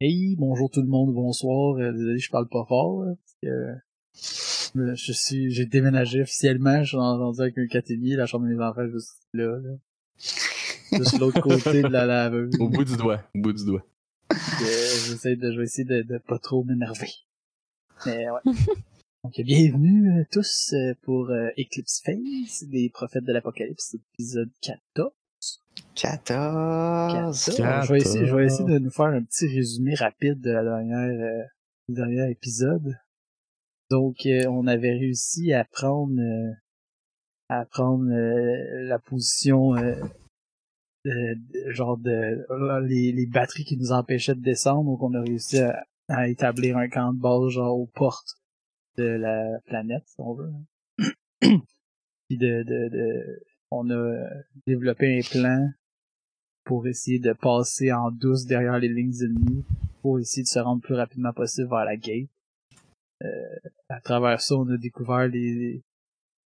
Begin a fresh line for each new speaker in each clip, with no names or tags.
Hey, bonjour tout le monde, bonsoir. Euh, désolé, je parle pas fort. là, parce que, euh, je suis, j'ai déménagé officiellement. Je suis rendu avec un 4,5. La chambre de mes enfants est juste là. là. Juste l'autre côté de la laveuse.
Au bout du doigt. Au bout du doigt.
Fait que, euh, J'essaie de, je vais essayer de, de pas trop m'énerver. Mais ouais. Donc, bienvenue euh, tous euh, pour euh, Eclipse Phase, des prophètes de l'Apocalypse, épisode 14. 14.
14.
Je vais essayer, je vais essayer de nous faire un petit résumé rapide de la dernière, euh, du dernier épisode. Donc, euh, on avait réussi à prendre, euh, à prendre euh, la position, euh, euh, de- genre de là, les, les batteries qui nous empêchaient de descendre. Donc, on a réussi à, à établir un camp de base genre aux portes de la planète, si on veut. Puis de, de, de, on a développé un plan pour essayer de passer en douce derrière les lignes ennemies pour essayer de se rendre plus rapidement possible vers la gate. Euh, à travers ça, on a découvert les,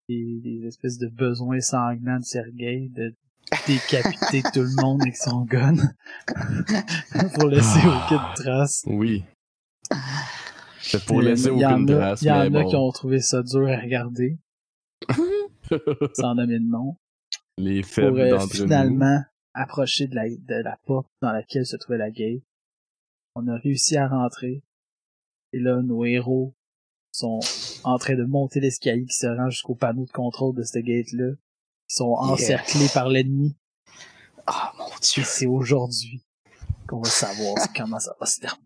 les, les espèces de besoins sanglants de Sergei de décapiter tout le monde avec son gun pour laisser
Ah.
aucune trace.
Oui. C'est pour
Il y en-
laisser
il y en
aucune
a-
trace,
Il y
mais
en a
bon.
qui ont trouvé ça dur à regarder, sans nommer de nom.
Les
pour
faibles
euh,
d'entre nous.
finalement approcher de la, de la porte dans laquelle se trouvait la gate. On a réussi à rentrer. Et là, nos héros sont en train de monter l'escalier qui se rend jusqu'au panneau de contrôle de cette gate-là. Ils sont
Yeah.
encerclés par l'ennemi.
Oh mon
Et
dieu.
c'est aujourd'hui qu'on va savoir comment ça va se terminer.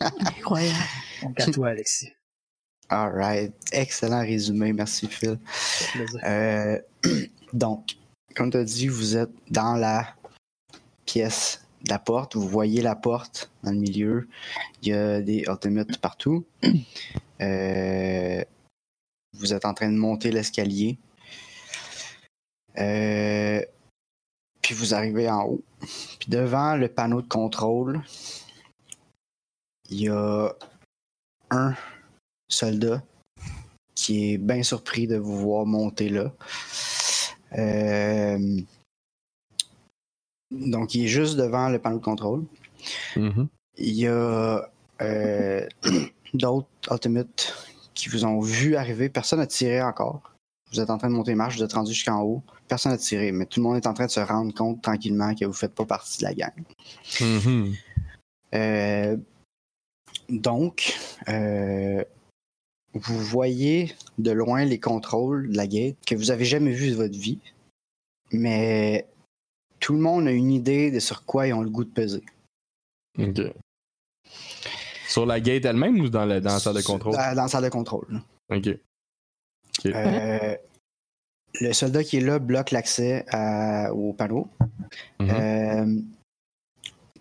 Incroyable.
Donc à toi, Alexis.
Alright. Excellent résumé. Merci, Phil.
Plaisir.
Euh, donc, comme tu as dit, vous êtes dans la pièce de la porte. Vous voyez la porte dans le milieu. Il y a des automates partout. Euh, vous êtes en train de monter l'escalier. Euh, puis vous arrivez en haut. Puis devant le panneau de contrôle, il y a un soldat qui est bien surpris de vous voir monter là. Euh, donc, il est juste devant le panneau de contrôle.
Mhm.
Il y a euh, d'autres Ultimate qui vous ont vu arriver. Personne n'a tiré encore. Vous êtes en train de monter les marches, vous êtes rendu jusqu'en haut. Personne n'a tiré, mais tout le monde est en train de se rendre compte tranquillement que vous faites pas partie de la gang.
Mhm.
Euh, donc, euh, vous voyez de loin les contrôles de la gate que vous avez jamais vu de votre vie, mais tout le monde a une idée de sur quoi ils ont le goût de peser.
Mhm. Ok. Sur la gate elle-même ou dans la, dans la salle de contrôle?
Dans, dans la salle de contrôle.
Ok.
Euh, le soldat qui est là bloque l'accès à- au panneau.
Mhm.
Euh,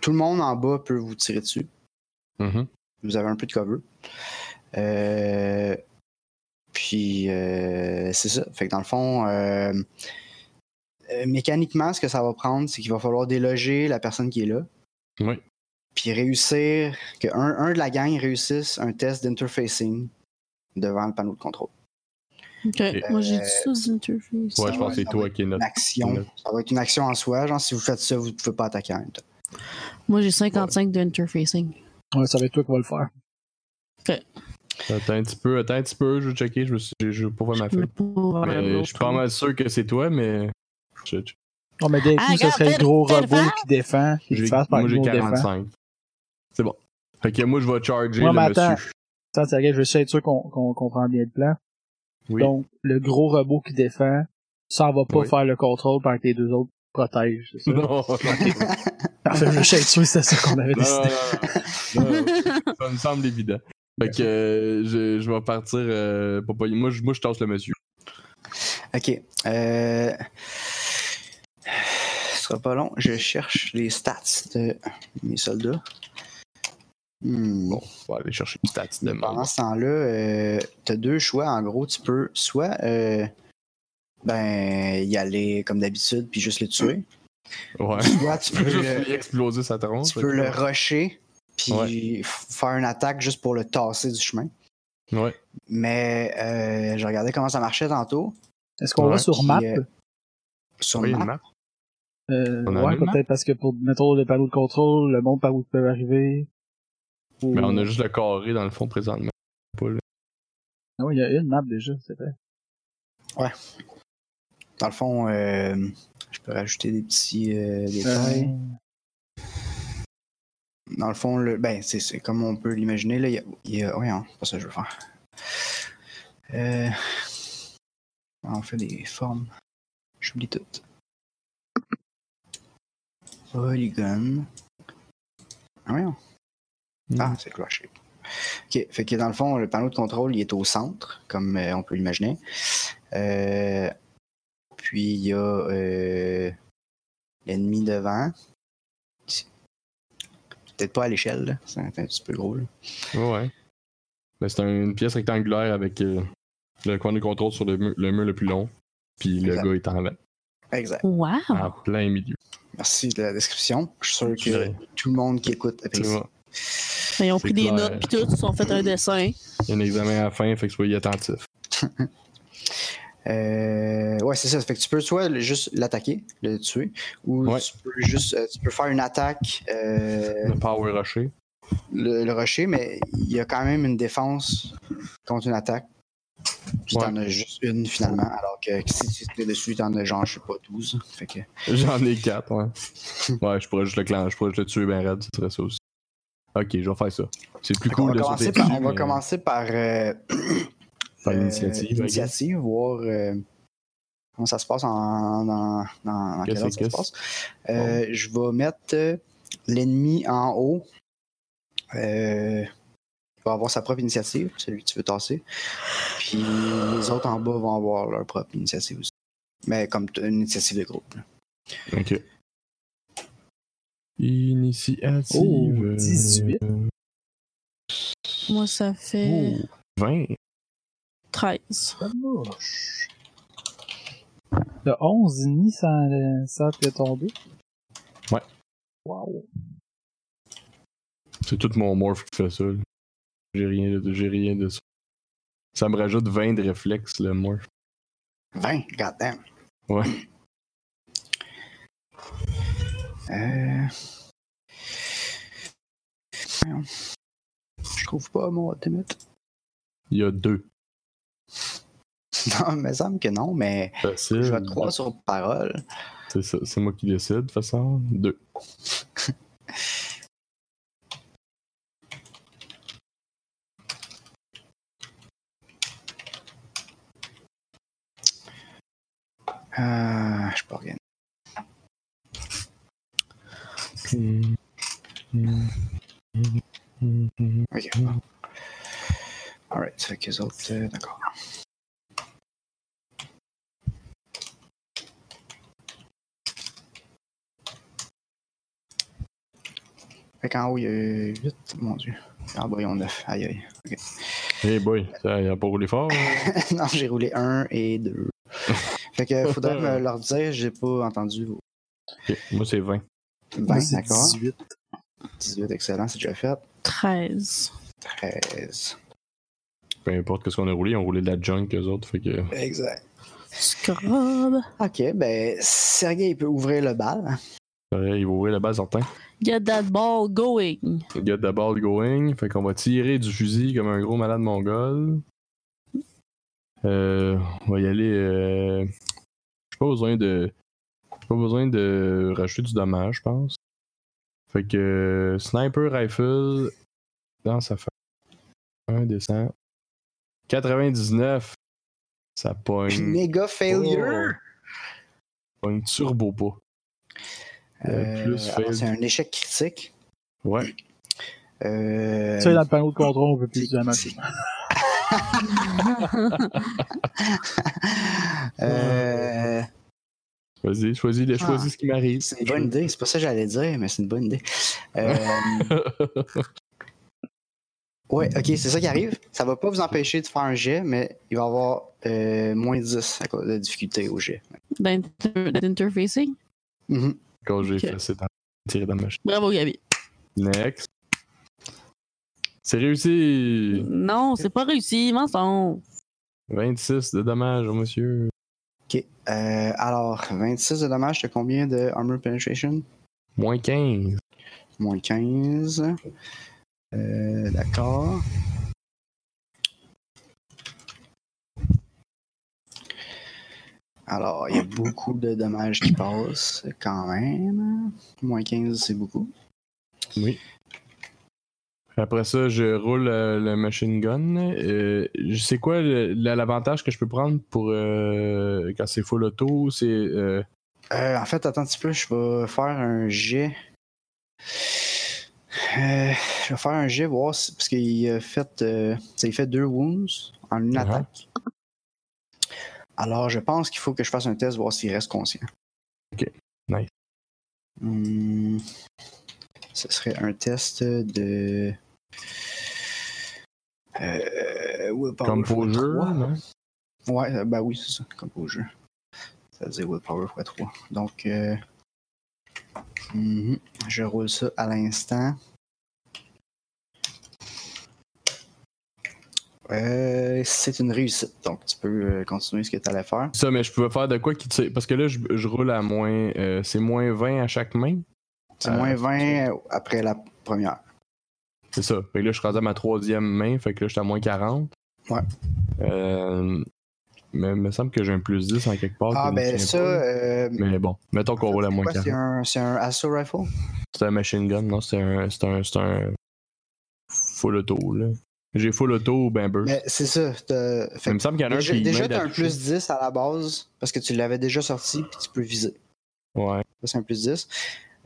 tout le monde en bas peut vous tirer dessus.
Mhm.
vous avez un peu de cover. Euh, puis euh, c'est ça. Fait que dans le fond, euh, euh, mécaniquement, ce que ça va prendre, c'est qu'il va falloir déloger la personne qui est là.
Oui.
Puis réussir que un, un de la gang réussisse un test d'interfacing devant le panneau de contrôle.
Ok, moi j'ai dit ça, c'est une interface.
euh, Ouais,
Ça
je
va,
pense que c'est
ça
toi
va.
qui est
Une
notre.
action. Ça va être une action en soi. Genre, si vous faites ça, vous ne pouvez pas attaquer en même temps.
Moi j'ai 55 d'interfacing.
Ouais, ça va être toi qui va le faire.
Attends un petit peu, attends un petit peu, je vais checker, je me suis- je je vais pas voir ma feuille. Mais Je suis pas mal sûr que c'est toi, mais. je- je-
Non, mais d'un coup,
Ah,
ce serait le
regarde,
gros
fais le
robot
faire.
qui défend, qui
j'ai-
te fasse par
Moi
le
j'ai
gros défend.
45. C'est bon. Fait que moi je vais charger
Ouais,
le
mais attends.
monsieur.
Attends, Sergei, je veux juste être sûr qu'on qu'on comprend bien le plan.
Oui.
Donc, le gros robot qui défend, ça va pas
Oui.
faire le contrôle pendant que les deux autres protègent, c'est ça?
Non, non, non.
Enfin, je sais être sûr que c'est ça qu'on avait
Non, non,
décidé.
non, non. Non, ça me semble évident. Fait que euh, je, je vais partir. euh, pour pas- Moi, je, moi, je tasse le monsieur.
Ok. Euh... Ce sera pas long. Je cherche les stats de mes soldats. Hmm.
Bon, on va aller chercher une stats de merde.
Pendant ce temps-là, euh, t'as deux choix. En gros, tu peux soit euh, ben y aller comme d'habitude puis juste le tuer.
Ouais.
Soit tu
Je
peux
peux
le,
lui exploser sa tronche.
tu peux le rusher puis
Ouais.
f- faire une attaque juste pour le tasser du chemin.
Ouais.
Mais euh, je regardais comment ça marchait tantôt.
Est-ce qu'on
Ouais,
va sur
puis,
map?
euh, Sur
Oui,
map,
une map.
Euh,
on a
ouais,
une map?
peut-être parce que pour, mettons, le panneau de contrôle, le monde par où ils peuvent arriver,
Mais Ben, on a juste le carré dans le fond présentement. Pas le-
Non, il y a une map déjà, c'est vrai.
Ouais. Dans le fond, euh, je peux rajouter des petits euh, détails.
Euh,
Dans le fond, le, ben, c'est, c'est comme on peut l'imaginer. Là, il y a, il y a- ouais, hein, c'est pas ça que je veux faire. Euh, on fait des formes. J'oublie tout. Polygone. Ah, ouais, hein. Ah, c'est cloche shape. Ok, fait que dans le fond, le panneau de contrôle, il est au centre, comme euh, on peut l'imaginer. Euh, puis il y a euh, l'ennemi devant. Peut-être pas à l'échelle, là. c'est un, c'est un petit peu gros. Là.
Ouais, ouais. Ben, c'est un- une pièce rectangulaire avec euh, le coin de contrôle sur le mur le, mur le plus long. Puis le
Exact.
gars est en,
Exact.
Wow!
en plein milieu.
Merci de la description. Je suis sûr
Tu
que
verrais.
tout le monde qui écoute
Tu
apprécie.
vois,
Ils ont
C'est
pris des
clair.
notes, puis tout, ils se sont fait un dessin.
il y a un examen à la fin, fait que soyez attentifs.
Euh, ouais, c'est ça. Fait que tu peux soit le- juste l'attaquer, le tuer, ou
Ouais.
tu peux juste euh, tu peux faire une attaque, euh,
Ne pas avoir rusher.
le, le rusher, mais il y a quand même une défense contre une attaque. Puis
Ouais.
t'en as juste une finalement, alors que si tu te mets dessus, t'en as genre, je sais pas, 12. Fait que,
J'en ai quatre, ouais. ouais, je pourrais juste le clan, je pourrais juste le tuer ben raide, ce serait ça aussi. Ok, je vais faire ça. C'est plus
Fait qu'on
cool
va
de
commencer
sauter
par-
dessus,
on va
mais-
commencer par, euh,
Par
euh,
l'initiative, I guess.
l'initiative, voir euh, comment ça se passe, en, dans, dans- dans quel
Qu'est-ce
ordre ça se
que
passe. Euh, Je vais mettre euh, l'ennemi en haut. Euh, il va avoir sa propre initiative, celui que tu veux tasser. Puis les autres en bas vont avoir leur propre initiative aussi. Mais comme t- une initiative de groupe. là.
Ok. Initiative.
Oh,
euh,
18.
Moi, ça fait
oh, 20.
13.
pas moche. T'as 11 unis sans, le- sans te tomber?
Ouais.
Wow.
C'est tout mon morph qui fait ça. là. J'ai rien, de- j'ai rien de ça. Ça me rajoute 20 de réflexes, le morph.
20, goddamn.
Ouais.
Euh. Voyons. Je trouve pas mon ultimate.
Il y a 2.
Non, il me semble que non, mais
Facile.
je vais te croire sur parole.
C'est ça, c'est moi qui décide, de toute façon. 2.
Euh, je peux rien. Ok. Alright, ça fait que les autres, euh, d'accord. Fait qu'en haut, il y a 8, mon dieu. Ah, ben, En bas, ils ont 9. Aïe aïe.
Hey boy, ça, il a pas roulé fort. hein?
non, j'ai roulé 1 et 2. fait que faudrait me leur dire, j'ai pas entendu vos
Ok, Moi, c'est 20.
20,
Moi, c'est
Ben, d'accord.
18.
18, excellent, c'est déjà fait.
13.
13.
Peu importe ce qu'on a roulé, on roulait de la junk, eux autres. Fait que.
Exact.
Scrub.
Ok, ben, Sergei il peut ouvrir le bal.
Pareil, il va ouvrir la base certain.
Get that ball going.
Get the ball going. Fait qu'on va tirer du fusil comme un gros malade mongol. Euh, on va y aller. Euh... J'ai pas besoin de. J'ai pas besoin de rajouter du dommage, je pense. Fait que euh, sniper rifle dans sa fa... 1 descend. 99. Ça pogne.
Méga failure!
pogne turbo pas. Euh,
Euh,
plus
alors,
fail.
c'est un échec critique.
Ouais.
Euh,
Tu sais, dans le panneau de contrôle, on peut plus
c'est-
jamais.
c'est- Euh,
Vas-y, choisis, le-
Ah.
choisis ce qui m'arrive.
c'est une bonne idée, c'est pas ça que j'allais dire, mais c'est une bonne idée. Euh, ouais, ok, c'est ça qui arrive. Ça va pas vous empêcher de faire un jet, mais il va y avoir euh, moins 10 à cause de la difficulté au jet.
D'inter- D'interfacing.
Mhm.
Quand j'ai
Ok.
effacé dans... tiré dans ma
Bravo, Gabi.
Next. C'est réussi!
Non, c'est pas réussi. Mensonge.
26 de dommages, au monsieur.
Ok, euh, alors 26 de dommages, t'as combien de armor penetration
Moins 15.
Moins 15. Euh, D'accord. Alors, il y a beaucoup de dommages qui passent quand même. Moins 15, c'est beaucoup.
Après ça, je roule euh, le machine gun. Euh, je- c'est quoi le- la- l'avantage que je peux prendre pour euh, quand c'est full auto? C'est euh,
Euh, en fait, attends un petit peu, je vais faire un jet. Euh, je vais faire un jet, voir si- parce qu'il a fait, euh, ça lui fait deux wounds en une
Mhm.
attaque. Alors, je pense qu'il faut que je fasse un test, voir s'il reste conscient.
Ok. Nice.
Hum, ce serait un test de. Euh, willpower
comme pour
fois
le jeu,
trois.
non?
Ouais, euh, bah oui, c'est ça, comme au jeu. Ça faisait Willpower x 3. Donc, euh, mhm, je roule ça à l'instant. Euh, c'est une réussite, donc tu peux euh, continuer ce que tu allais faire.
Ça, mais je pouvais faire de quoi qui tire- Parce que là, je, je roule à moins. euh, c'est moins 20 à chaque main.
C'est
Euh,
moins 20 après la première.
C'est ça. Fait que là, je suis rendu à ma troisième main. Fait que là, j'étais à moins 40.
Ouais.
Euh, mais il me semble que j'ai un plus 10 en quelque part.
Ah,
que je me
ben
souviens
ça,
pas, là.
euh,
Mais bon, mettons qu'on roule à
c'est
moins
quoi,
40.
c'est un, c'est un assault rifle?
C'est un machine gun, non? C'est un. C'est un. C'est un. Full auto, là. J'ai full auto ou ben burst.
Mais c'est ça. t'as- fait
Mais il me semble qu'il y en a un
déjà,
qui.
déjà
m'aide
t'as
à
un
toucher.
plus 10 à la base, parce que tu l'avais déjà sorti, puis tu peux viser.
Ouais.
Ça, c'est un plus 10.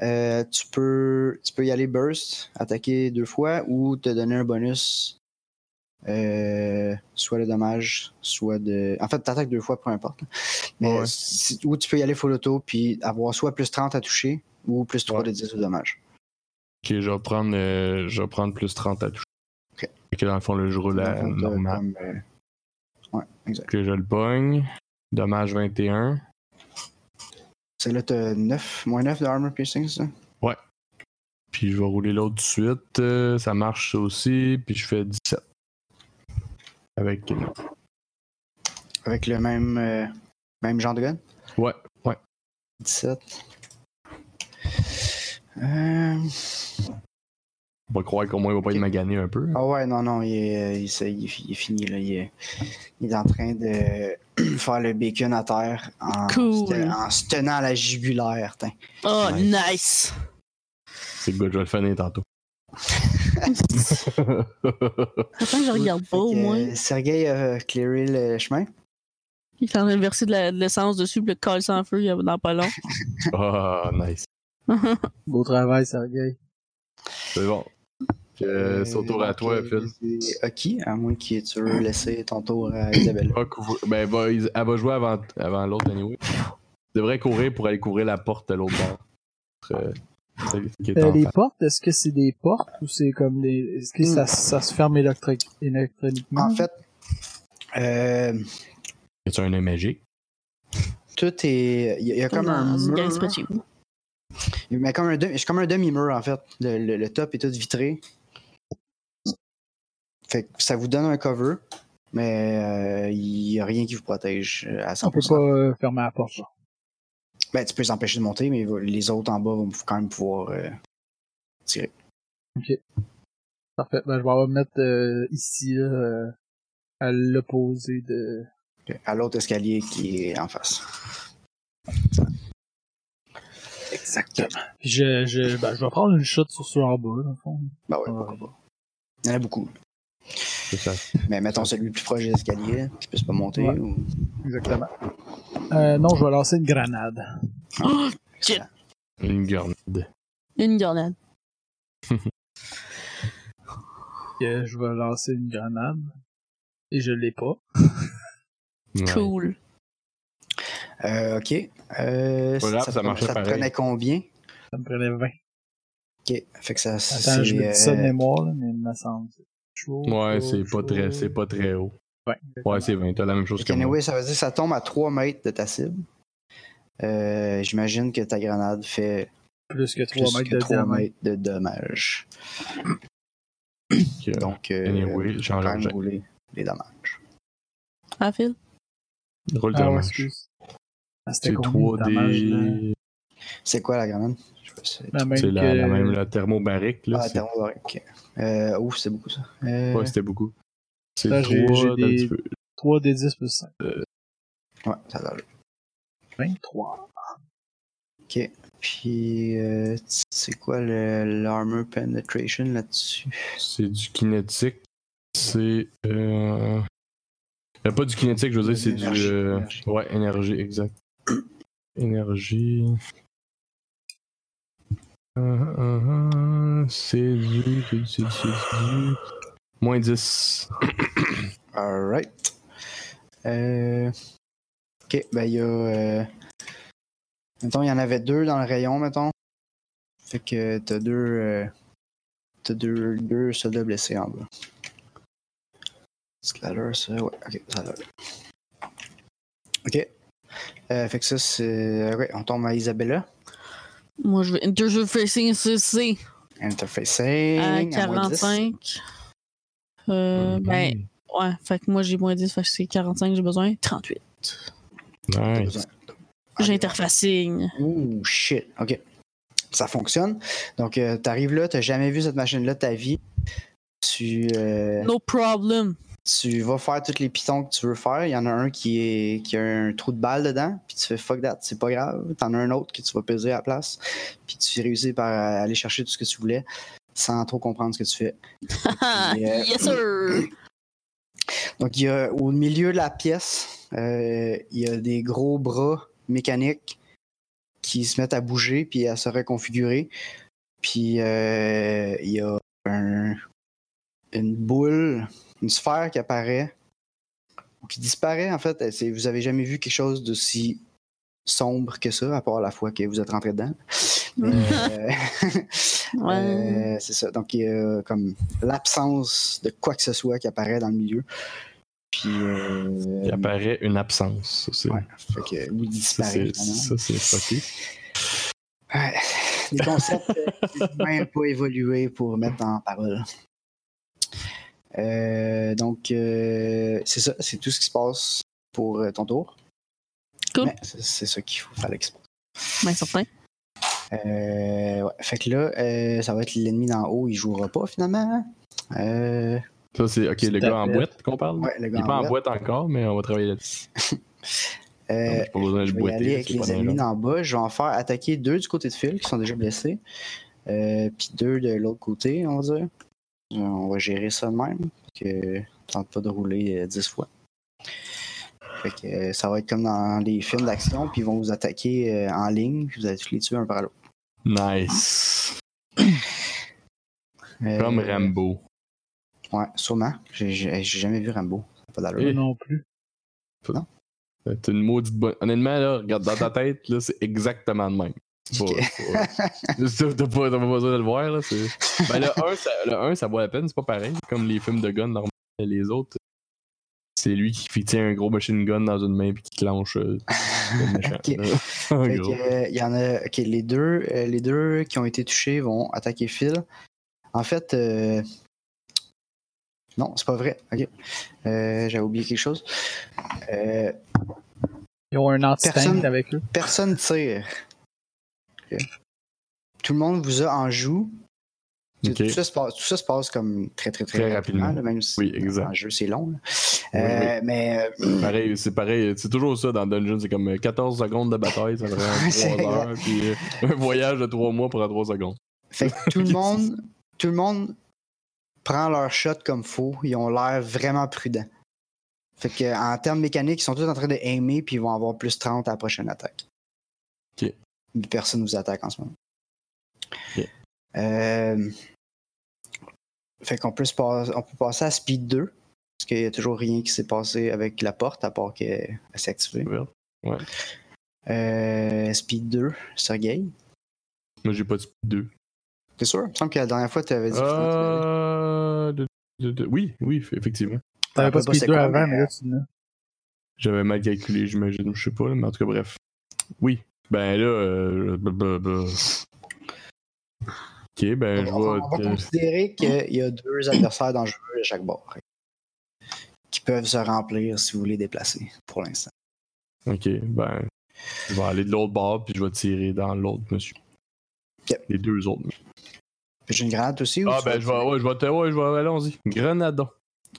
Euh, tu, peux, tu peux y aller burst, attaquer deux fois, ou te donner un bonus, euh, soit le dommage, soit de. En fait, tu attaques deux fois, peu importe. Mais
Ouais.
si- ou tu peux y aller full auto, puis avoir soit plus 30 à toucher, ou plus 3
Ouais.
de 10 au dommage.
Ok, je vais prendre. euh, je vais prendre plus 30 à toucher.
Ok.
Fait que dans le fond, là, je roule à
Dans le fond, t'as
Ben, normal.
comme, euh, Ouais, exact.
que je le pogne. Dommage 21.
Celle-là, t'as 9, moins 9 de armor piercing, c'est ça?
Puis je vais rouler l'autre de suite. Euh, ça marche ça aussi. Puis je fais 17. Avec.
Avec le même, euh, même genre de gun?
Ouais, ouais.
17. Euh.
On va croire qu'au moins il va pas être magané un peu.
Ah ouais, non, non, il est, il, ça, il est fi- il est fini, là. Il est, il est en train de faire le bacon à terre en,
Cool.
se, ten- en se tenant à la jugulaire, tiens.
Oh,
Nice.
nice!
C'est good, je vais le finir tantôt.
Attends que je regarde pas, au
Fait que,
moins.
euh, Sergueï a clearé le chemin.
Il est en train de verser de la- de l'essence dessus, puis le colle sans feu, il y a dans pas long.
Ah, nice.
Beau travail, Sergei.
C'est bon. Puis, euh, c'est au tour à toi, Phil.
C'est Hockey, à moins que tu veux laisser ton tour à Isabelle.
Va couvrir- Ben, va- il- elle va jouer avant, avant l'autre, anyway. Tu devrais courir pour aller couvrir la porte de l'autre bord. Euh, celle qui est
Euh,
en
les
face.
portes, est-ce que c'est des portes ou c'est comme des. Est-ce que ça, ça se ferme électro- électroniquement?
Mm.
En fait, euh,
C'est un œil magique.
tout est. Il y a, il y a comme un.
Dans une gang
Mur,
spreadsheet.
mais comme un, demi- c'est comme un demi-mur, en fait. Le, le- le top est tout vitré. Fait que ça vous donne un cover, mais euh, il n'y a rien qui vous protège euh, à 100%.
On peut pas euh, fermer la porte, genre.
Ben, tu peux les empêcher de monter, mais il va- les autres en bas vont quand même pouvoir. euh,
Parfait. Ben, je vais me mettre euh, ici, là, euh, à l'opposé de.
à l'autre escalier qui est en face.
Exactement. Je, je, ben, je vais prendre une shot sur ceux en bas, dans le fond.
Ben ouais,
Ouais.
pourquoi pas. Il y en a beaucoup.
C'est ça.
Mais mettons celui le plus proche de l'escalier, là, qui puisse pas monter.
Ouais.
ou-
Exactement. Euh, non, je vais lancer une grenade.
Oh, Shit.
Une grenade.
une grenade.
Que je vais lancer une grenade. Et je l'ai pas.
Ouais.
Cool.
Euh, ok. Euh,
Pas grave, ça
te-
marchait
ça te
pareil.
prenait combien
Ça me prenait 20.
Ok. Fait que ça.
Attends, je me dis ça de
euh,
mémoire, là, mais il me semble. Chaud,
Ouais,
chaud,
c'est pas
chaud.
très, c'est pas très haut.
Ouais,
Ouais, c'est 20. T'as la même chose que
Anyway,
moi.
ça veut dire que ça tombe à 3 mètres de ta cible. Euh, J'imagine que ta grenade fait
plus que 3
plus
mètres
que
de
3
diamètre.
mètres de dommages.
Ok.
Donc, euh,
Anyway,
faut
change
quand
d'objet.
même rouler les dommages.
Ah, Phil?
Roule
Ah
ta
ouais,
manche.
excuse. Ah,
C'est
c'était combien de dommages, là?
3D.
C'est quoi la grenade? Je sais pas si-
La même
C'est la,
que-
la même la thermobarique. Là,
Ah,
c'est-
thermobarique. Euh, ouf, c'est beaucoup ça. Euh,
ouais, c'était beaucoup. C'est
Là, j'ai-
3
j'ai
d'un
des-
petit peu.
3 des 10 plus 5.
ouais, ça va.
23.
Puis, euh, c'est quoi le- l'armor penetration là-dessus?
C'est du kinétique. C'est. Euh... euh, Pas du kinétique, je veux dire, c'est du.
Énergie,
euh,
énergie.
Ouais, énergie, exact. énergie. Euh, euh, euh, c'est du. C'est du. C'est du- c'est du. Moins 10.
Alright. Euh... Ok, ben il y a. Euh... Mettons, il y en avait deux dans le rayon, mettons. Fait que t'as deux. euh, T'as deux, deux soldats blessés en bas. C'est de l'allure, ça? Ouais, ok, ça a de l'allure. Ok. Euh, fait que ça, c'est. Ouais, on tombe à Isabella.
Moi, je vais interfacing CC
Interfacing.
à
à moins 10.
45. Euh,
Mhm.
Ben, ouais. Fait que moi, j'ai moins 10. Fait que c'est 45 que j'ai besoin. 38.
T'as
Nice.
besoin.
J'ai interfacing.
Ouh, shit. OK. Ça fonctionne. Donc, euh, t'arrives là, t'as jamais vu cette machine-là de ta vie. Tu, euh,
No problem.
tu vas faire tous les pitons que tu veux faire. Il y en a un qui, est, qui a un trou de balle dedans, puis tu fais fuck that, c'est pas grave. T'en as un autre que tu vas peser à la place, puis tu réussis par euh, aller chercher tout ce que tu voulais sans trop comprendre ce que tu fais. Yeah.
yes, sir.
Donc, il y a, au milieu de la pièce, euh, il y a des gros bras mécaniques qui se mettent à bouger puis à se reconfigurer. Puis, euh, il y a un- une boule, une sphère qui apparaît, ou qui disparaît en fait. Elle, c'est- vous avez jamais vu quelque chose d'aussi sombre que ça, à part la fois que vous êtes rentré dedans. Mais, euh,
Ouais.
euh, c'est ça. Donc, il y a comme l'absence de quoi que ce soit qui apparaît dans le milieu. Puis. euh,
Il apparaît une absence. ça, C'est
ouais, fait que, ou
ça,
disparaît.
c'est- ça,
finalement.
c'est fucké.
Ouais, Des concepts euh, même pas évolués pour mettre en parole. Euh, donc, euh, c'est ça. C'est tout ce qui se passe pour euh, ton tour.
Cool.
Mais c'est- C'est ça qu'il faut faire l'expo.
Ben, certain.
Euh, ouais. Fait que là, euh, ça va être l'ennemi d'en haut, il jouera pas finalement. Euh,
Ça, c'est. Ok, le
Tout à
gars en
fait.
boîte qu'on parle.
ouais, le
Il
gars
est pas en
boîte.
boîte encore, mais on va travailler là-dessus.
Euh,
J'ai pas besoin de
Je
le
vais y aller
boiter.
avec
c'est pas
les
dangereux.
amis d'en bas. Je vais en faire attaquer deux du côté de Phil qui sont déjà blessés. Euh, Puis deux de l'autre côté, on va dire. Euh, On va gérer ça de même. Fait Que tente pas de rouler euh, 10 fois. Fait que, euh, ça va être comme dans les films d'action. Puis ils vont vous attaquer euh, en ligne. puis Vous allez tous les tuer un par l'autre.
Nice.
Ah. Euh,
Comme Rambo.
Ouais, sûrement. J'ai j'ai- j'ai jamais vu Rambo. Ça a Pas d'allure.
Eh.
Non plus.
C'est une maudite bonne. Honnêtement, là, regarde dans ta tête, là, c'est exactement le même. C'est pas- c'est pas- c'est- T'as pas, t'as pas besoin de le voir, là. c'est- Ben, le 1, ça, le un, ça vaut la peine, c'est pas pareil. Comme les films de gun normal, les autres. C'est lui qui qui tient un gros machine gun dans une main puis qui clenche. euh, le méchant,
Ok.
là. En
Fait
gros.
que, euh, il y en a. ok, les deux, euh, les deux qui ont été touchés vont attaquer Phil. En fait, euh, non, c'est pas vrai. Ok, Euh, j'avais oublié quelque chose. Euh,
Ils ont un anti
Personne-
avec eux.
personne tire. Ok. Tout le monde vous a en joue. Tout-
Ok.
Tout, ça se passe, tout ça se passe comme très très très,
Très rapidement.
là, même si
Oui, exact.
en jeu c'est long. là.
Oui,
Euh, Mais euh,
Pareil, c'est pareil, c'est toujours ça dans Dungeon, c'est comme euh, 14 secondes de bataille, ça prend
C'est
3 heures, puis euh, un voyage de 3 mois prend 3 secondes.
Fait que tout le monde, tout le monde prend leur shot comme faut. Ils ont l'air vraiment prudents. Fait que en termes mécaniques, ils sont tous en train de aimer puis ils vont avoir plus 30 à la prochaine attaque.
Ok.
Mais Personne ne vous attaque en ce moment.
Ok.
Euh, Fait qu'on peut, se pas- on peut passer à speed 2. Parce qu'il n'y a toujours rien qui s'est passé avec la porte à part qu'elle elle s'est activée.
Ouais.
Euh, speed 2, Sergei.
Moi, j'ai pas de 2.
T'es sûr? Il me semble que la dernière fois, tu avais dit que finalement, tu l'avais.
Euh, de- de- de- oui, oui, effectivement.
T'avais
rappelle pas
pas speed
c'est
2
quoi,
avant,
mais-
mais là, tu l'as.
J'avais mal calculé, j'imagine, je sais pas, là, mais en tout cas, bref. Oui, ben là. euh, bah, bah, bah. Ok, ben je
On va, on va
vais.
considérer qu'il y a deux adversaires dangereux à chaque bord qui peuvent se remplir si vous les déplacer pour l'instant.
Ok, ben. Je vais aller de l'autre bord, puis je vais tirer dans l'autre monsieur.
Yep.
Les deux autres.
J'ai une grenade aussi ou
Ah
tu vas
ben je vais, ouais, je vais, te- ouais, je vais, allons-y. Grenadon.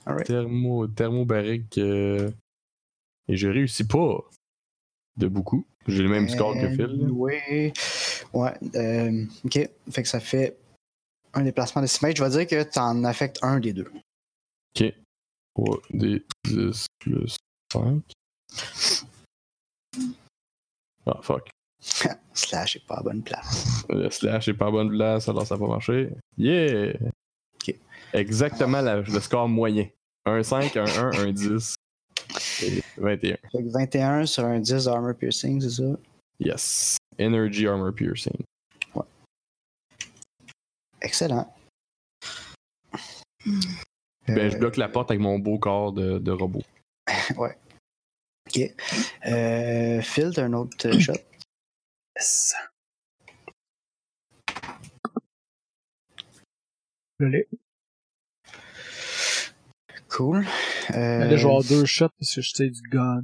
Alright.
Thermo, thermobarique. euh, Et je réussis pas de beaucoup. J'ai le même score que Phil. là.
Oui. Ouais. euh, ok. Fait que ça fait un déplacement de 6 mètres. Je vais dire que t'en affectes un des deux.
Ok. 3 des 10 plus 5. Ah fuck.
Slash est pas à bonne place.
Le slash est pas en bonne place, alors ça va pas marcher. Yeah!
Ok.
Exactement la- le score moyen. Un 5, un 1, un 10. Et 21.
Fait que 21 sur un 10 armor piercing, c'est ça?
Yes. Energy armor piercing.
Excellent.
Ben, je
Euh,
bloque la porte avec mon beau corps de, de robot.
euh, Phil, t'as un autre euh, shot.
Yes. Je l'ai.
Cool. Euh,
Là, je vais avoir deux shots parce que je sais du gun.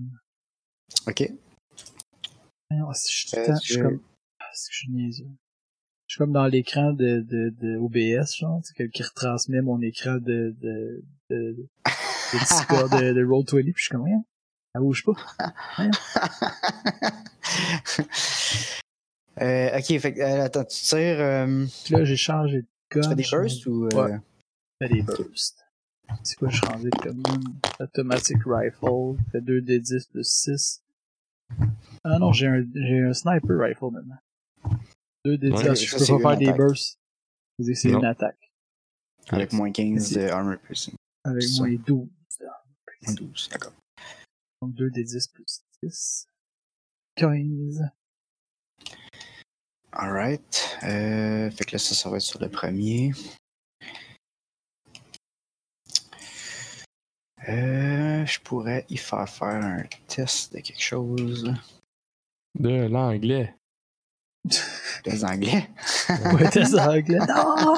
Ok.
Ah, si je suis tout le
Euh,
temps- je
tu
suis
veux-
comme. Ah, c'est que je suis niaiseux. Je suis comme dans l'écran de, de, de OBS, genre, c'est quelqu'un qui retransmet mon écran de, de, de, de, de Discord de, de Roll20, puis je suis comme, rien. Ça bouge pas.
Euh, ok, fait que, euh, attends, tu tires. euh,
Puis là, j'ai changé de gun.
tu fais des
je
bursts ou. euh,
Ouais. fais des bursts. C'est quoi, je suis rendu comme une automatic rifle, fait 2 d 10 plus 6. Ah non, j'ai un, j'ai un sniper rifle maintenant. 2 d 10,
Ouais,
parce que je
ça, c'est
peux
une
pas faire des
attaque.
bursts. C'est-à-dire que c'est
Non.
une attaque.
Avec moins 15 de armor piercing.
Avec
C'est
moins 12.
Moins 12, d'accord.
Donc 2 des 10 plus 10. 15.
Alright. Euh, fait que là, ça, ça va être sur le premier. Euh, je pourrais y faire faire un test de quelque chose.
De l'anglais.
Des anglais.
Ouais, test en anglais. Non!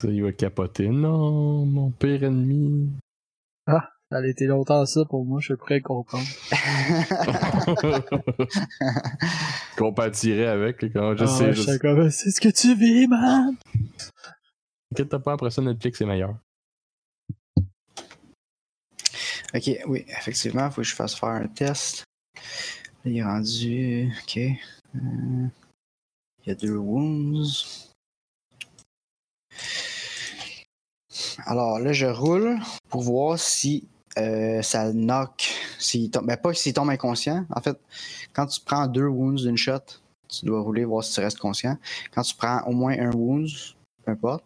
Ça, il va capoter. Non, mon pire ennemi.
Ça a été longtemps ça pour moi, je suis prêt à comprendre.
Qu'on partirait avec. là, Quand je
Ah,
sais, je
j'étais
sais.
comme, c'est ce que tu vis, man!
Inquiète pas, après ça, Netflix est meilleur.
ok, oui, effectivement, faut que je fasse faire un test. Là, il est rendu. Ok. Euh, il y a deux wounds. Alors là, je roule pour voir si euh, ça knock. S'il tombe, ben pas s'il tombe inconscient. En fait, quand tu prends deux wounds d'une shot, tu dois rouler voir si tu restes conscient. Quand tu prends au moins un wounds, peu importe,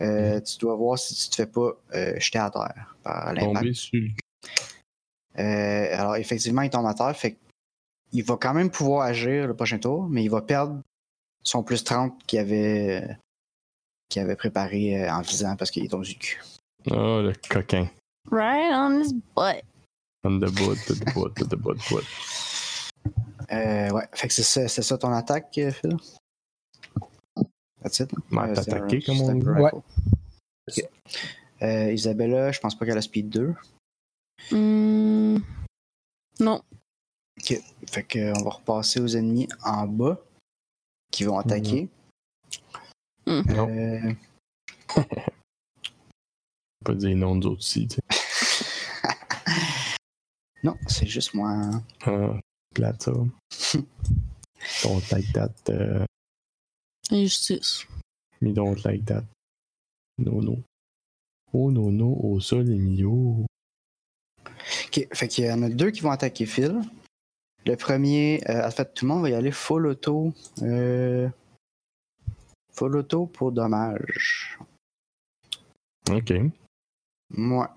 euh, tu dois voir si tu te fais pas euh, jeter à terre par l'impact.
Tomber sur le
Euh, alors, effectivement, il tombe à terre, fait qu'il va quand même pouvoir agir le prochain tour, mais il va perdre son plus 30 qu'il avait, qu'il avait préparé euh, en visant parce qu'il est tombé du cul.
Oh, le coquin.
Right on his butt.
On the bout, to the bout, to the bout, bout.
Euh, ouais, fait que c'est ça, c'est ça ton attaque, euh, Phil? That's it.
M'a
Euh, c'est un-
attaqué, comme
c'est
on
un
dit.
rifle.
Ouais.
Ok. Euh, Isabella, je pense pas qu'elle a speed 2.
Hmm. Non.
Fait qu'on va repasser aux ennemis en bas qui vont attaquer.
Mhm.
Mm-hmm. Non.
Euh,
Pas dire non nous autres aussi, tu sais.
non, c'est juste moi. hein.
Ah, plate, ça. don't like that. euh,
Injustice.
me don't like that. No, no. Oh, no, no, au sol, les mio.
Ok, fait qu'il y en a deux qui vont attaquer Phil. Le premier, euh, en fait, tout le monde va y aller full auto. euh, full auto pour dommage.
Ok.
Moi.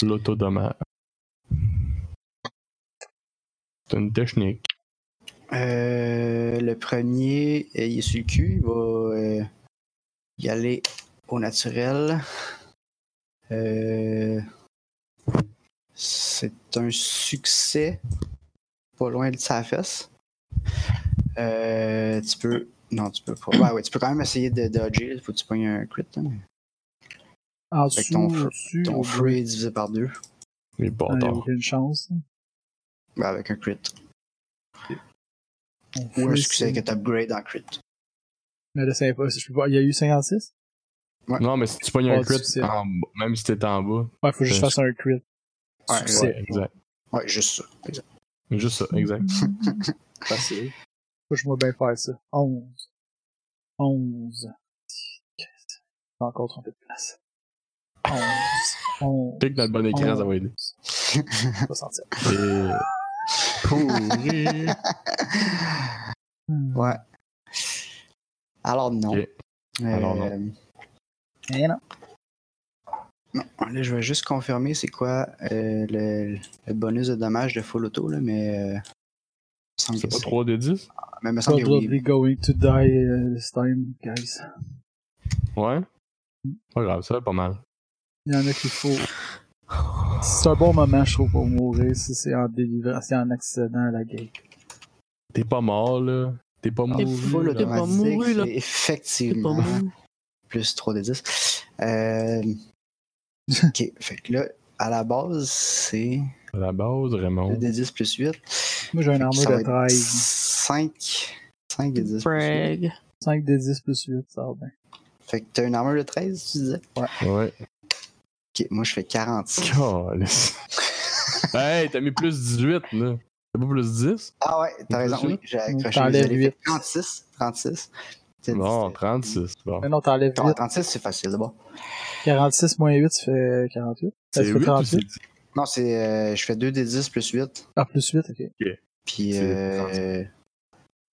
L'autodommage. C'est une technique.
Euh, le premier, euh, il est sur le cul. Il va euh, y aller au naturel. Euh, c'est un succès. Pas loin de sa fesse. Euh, tu peux. Non, tu peux pas. Ben Ouais, ouais, tu peux quand même essayer de dodger. Il faut que tu pognes un crit. là, mais
En
Fait que
dessous,
ton fr-
au-dessus,
Ton
au- Ah,
free est divisé par deux.
Les
Il a
bâtards.
aucune chance.
Ben, avec un crit.
On
Ou
fait
excusez,
ça.
avec un upgrade en crit.
Mais là, c'est impossible. Je peux pas- Il y a eu 56?
Non, mais si tu pognes
Oh,
un
tu
crit,
sais.
en- même si t'es en bas.
Ouais, faut que je
Je-
fasse un crit.
Ouais,
Succès.
Ouais, exact.
Ouais, juste ça. exact.
Juste ça, exact.
Facile. Faut que je bien faire ça. 11. 11. Christ. J'ai Encore trompé de place. 11. 11.
Clique dans le bon écran, ça va aider.
67.
Et... Pourri.
Hmm.
Ouais. Alors non.
Ok. Alors, non.
Euh,
Eh non.
Non, là, je vais juste confirmer c'est quoi euh, le, le bonus de dommage de full auto, là, mais. euh, il me semble
C'est
que
pas 3 des 10?
Mais il me semble que
Probably
oui.
going to die euh, this time, guys.
Ouais. Pas grave, ça va pas mal.
Il y en a qu'il faut. C'est un bon moment, je trouve, pour mourir si c'est en délivrance, si c'est en accident à la guerre.
T'es pas mort, là. T'es pas mort.
T'es
Full
T'es pas
automatique,
mouru, là.
c'est
C'est pas
effectivement
bon.
plus 3 des 10. Euh, ok, fait que là, à la base, c'est
À la base,
2
Raymond.
des 10 plus 8.
Moi, j'ai une armure de 13.
5. 5 des 10 plus 8.
Brag.
5 des 10 plus 8, ça va bien.
Fait que t'as une armure de 13, tu disais
Ouais.
Ok, moi je fais 46.
Calisse. hey, t'as mis plus 18, là. T'as pas plus 10?
Ah ouais, t'as raison, oui, j'ai accroché.
T'enlèves
Vous avez fait
huit.
36. 36. C'est-
Non,
c'est-
36. Bon.
Mais non, t'enlèves
Ah,
8.
36, c'est facile d'abord.
46 moins 8, ça fait 48. Ça
C'est
fait
8 ou
38.
c'est 10?
Non, c'est. euh, je fais 2 des 10 plus 8.
Ah, plus 8, ok.
Puis.
C'est
Euh,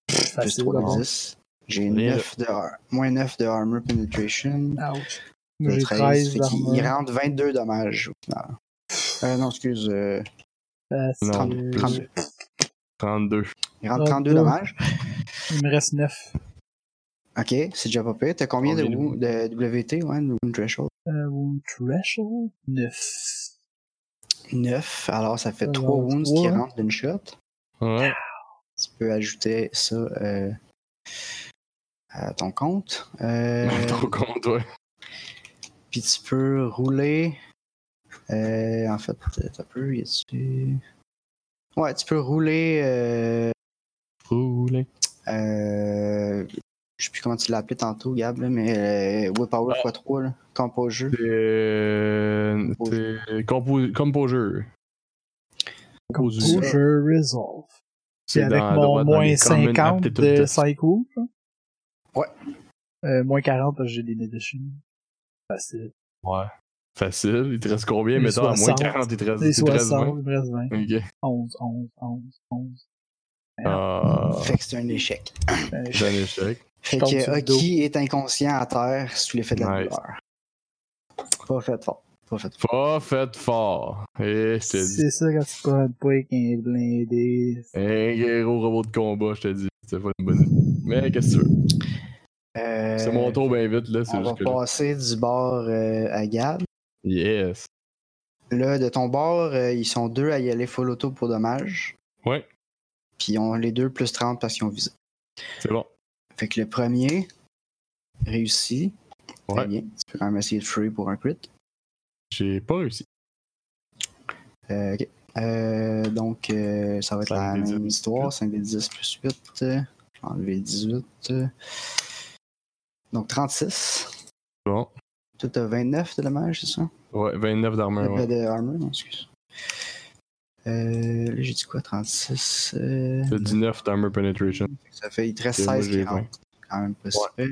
plus
Facile,
3
alors.
des 10. J'ai
Rien.
9 de, har- moins 9 de armor penetration.
Ouch. Moi,
de
Ah, j'ai
13.
13
Fait qu'il- il
d'armure.
rentre 22 dommages au final. Euh, non, excuse. euh,
Facile.
Non,
32.
plus. 32.
il rentre
32.
32 dommages.
Il me reste 9.
Ok, c'est déjà pas pire. T'as combien de,
Combien de
wo- de WT, ouais, de wound threshold
Euh, wound threshold? 9.
9. Alors, ça fait
Alors,
3 wounds qui
Euh, trois.
rentrent d'une shot.
Ouais.
Tu peux ajouter ça euh, à ton compte. Euh,
Trop con, toi.
Puis tu peux rouler. euh, en fait, tu peux. Y a-tu- ouais, tu peux rouler. Euh,
Roulé.
euh, je sais plus comment tu l'as appelé tantôt, Gab, là, mais euh,
Ah.
Willpower x3, là, compos jeu.
T'es. T'es. compo- euh, Composure.
Ou
Composure.
je resolve. Puis
C'est
avec
dans- à
mon
droite dans
moins euh,
les common
50
aptitude
de
test.
5 wounds. là.
Ouais.
Euh, moins 40 parce que j'ai des Nedishin. Facile.
Ouais. Facile. Il te reste combien,
Les
mettons, à moins
60.
40, il te reste,
Des
il te reste
60,
20.
il me reste 20.
Ok.
11, 11, 11, 11.
Ah,
Fait que c'est un échec.
Ben, je-
j'ai un échec.
Fait
tombe sur
que
le dos.
Hockey est inconscient à terre sous l'effet de la
Nice.
douleur. Pas fait fort. Pas fait fort.
Pas fait fort. Et je te dis.
C'est ça quand tu prends pas avec un blindé.
Un gros robot de combat, je te dis. C'est pas une bonne idée. Mais qu'est-ce que tu veux?
Euh,
C'est mon tour bien vite, là. C'est
On va
juste que. là.
passer du bord euh, à Gab.
Yes.
Là, de ton bord, euh, ils sont deux à y aller full auto pour dommage.
Ouais.
Puis ils ont les deux plus 30 parce qu'ils ont visé.
C'est bon.
Fait que le premier réussit. Très
Ouais.
bien. Tu peux quand même essayer de free pour un crit.
J'ai pas réussi.
Euh, ok. Euh, donc, euh, ça va être
Cinq
la
des dix
même
plus
histoire. 5 des 10 plus 8. euh, Je vais enlever 18. euh. Donc, 36.
Bon.
Toi, t'as 29 de dommage, c'est ça?
Ouais, 29 d'armure.
Pas
Ouais.
de armor, non, excuse. Euh, là, j'ai dit quoi, 36 euh,
J'ai 19 d'armor penetration.
Ça fait, il te reste
Et moi,
16 qui
j'ai
rentrent. Quand même pas si peu.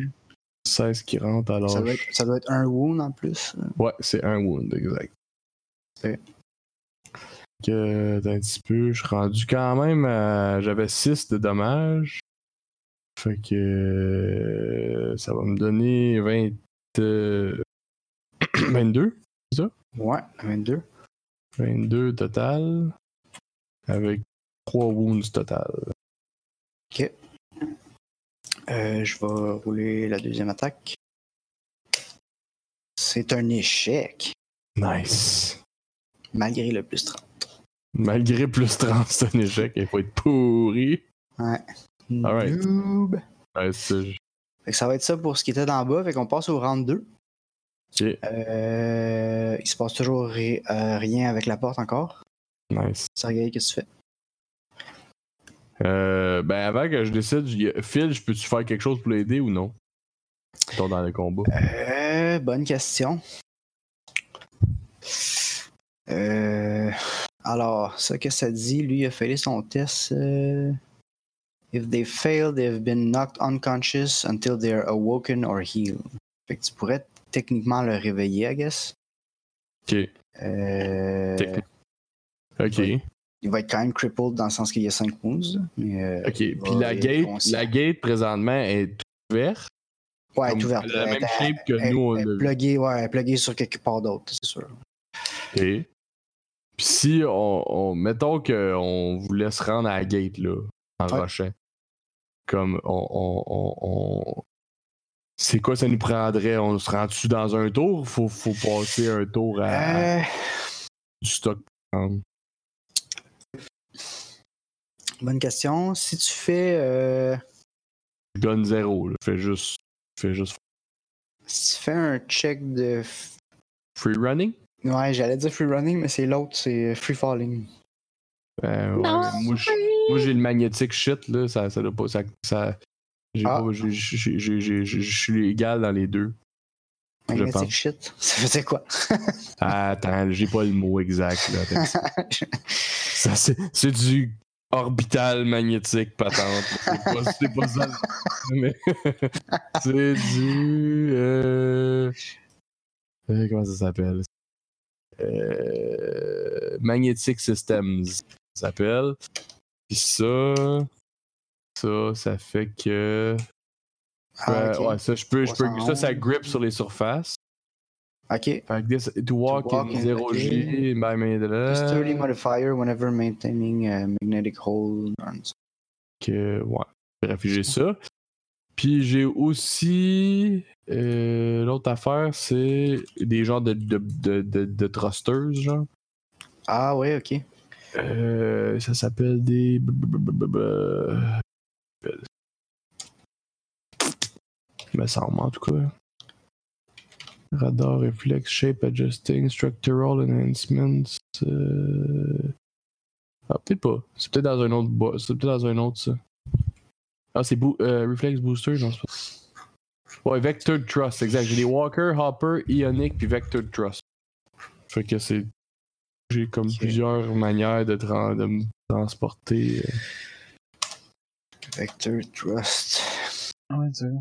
16 qui rentre, alors.
ça, doit être, ça doit être un wound en plus.
Ouais, c'est un wound, exact.
Ok.
Que d'un petit peu, je suis rendu quand même à. J'avais 6 de dommages. Fait que. euh, Ça va me donner 20. euh, 22.
Ouais, 22.
22 total. Avec 3 wounds total.
Euh, je vais rouler la deuxième attaque. C'est un échec,
Nice.
malgré le plus 30.
Malgré plus 30, c'est un échec. Il faut être pourri. Alright.
Noob.
Ouais, c'est-
Fait que ça va être ça pour ce qui était d'en bas. Fait qu'on passe au round 2.
Ok,
Euh, il se passe toujours ri- euh, rien avec la porte encore.
nice.
Sergei, qu'est-ce que tu fais?
Euh, ben avant que je décide, je- Phil, je peux-tu faire quelque chose pour l'aider ou non? Mettons dans le combat.
Euh, bonne question. Euh, alors, ça que ça dit, lui, il a failli son test. euh, If they fail, they've been knocked unconscious until they are awoken or healed. Fait que tu pourrais techniquement le réveiller, I guess.
Ok,
Euh,
Technique. ok,
oui. il va être quand même crippled dans le sens qu'il y a 5 moves. Mais, euh,
ok.
il
Puis
va
la
être
gate,
conscient.
la gate présentement est ouverte.
Ouais, Euh, elle
Comme-
est ouverte.
Elle a la
Elle
même
est-
shape que
elle-
nous, on
elle est
l'a vu.
pluguée, ouais, elle est pluguée sur quelque part d'autre, c'est sûr.
Ok. Puis si on, on- mettons qu'on vous laisse rendre à la gate là, en
Ouais.
rushant, comme on, on, on- on- c'est quoi ça nous prendrait? On se rend dessus dans un tour? Faut, faut passer un tour à, à
Euh,
du stock. prendre?
Bonne question. Si tu fais, euh,
Je donne zéro. là. Je fais juste, je fais juste
si tu fais un check de. f-
free running.
Ouais, j'allais dire free running, mais c'est l'autre, c'est free falling.
Ben, ouais, moi, je- moi, j'ai le magnétique shit là, ça, ça doit pas, ça, ça- j'ai
Ah.
pas- j'ai- j'ai- j'ai- j'ai- j'ai- je suis égal dans les deux. Je pense.
Magnetic shit. Ça faisait quoi?
Attends, j'ai pas le mot exact là. Attends.
Ah,
Ça, c'est, c'est du orbital magnétique patente. C'est pas, c'est pas ça. Mais c'est du. euh, euh, comment ça s'appelle Euh, Magnetic Systems. Ça s'appelle. Puis ça. Ça, ça fait que.
Ah,
Euh,
ok.
Ouais, ça, je peux, je peux. Ça, ça
311.
grippe sur les surfaces.
Ok.
Fait que this, to walk,
walk
in
in-
0G, by
Plus 30
Mandela.
modifier whenever maintaining a magnetic hold.
que ouais, bref, j'ai ça. Puis j'ai aussi euh, l'autre affaire, c'est des genres de, de, de, de, de thrusters, genre.
Ah, ouais, ok.
Euh, ça s'appelle des. Mais Ben, ça en en tout cas. Radar, reflex, shape adjusting, structural enhancements. euh, Ah, peut-être pas. C'est peut-être dans un autre. bo- C'est peut-être dans un autre, ça. Ah, c'est boo- euh, reflex booster, non, c'est pas. Ouais, vector thrust, exact. J'ai des walker, hopper, ionic, puis vector thrust. Fait que c'est. J'ai comme
Ok.
plusieurs manières de, tra- de me transporter. euh.
Vector thrust.
Ouais, c'est vrai.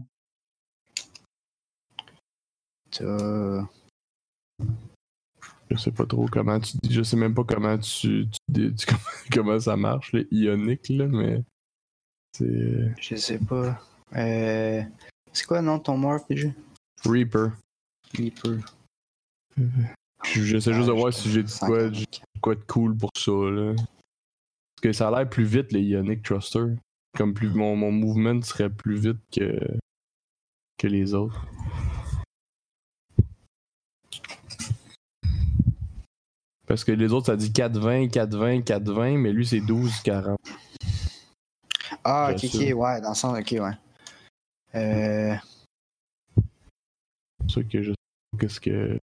T'as-
Je sais pas trop comment tu dis. Je sais même pas comment tu. tu dis- tu- comment ça marche, le ionic, là, mais. C'est. euh,
Je sais pas. Euh, C'est quoi, non, ton morph déjà?
Reaper.
Clipper.
Je- J'essaie juste de voir si j'ai de quoi, de quoi de cool pour ça, là. Parce que ça a l'air plus vite, les ionic thrusters. Comme plus, mon, mon mouvement serait plus vite que. que les autres. Parce que les autres, ça dit 4-20, 4-20, 4-20, mais lui, c'est 12-40.
Ah, ok, ok,
J'assume.
ouais, dans le sens, ok, ouais. Euh,
C'est sûr que je sais pas qu'est-ce que.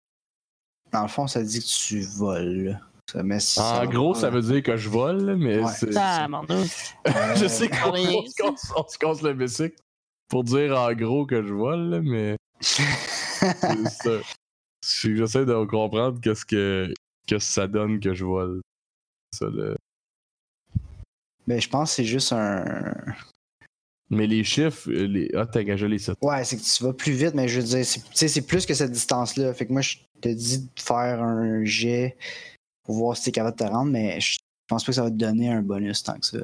dans le fond, ça dit que tu voles. Ça met
En gros, ça veut dire que je vole, là, mais
Ouais.
c'est.
Ça, mon dieu.
je sais qu'on
Ouais.
on se casse- on se casse le bicycle pour dire en gros que je vole, là, mais c'est ça. C'est- J'essaie de comprendre qu'est-ce que, qu'est-ce que ça donne que je vole. Ça, le-
Mais je pense que c'est juste un.
Mais les chiffres, euh, les... ah, t'as gagé les 7.
Ouais, c'est que tu vas plus vite, mais je veux dire, c'est- tu sais, c'est plus que cette distance-là. Fait que moi, je te dis de faire un jet pour voir si t'es capable de te rendre, mais je pense pas que ça va te donner un bonus tant que ça. là.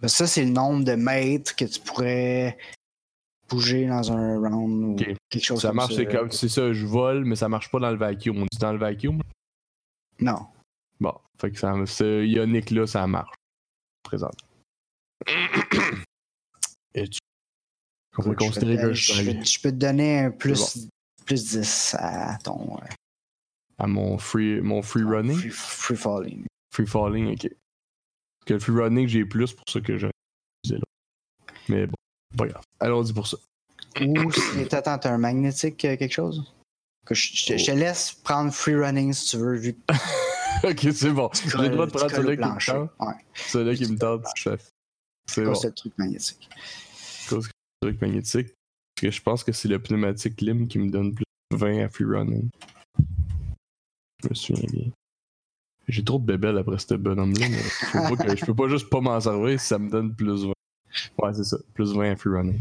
Parce que ça, c'est le nombre de mètres que tu pourrais bouger dans un round ou
Ok.
quelque chose
Ça
comme
marche,
ça.
c'est comme, c'est ça, je vole, mais ça marche pas dans le vacuum. On dit dans le vacuum.
Non.
Bon, fait que ça, ce ionique-là, ça marche. Présente. Et tu. On va
Écoute, je
considérer
peux te-
que je
je,
suis
peux- je peux te donner un plus,
C'est
plus 10 à ton euh,
à mon free, mon free running.
free, free falling.
Free Falling, ok. Que le Free Running, j'ai plus pour ça que je disais là. Mais bon, pas grave. Allons-y pour ça.
Ou si attends, t'as un magnétique euh, quelque chose? Que je, je-
Oh.
je te laisse prendre free running si tu veux, vu que
ok, c'est bon.
tu
J'ai le droit de prendre
colles au
celui qui me
plancher.
tente.
Ouais,
Celui qui me tente, je fais. C'est
c'est
bon.
ce truc magnétique.
cause que c'est un truc magnétique. Parce que je pense que c'est le pneumatique lim qui me donne plus de 20 à free running. Je me souviens bien. J'ai trop de bébelles après ce bonhomme-là, mais faut pas que- je peux pas juste pas m'en servir si ça me donne plus 20. Ouais, c'est ça. Plus 20 à free running.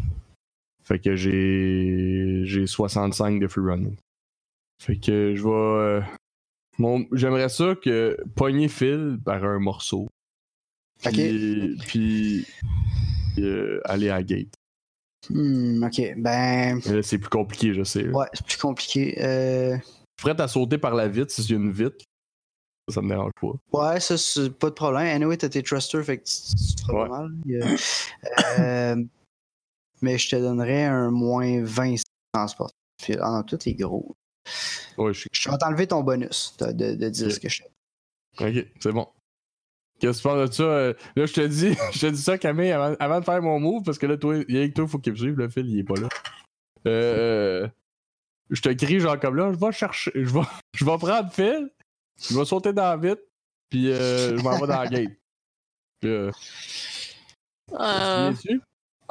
Fait que j'ai. J'ai 65 de free running. Fait que je vais. euh, mon- J'aimerais ça que pogner Phil par un morceau.
Ok.
Puis, puis euh, aller à la gate.
Hmm, ok, ben.
Mais là, c'est plus compliqué, je sais. là.
Ouais, c'est plus compliqué. Euh,
Je suis prêt à sauter par la vitre si j'ai une vitre. Ça, ça me dérange pas.
ouais, ça, c'est pas de problème. Anyway, t'as tes trusters, fait que tu, tu te feras pas mal. Il y a- Euh, mais je te donnerais un moins 20 si tu transportes. Puis, ah non, tout est gros.
Ouais, je suis.
Je vais t'enlever ton bonus de, de, de 10
Ok.
que je
Ok, c'est bon. Qu'est-ce que tu penses de ça? euh, Là, je te dis, je te dis ça, Camille, avant, avant de faire mon move, parce que là, toi, il y a que toi, faut qu'il me suive, le fil, il est pas là. Euh, euh, je te crie, genre, comme là, je vais chercher, je vais, je vais prendre fil, je vais sauter dans la vitre, puis euh, je m'en vais dans la gate. Puis, euh,
Euh,
tu viens-tu?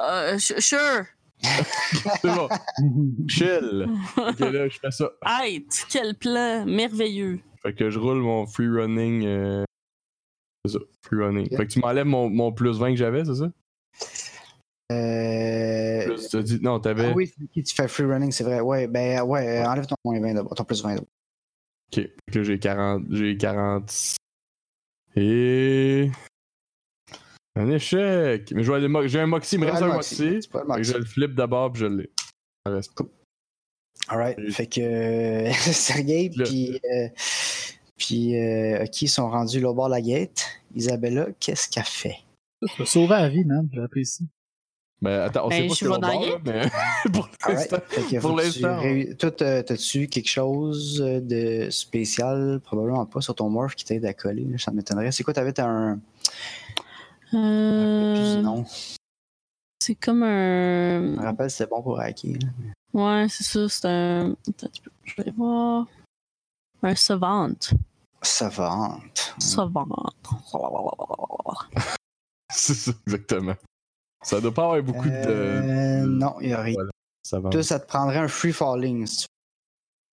euh, su- sure.
C'est bon. Chill. Ok, là, je fais ça.
Aïe, quel plan merveilleux.
Fait que je roule mon free running. euh, C'est ça, free running.
Ok.
Fait que tu m'enlèves mon, mon plus 20 que j'avais, c'est ça?
Euh...
Plus, t'as dit- non, t'avais.
Ah oui, c'est qui, tu fais free running, c'est vrai. Ouais, ben ouais, euh, enlève ton moins 20 d'abord, ton plus 20 d'abord.
Ok, fait que là j'ai 40. J'ai 40. Et. Un échec! Mais je vais aller mo- j'ai un moxie, il me reste un moxie.
Tu peux le
Fait que
moxie.
je le flippe d'abord puis je l'ai. Ça reste cool.
Alright,
Et-
fait que euh, Sergei
Là.
puis euh, puis euh, qui sont rendus là au bord de la gate. Isabella, qu'est-ce qu'elle fait
T'as sauvé la vie, man. J'apprécie.
Mais attends, on
Ben,
sait pas
je
ce
vais
qu'on
dans
parle, mais pour
Alright,
l'instant.
fait que
pour
faut que tu
l'instant,
réu- toi, t'as- t'as-tu quelque chose de spécial probablement pas sur ton morph qui t'aide à coller, là, ça m'étonnerait. C'est quoi t'avais t'as un
Euh,
non,
c'est comme
je me
un.
rappelle c'était bon pour hacker. là.
Ouais, c'est ça. C'est un. Attends, tu peux- je vais voir. Un savante.
Savante.
Savante.
c'est ça, exactement. Ça doit pas avoir beaucoup de.
Euh, non, il y a rien.
Ça va.
Toi, ça te prendrait un free falling. si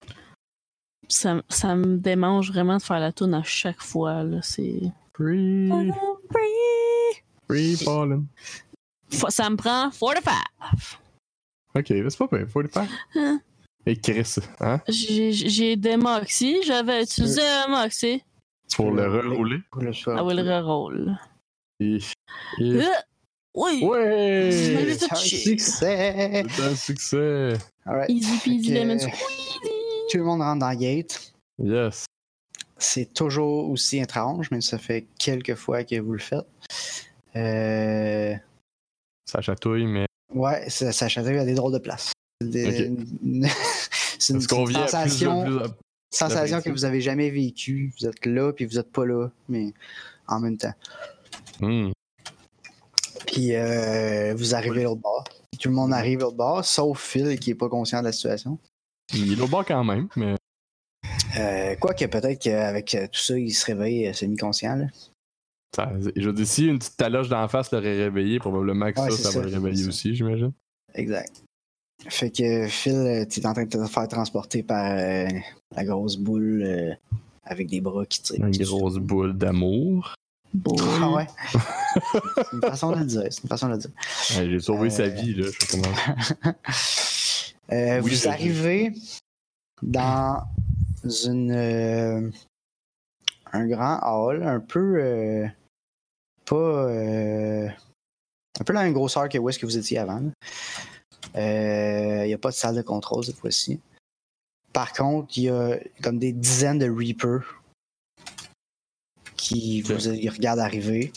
tu-
Ça, ça me démange vraiment de faire la toune à chaque fois. Là. C'est.
Free, free falling.
Faut- Ça me prend 45.
Ok, mais c'est pas pire, faut le faire.
Hein?
Et Chris, hein?
J'ai- J'ai des moxie. J'avais utilisé un moxie.
Pour le rerouler.
Le soir.
I will reroll.
Euh, Et... et-
Euh, Oui! Mais
Ouais!
c'est-
un succès.
C'est un succès!
All right.
Easy peasy
Fait que-
lemon squeezy!
Tout le monde rentre dans la gate.
Yes!
C'est toujours aussi étrange, même si ça fait quelques fois que vous le faites. Euh,
Ça chatouille, mais
Ouais, ça, ça chatouille à des drôles de places. Des- C'est une,
parce qu'on
une
vient à plus
sensation,
en plus. en-
sensation que
d'affecter.
vous avez jamais vécue. Vous êtes là, puis vous êtes pas là, mais en même temps.
Hmm.
Puis euh, vous arrivez à l'autre bord. Tout le monde arrive à l'autre bord, sauf Phil qui est pas conscient de la situation.
Il est au bas quand même, mais
Euh, Quoique, peut-être qu'avec euh, tout ça, il se réveille euh, semi-conscient. là.
ça- je dis si une petite taloche d'en face l'aurait réveillé, probablement que
Ouais,
ça,
c'est
ça,
ça,
va le réveiller
c'est ça.
aussi, j'imagine.
Exact. Fait que Phil, euh, t'es en train de te faire transporter par euh, la grosse boule euh, avec des bras qui tirent.
Une
qui-
grosse boule d'amour.
Bon.
Ah ouais. c'est une façon de le dire. C'est une façon de le dire.
Ouais, J'ai sauvé
Euh,
sa vie, là. Je sais comment.
Euh,
Oui,
vous
je-
arrivez dans une euh, un grand hall, un peu euh, pas euh, un peu la même grosseur que où est-ce que vous étiez avant. Euh, Il n'y a pas de salle de contrôle cette fois-ci. Par contre, il y a comme des dizaines de Reapers qui
Ok.
vous ils regardent arriver,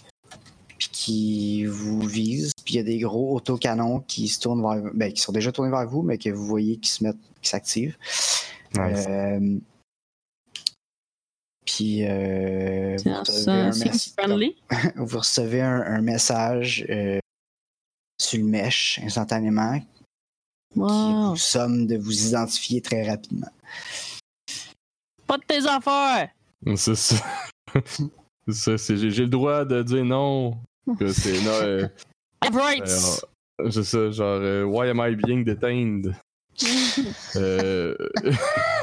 puis qui vous visent. Puis il y a des gros autocanons qui se tournent vers, ben, qui sont déjà tournés vers vous, mais que vous voyez qui se mettent, qui s'activent.
Nice.
Euh, puis euh, vous, recevez un mess-
friendly.
vous recevez un, un message euh, sur le mesh instantanément. qui
Wow.
vous somme de vous identifier très rapidement.
Pas de tes affaires!
C'est ça. C'est ça, c'est- j'ai j'ai le droit de dire non. Que c'est non, euh,
Have rights!
euh, c'est ça, genre euh, Why am I being detained? Euh,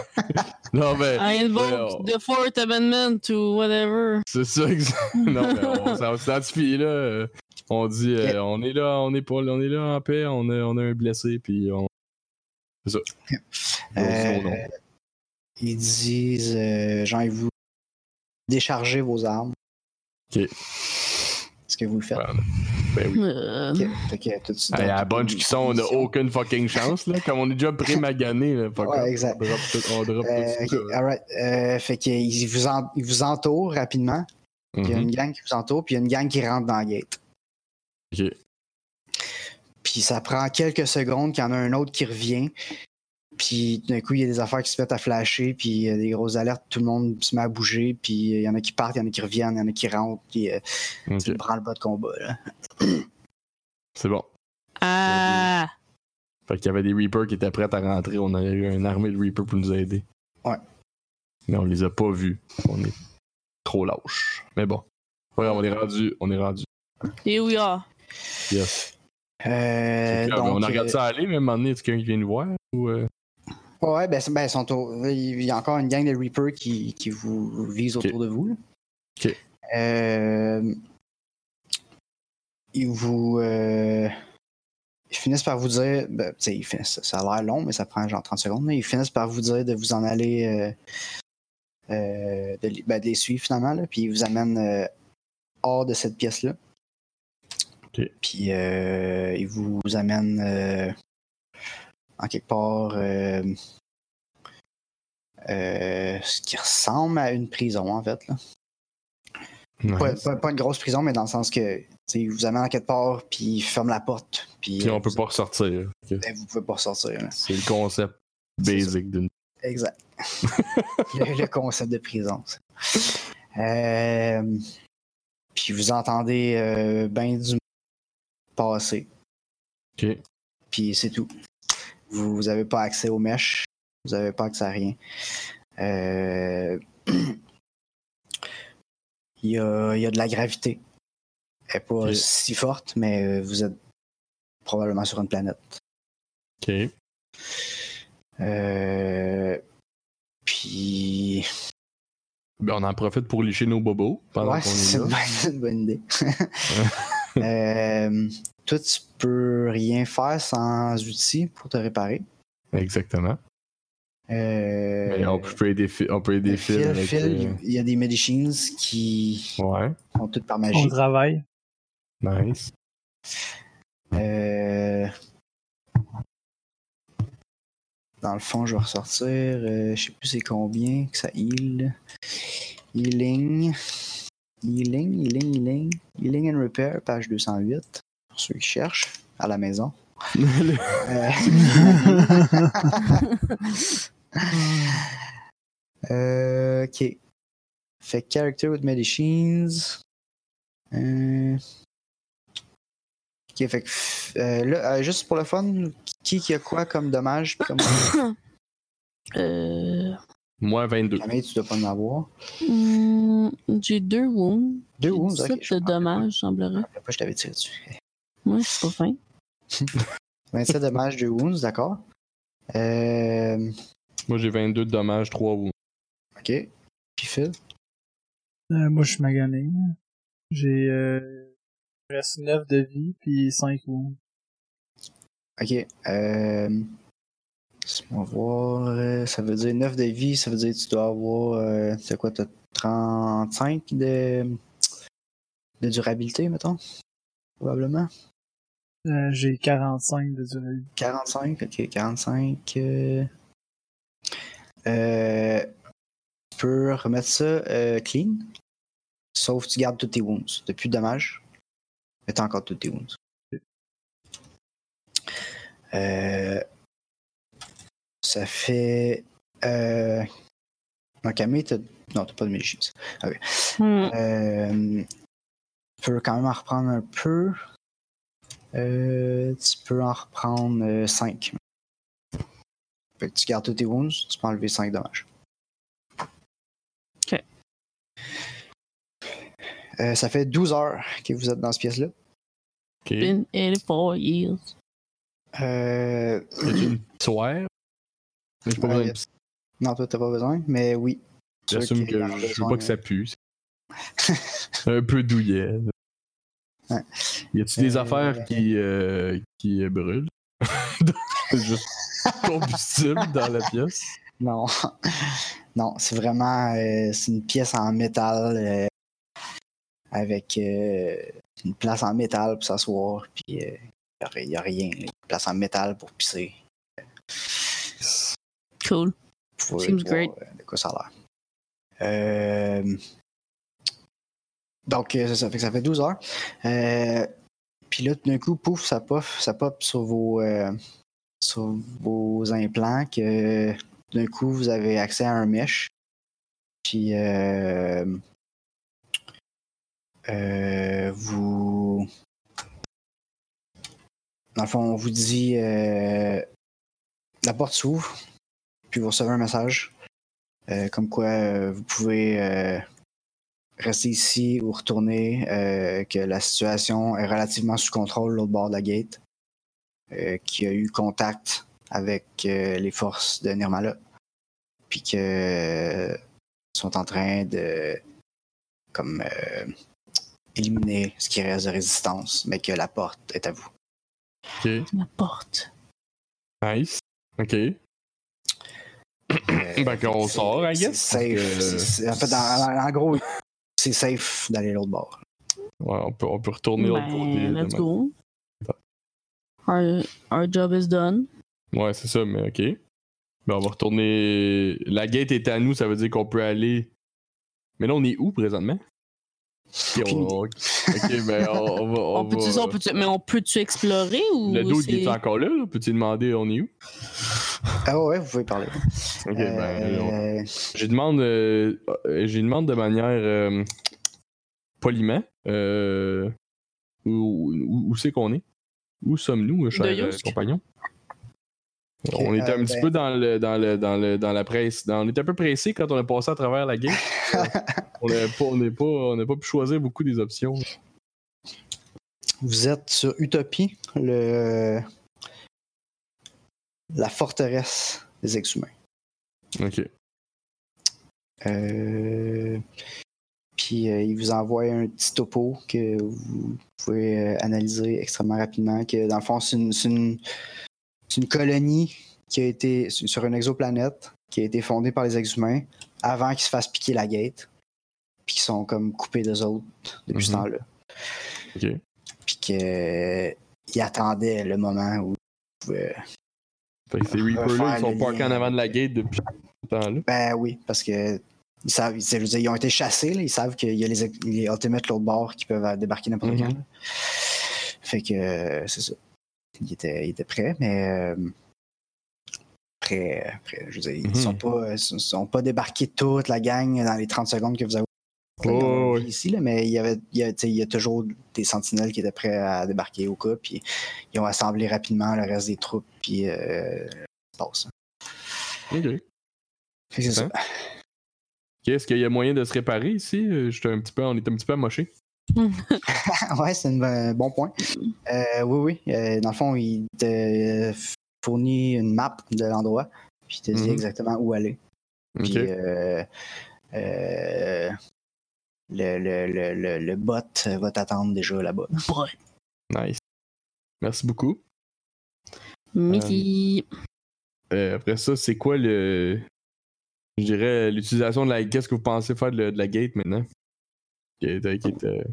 non mais
Ah.
I
euh,
invoke the Fourth Amendment to whatever.
c'est ça exact. Non mais on s'en- on s'identifie là. euh, On dit euh, on est là, on est pas on est là en paix, on a, on a un blessé puis on C'est ça. On dit
Euh,
non, non.
Ils disent, euh, genre, ils vous déchargez vos armes.
Ok.
Est-ce que vous le faites?
Ouais. Ben oui.
Euh,
Ok, fait que tout de suite,
Hey,
dans
à la
toute
bunch
une
qui sont, on Ben, a
position.
aucune fucking chance, là. Comme on est déjà pré-magané, là. Fuck
Ouais,
off.
exact.
On drop tout, on drop
Euh,
tout ça.
ok, alright. Euh, fait qu'ils vous, en- ils vous entourent rapidement. Puis Il y a
Mhm.
une gang qui vous entoure, puis il y a une gang qui rentre dans la gate.
Ok.
Puis ça prend quelques secondes qu'il y en a un autre qui revient. Puis d'un coup, il y a des affaires qui se mettent à flasher, puis il y a des grosses alertes, tout le monde se met à bouger, puis il y en a qui partent, il y en a qui reviennent, il y en a qui rentrent, puis euh,
Ok.
tu prends le bas de combat. Là.
C'est bon.
Ah!
Fait qu'il y avait des Reapers qui étaient prêts à rentrer. On aurait eu une armée de Reapers pour nous aider.
Ouais.
Mais on les a pas vus. On est trop lâches. Mais bon. Ouais, on est rendu. On est rendu.
Here we are.
Yes. C'est
Euh,
clair, mais
donc,
on a regardé
euh,
ça aller, mais à un moment donné, est-ce qu'il y a quelqu'un qui vient nous voir? Ou euh,
Ouais, ben, c'est- ben, ils sont au- il y a encore une gang de Reapers qui, qui vous vise
Ok.
autour de vous. là.
Ok.
Euh, ils vous. euh, ils finissent par vous dire. ben, tu sais, ils finissent- ça a l'air long, mais ça prend genre 30 secondes. mais ils finissent par vous dire de vous en aller. euh, euh, de, les- ben, de les suivre finalement, là, puis ils vous amènent euh, hors de cette pièce-là.
Ok.
Puis euh, ils vous amènent. euh, en quelque part euh, euh, ce qui ressemble à une prison, en fait. Là. Pas,
ouais.
pas- pas une grosse prison, mais dans le sens que tu sais, ils vous amènent en quelque part, puis ils ferment la porte, puis,
Puis
euh,
on peut
vous,
pas ressortir. Ok.
ben, vous pouvez pas ressortir. là.
C'est le concept
C'est
basic d'une.
Exact. le, le concept de prison. ça. Euh, puis vous entendez euh, ben du passer,
Ok.
puis c'est tout. Vous n'avez pas accès aux mèches, vous n'avez pas accès à rien. Euh, il, y a, il y a de la gravité. Elle n'est pas
Ok.
si forte, mais euh, vous êtes probablement sur une planète.
Ok.
Euh, puis
Ben, on en profite pour licher nos bobos pendant
ouais,
qu'on
c'est
est
une,
là.
bonne- c'est une bonne idée. Euh, toi, tu peux rien faire sans outils pour te réparer.
Exactement.
Euh,
Mais on peut aider, fi- on peut aider
le
Phil.
fil-
avec,
fil,
euh,
il y a des medicines qui
Ouais,
sont toutes par
On
magie.
travaille.
nice.
Euh, Dans le fond, je vais ressortir. euh, je sais plus c'est combien que ça heal. Healing. Healing, healing, healing. Healing and repair, page 208. Pour ceux qui cherchent à la maison. Euh, Euh, ok. Fait que character with medicines. Euh... Ok, fait que, euh, là, euh, juste pour le fun, qui qui a quoi comme dommage? pis Comme...
Euh,
Moi, 22.
Jamais tu dois pas en avoir.
hmm, J'ai deux wounds.
Deux
J'ai
wounds, ok.
17
je
de
comprends.
dommages, semblerait.
Après, je t'avais tiré dessus.
Ouais, c'est pas fin.
27 dommages, deux wounds, d'accord. Euh...
Moi, j'ai 22 de dommages, 3 wounds.
Ok. Puis Phil?
Euh, moi, je suis magané. J'ai, euh, il me reste 9 de vie, puis 5 wounds.
Ok. Euh... Laisse-moi voir. euh, Ça veut dire 9 de vie, ça veut dire que tu dois avoir. euh, C'est quoi, t'as 35 de... de durabilité, mettons Probablement.
Euh, j'ai 45 de durée.
45, ok, 45. euh, euh, Tu peux remettre ça euh, clean, sauf que tu gardes toutes tes wounds. T'as plus de dommages, mais t'as encore toutes tes wounds. Euh, Ça fait. Euh... Non, Camille, t'as... Non, t'as pas de magiciens.
Hmm.
Euh, tu peux quand même en reprendre un peu. Euh, tu peux en reprendre 5. Fait que tu gardes tous tes wounds, tu peux enlever 5 dommages.
Ok.
Euh, ça fait 12 heures que vous êtes dans cette pièce-là.
Ok. Y
Been in it for years.
Euh,
a-t-il une pitière? Mais j'ai pas
Ouais,
besoin
y
de
a- non, toi, t'as pas besoin, mais oui. Ceux
J'assume
qui
que
en ont
je je veux
besoin,
pas que ça pue. C'est un peu douillet.
Ouais.
Y a-tu des
Euh,
affaires qui, euh, qui euh, brûlent? C'est Juste combustible dans la pièce.
Non. non, c'est vraiment euh, c'est une pièce en métal euh, avec euh, une place en métal pour s'asseoir, puis il n'y a, rien. là. Une place en métal pour pisser.
Cool.
Pour
Seems
voir,
great.
euh, de quoi ça a l'air. Euh, donc, euh, c'est ça, fait que ça fait 12 heures. Euh, puis là, tout d'un coup, pouf, ça pop, ça pop sur vos, euh, sur vos implants que tout d'un coup, vous avez accès à un mesh. Puis, euh, euh, vous. Dans le fond, on vous dit. euh, la porte s'ouvre puis vous recevez un message euh, comme quoi euh, vous pouvez euh, rester ici ou retourner, euh, que la situation est relativement sous contrôle de l'autre bord de la gate, euh, qu'il y a eu contact avec euh, les forces de Nirmala, puis que euh, sont en train de comme euh, éliminer ce qui reste de résistance, mais que la porte est à vous.
Ok.
La porte.
Nice. Ok.
Euh,
Ben, qu'on
c'est-
sort, I
c'est
guess, parce
safe.
que-
c'est- c'est- en fait, en, en- en gros, c'est safe d'aller l'autre bord.
Ouais, on, peut, on peut retourner au cours des.
Ben, let's
des-
go. Our, our job is done.
Ouais, c'est ça, mais ok. Ben, on va retourner. La gate est à nous, ça veut dire qu'on peut aller. Mais là, on est où présentement? Ok,
Aucune
on- ok, ben, on, on va.
On,
On
peut-tu,
va-
on peut-tu- mais on peut-tu explorer ou.
Le dos, il
c'est-
est encore là? là? Peux-tu demander on est où?
Ah ouais, vous pouvez parler.
Ok, ben, on-
Euh,
J'ai demande, euh, euh, j'ai demande de manière euh, poliment euh, où, où, où c'est qu'on est, où sommes-nous, cher euh,
Yosk.
compagnon. on était
euh,
un petit
ben-
peu dans le, dans le, dans le, dans la presse, dans- on était un peu pressé quand on a passé à travers la guerre. on n'a pas, on n'a pas, on n'a pas pu choisir beaucoup des options.
vous êtes sur Utopie, le... la forteresse des ex-humains.
Ok.
Euh, Puis euh, il vous envoie un petit topo que vous pouvez euh, analyser extrêmement rapidement. Que dans le fond, c'est une, c'est une- c'est une colonie qui a été sur sur une exoplanète qui a été fondée par les ex-humains avant qu'ils se fassent piquer la gate. Puis qui sont comme coupés des autres depuis ce
Mhm.
temps-là.
Ok.
Puis qu'ils attendaient le moment où ils pouvaient-
Fait que ces Reapers-là, ils
Refaire
sont
le
parkés
lien.
en avant de la gate depuis ce temps-là.
Ben oui, parce que ils savent, je veux dire, ils ont été chassés, là, ils savent qu'il y a les, les Ultimates de l'autre bord qui peuvent euh, débarquer n'importe
Mhm.
quand. là. Fait que euh, c'est ça. Ils étaient, ils étaient prêts, mais euh, prêts, euh, prêts, je veux dire,
Mhm.
ils sont pas, ils sont- sont pas débarqués toute la gang dans les 30 secondes que vous avez
Ouais, ouais, ouais.
ici, là, mais il y avait, il y a, tu sais, il y a toujours des sentinelles qui étaient prêts à débarquer au cas, puis ils ont assemblé rapidement le reste des troupes, puis euh, ça passe.
Ok.
Fait que c'est ça.
Hein? Ok, Est-ce qu'il y a moyen de se réparer ici? Euh, j'étais un petit peu, on est un petit peu amoché.
Ouais, c'est un bon- bon point. Euh, oui, oui. euh, dans le fond, il te fournit une map de l'endroit, puis il te dit
Mhm.
exactement où aller.
Ok.
Puis euh, euh, le, le, le, le, le bot va t'attendre déjà là-bas.
Ouais.
Nice. Merci beaucoup.
Mickey.
Euh, après ça, c'est quoi le. Je dirais l'utilisation de la. Qu'est-ce que vous pensez faire de, la- de la gate maintenant Qui est, qui est, euh,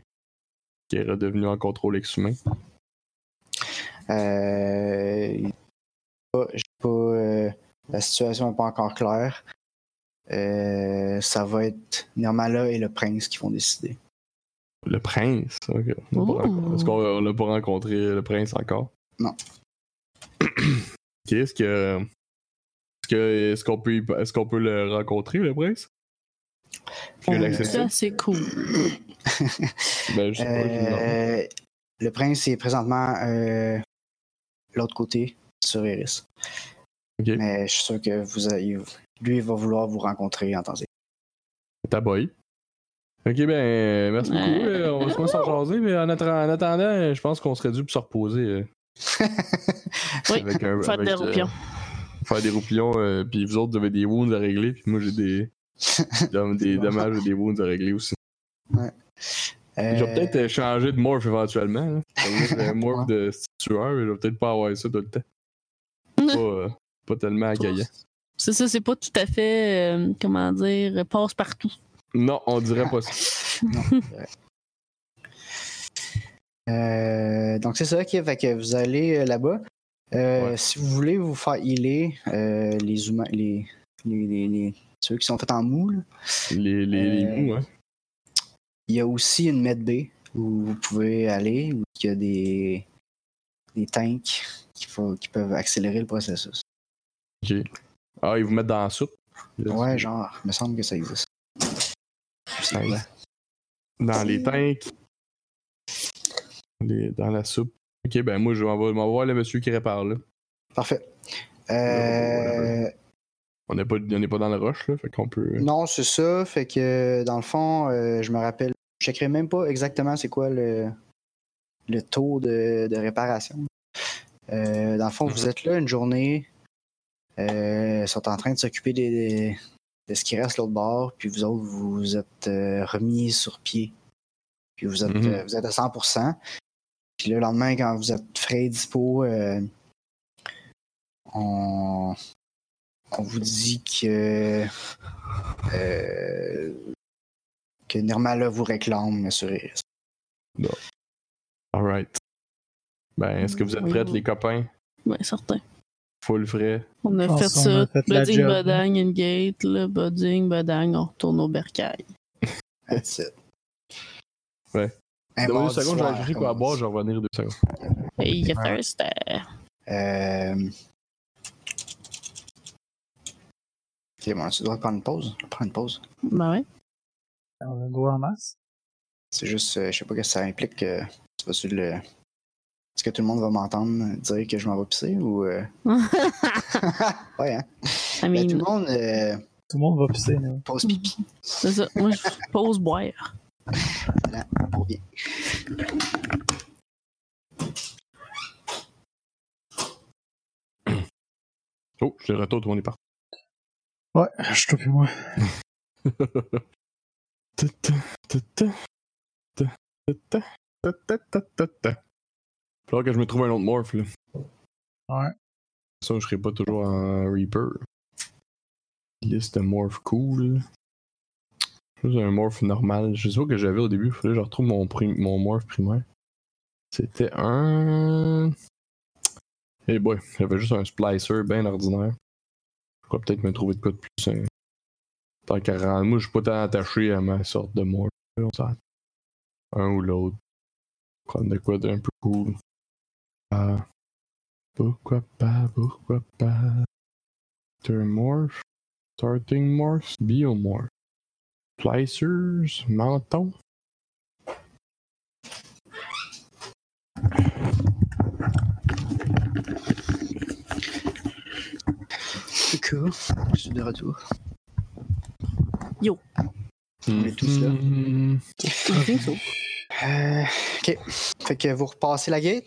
qui est redevenu en contrôle ex-humain.
Euh, j'ai pas, j'ai pas, euh, la situation n'est pas encore claire. Euh, ça va être Nirmala et le prince qui vont décider.
Le prince. ok. On l'a pas
Ouh.
rencontré. Est-ce qu'on on l'a pas rencontré le prince encore
Non.
Ok, est-ce que. Est-ce que- est-ce qu'on peut, y- est-ce qu'on peut le rencontrer, le prince Puis
Euh,
l'accepter?
Oh, Ça, c'est cool.
Ben, je sais pas, je me demande.
Euh, le prince est présentement euh, l'autre côté sur Iris.
Ok.
Mais je suis sûr que vous allez- lui, il va vouloir vous rencontrer en temps et
Taboy. Ok, ben, merci beaucoup.
Ouais.
euh, on va se s'en jaser, mais en, atten- en attendant, euh, je pense qu'on serait dû pour se reposer. euh,
Oui,
avec un-
faire
avec,
des
euh,
roupions.
faire des roupions, euh, puis vous autres, vous avez des wounds à régler, puis moi, j'ai des, dom- des dommages et des wounds à régler aussi.
Euh,
Je vais peut-être euh, changer de morph éventuellement. Là. J'avoue, j'ai un morph
Ouais.
de tueur, mais je vais peut-être pas avoir ça tout le temps. Pas, euh, pas tellement accueillant.
C'est ça, c'est pas tout à fait, euh, comment dire, passe-partout.
Non, on dirait pas ça.
Euh, donc c'est ça, ok, fait que vous allez euh, là-bas. Euh,
Ouais.
Si vous voulez vous faire healer, euh, les humains, les, les, les- les- ceux qui sont faits en moule,
Les, les, les
Euh,
mous, hein.
il y a aussi une medbay où vous pouvez aller, où il y a des, des tanks qui, font- qui peuvent accélérer le processus.
Ok. Ah, ils vous mettent dans la soupe.
Ouais, genre, me semble que ça existe. Je sais
Nice. Dans les tanks. Les- dans la soupe. Ok, ben moi, je m'en vais, m'en vais voir le monsieur qui répare là.
pas. Parfait.
Whatever.
Euh,
On n'est pas, on n'est pas dans le rush là, fait qu'on peut.
Non, c'est ça. Fait que dans le fond, euh, je me rappelle, je checkerai même pas exactement c'est quoi le, le taux de, de réparation. Euh, dans le fond, vous êtes là une journée, euh, ils sont en train de s'occuper des, des- de ce qui reste l'autre bord, puis vous autres, vous êtes euh, remis sur pied. Puis vous êtes,
Mhm.
euh, vous êtes à 100%. Puis le lendemain, quand vous êtes frais et dispo, euh, on, on vous dit que, euh, que Nirmala vous réclame sur Iris.
euh, Alright. Ben, est-ce que vous êtes
Oui.
prêts, les copains?
Ouais, certain.
Full frais.
On a
pense
fait
qu'on
ça.
a fait la
Budding,
job. hein.
bodang, une gate, là, budding, bodang, on retourne au bercail.
That's it.
Ouais.
Un
Donnez deux
mardi
secondes, je vais
soir,
chercher
comme
quoi à
on
boire,
dit.
je vais revenir deux secondes.
Hey, il y a
Ouais.
Thursday.
Euh... Ok, bon, tu dois prendre une pause. Je vais prendre une pause.
Ben ouais.
On a le droit en masse.
C'est juste, euh, je sais pas que ça implique. euh, tu vas sur le. Est-ce que tout le monde va m'entendre dire que je m'en vais pisser ou. euh, ouais, hein?
I
Mais
mean,
tout le monde euh,
Tout le monde va pisser, là.
pose pipi.
c'est ça. Moi, je pose boire.
Pour bien.
Oh, je suis de retour, tout le monde est parti.
Ouais, je te moi.
Ta-ta, ta-ta, ta-ta, ta-ta, ta-ta, ta-ta, ta. Faudra que je me trouve un autre morph là.
Ouais.
Ça, je serai pas toujours en Reaper. Liste de morph cool. Juste un morph normal. Je sais pas que j'avais au début. Faudrait que je retrouve mon, prim- mon morph primaire. C'était un. Eh boy, j'avais juste un splicer bien ordinaire. Je pourrais peut-être me trouver de quoi de plus. hein. Tant qu'à rendre. Moi, je suis pas tant attaché à ma sorte de morph. là. On s'en- Un ou l'autre. Prendre de quoi d'un peu cool. Ah. Pourquoi pas, pourquoi pas. Thermorph, starting morph, biomorph. Plicers, menton.
Cool. Je suis de retour. est tous là.
Mhm.
I think so.
Euh, ok. Fait que vous repassez la gate.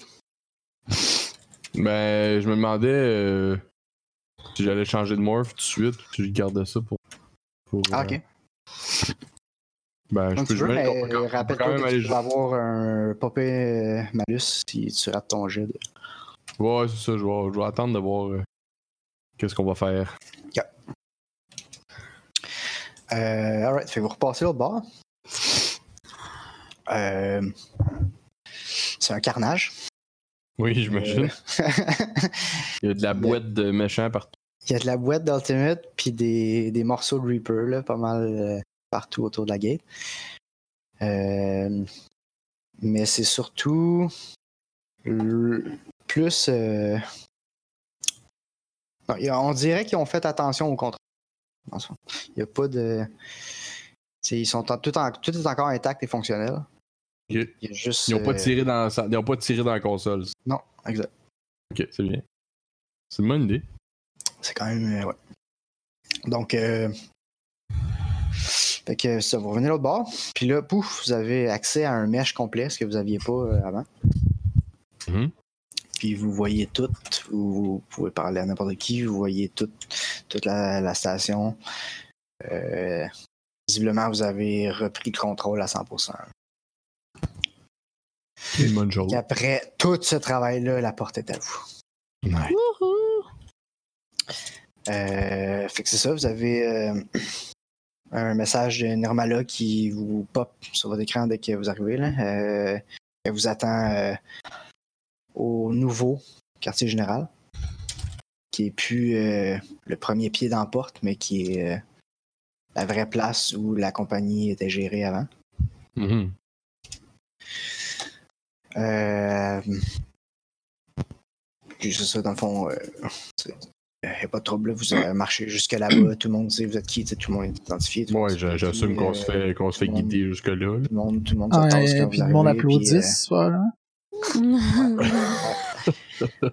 Ben, je me demandais euh, si j'allais changer de morph tout de suite, puis je gardais ça pour. pour,
Ah,
euh,
ok.
ben, je
Quand
peux
tu veux,
je vais-
mais
on peut- on peut quand
rappelle-toi
même
que
aller
tu vas avoir un popé euh, malus si tu rates ton jet. de-
Ouais, c'est ça, je vais, je vais attendre de voir euh, qu'est-ce qu'on va faire.
Euh, alright, fait que vous repassez l'autre bord. Euh, c'est un carnage.
Oui, j'imagine.
Euh,
Il y a de la boîte de méchants partout.
Il y a de la boîte d'Ultimate, puis des, des morceaux de Reaper, là, pas mal euh, partout autour de la gate. Euh, mais c'est surtout le- plus. euh, non, il y a- on dirait qu'ils ont fait attention au contrat. Dans le fond. Il n'y a pas de. c'est- Ils sont en- tout, en- tout est encore intact et fonctionnel.
Ok.
Il y a juste.
Ils n'ont pas
euh,
tiré dans la sa- ils ont pas tiré dans la console.
Non, exact.
Ok, c'est bien. C'est une bonne idée.
C'est quand même. euh, ouais. Donc. euh, Fait que ça, vous revenez de l'autre bord. Puis là, pouf, vous avez accès à un mesh complet, ce que vous aviez pas euh, avant.
Mhm.
Puis vous voyez tout. Vous, vous pouvez parler à n'importe qui. Vous voyez tout, toute la, la station. Euh, visiblement, vous avez repris le contrôle à 100%.
C'est une bonne chose.
Puis après tout ce travail-là, la porte est à vous.
Ouais.
Wouhou!
Euh, fait que c'est ça, vous avez euh, un message de Nirmala qui vous pop sur votre écran dès que vous arrivez. Là. Euh, elle vous attend euh, au nouveau quartier général, qui est plus euh, le premier pied dans la porte, mais qui est euh, la vraie place où la compagnie était gérée avant.
Mhm.
Euh... puis C'est ça, dans le fond, euh, c'est- y a pas de trouble, là, vous euh, marchez jusque là-bas, tout le monde sait vous êtes qui, tu sais, tout le monde est identifié. tout le monde
Ouais,
sait
j'a-
qui,
j'assume qu'on se
euh,
fait, qu'on se fait
tout le monde-
guider jusque-là. là.
Tout le monde, tout le monde se
Ah,
tasse
et
quand
puis
vous
le monde
arrivez, euh, puis,
applaudit ce soir, hein?
euh, ouais.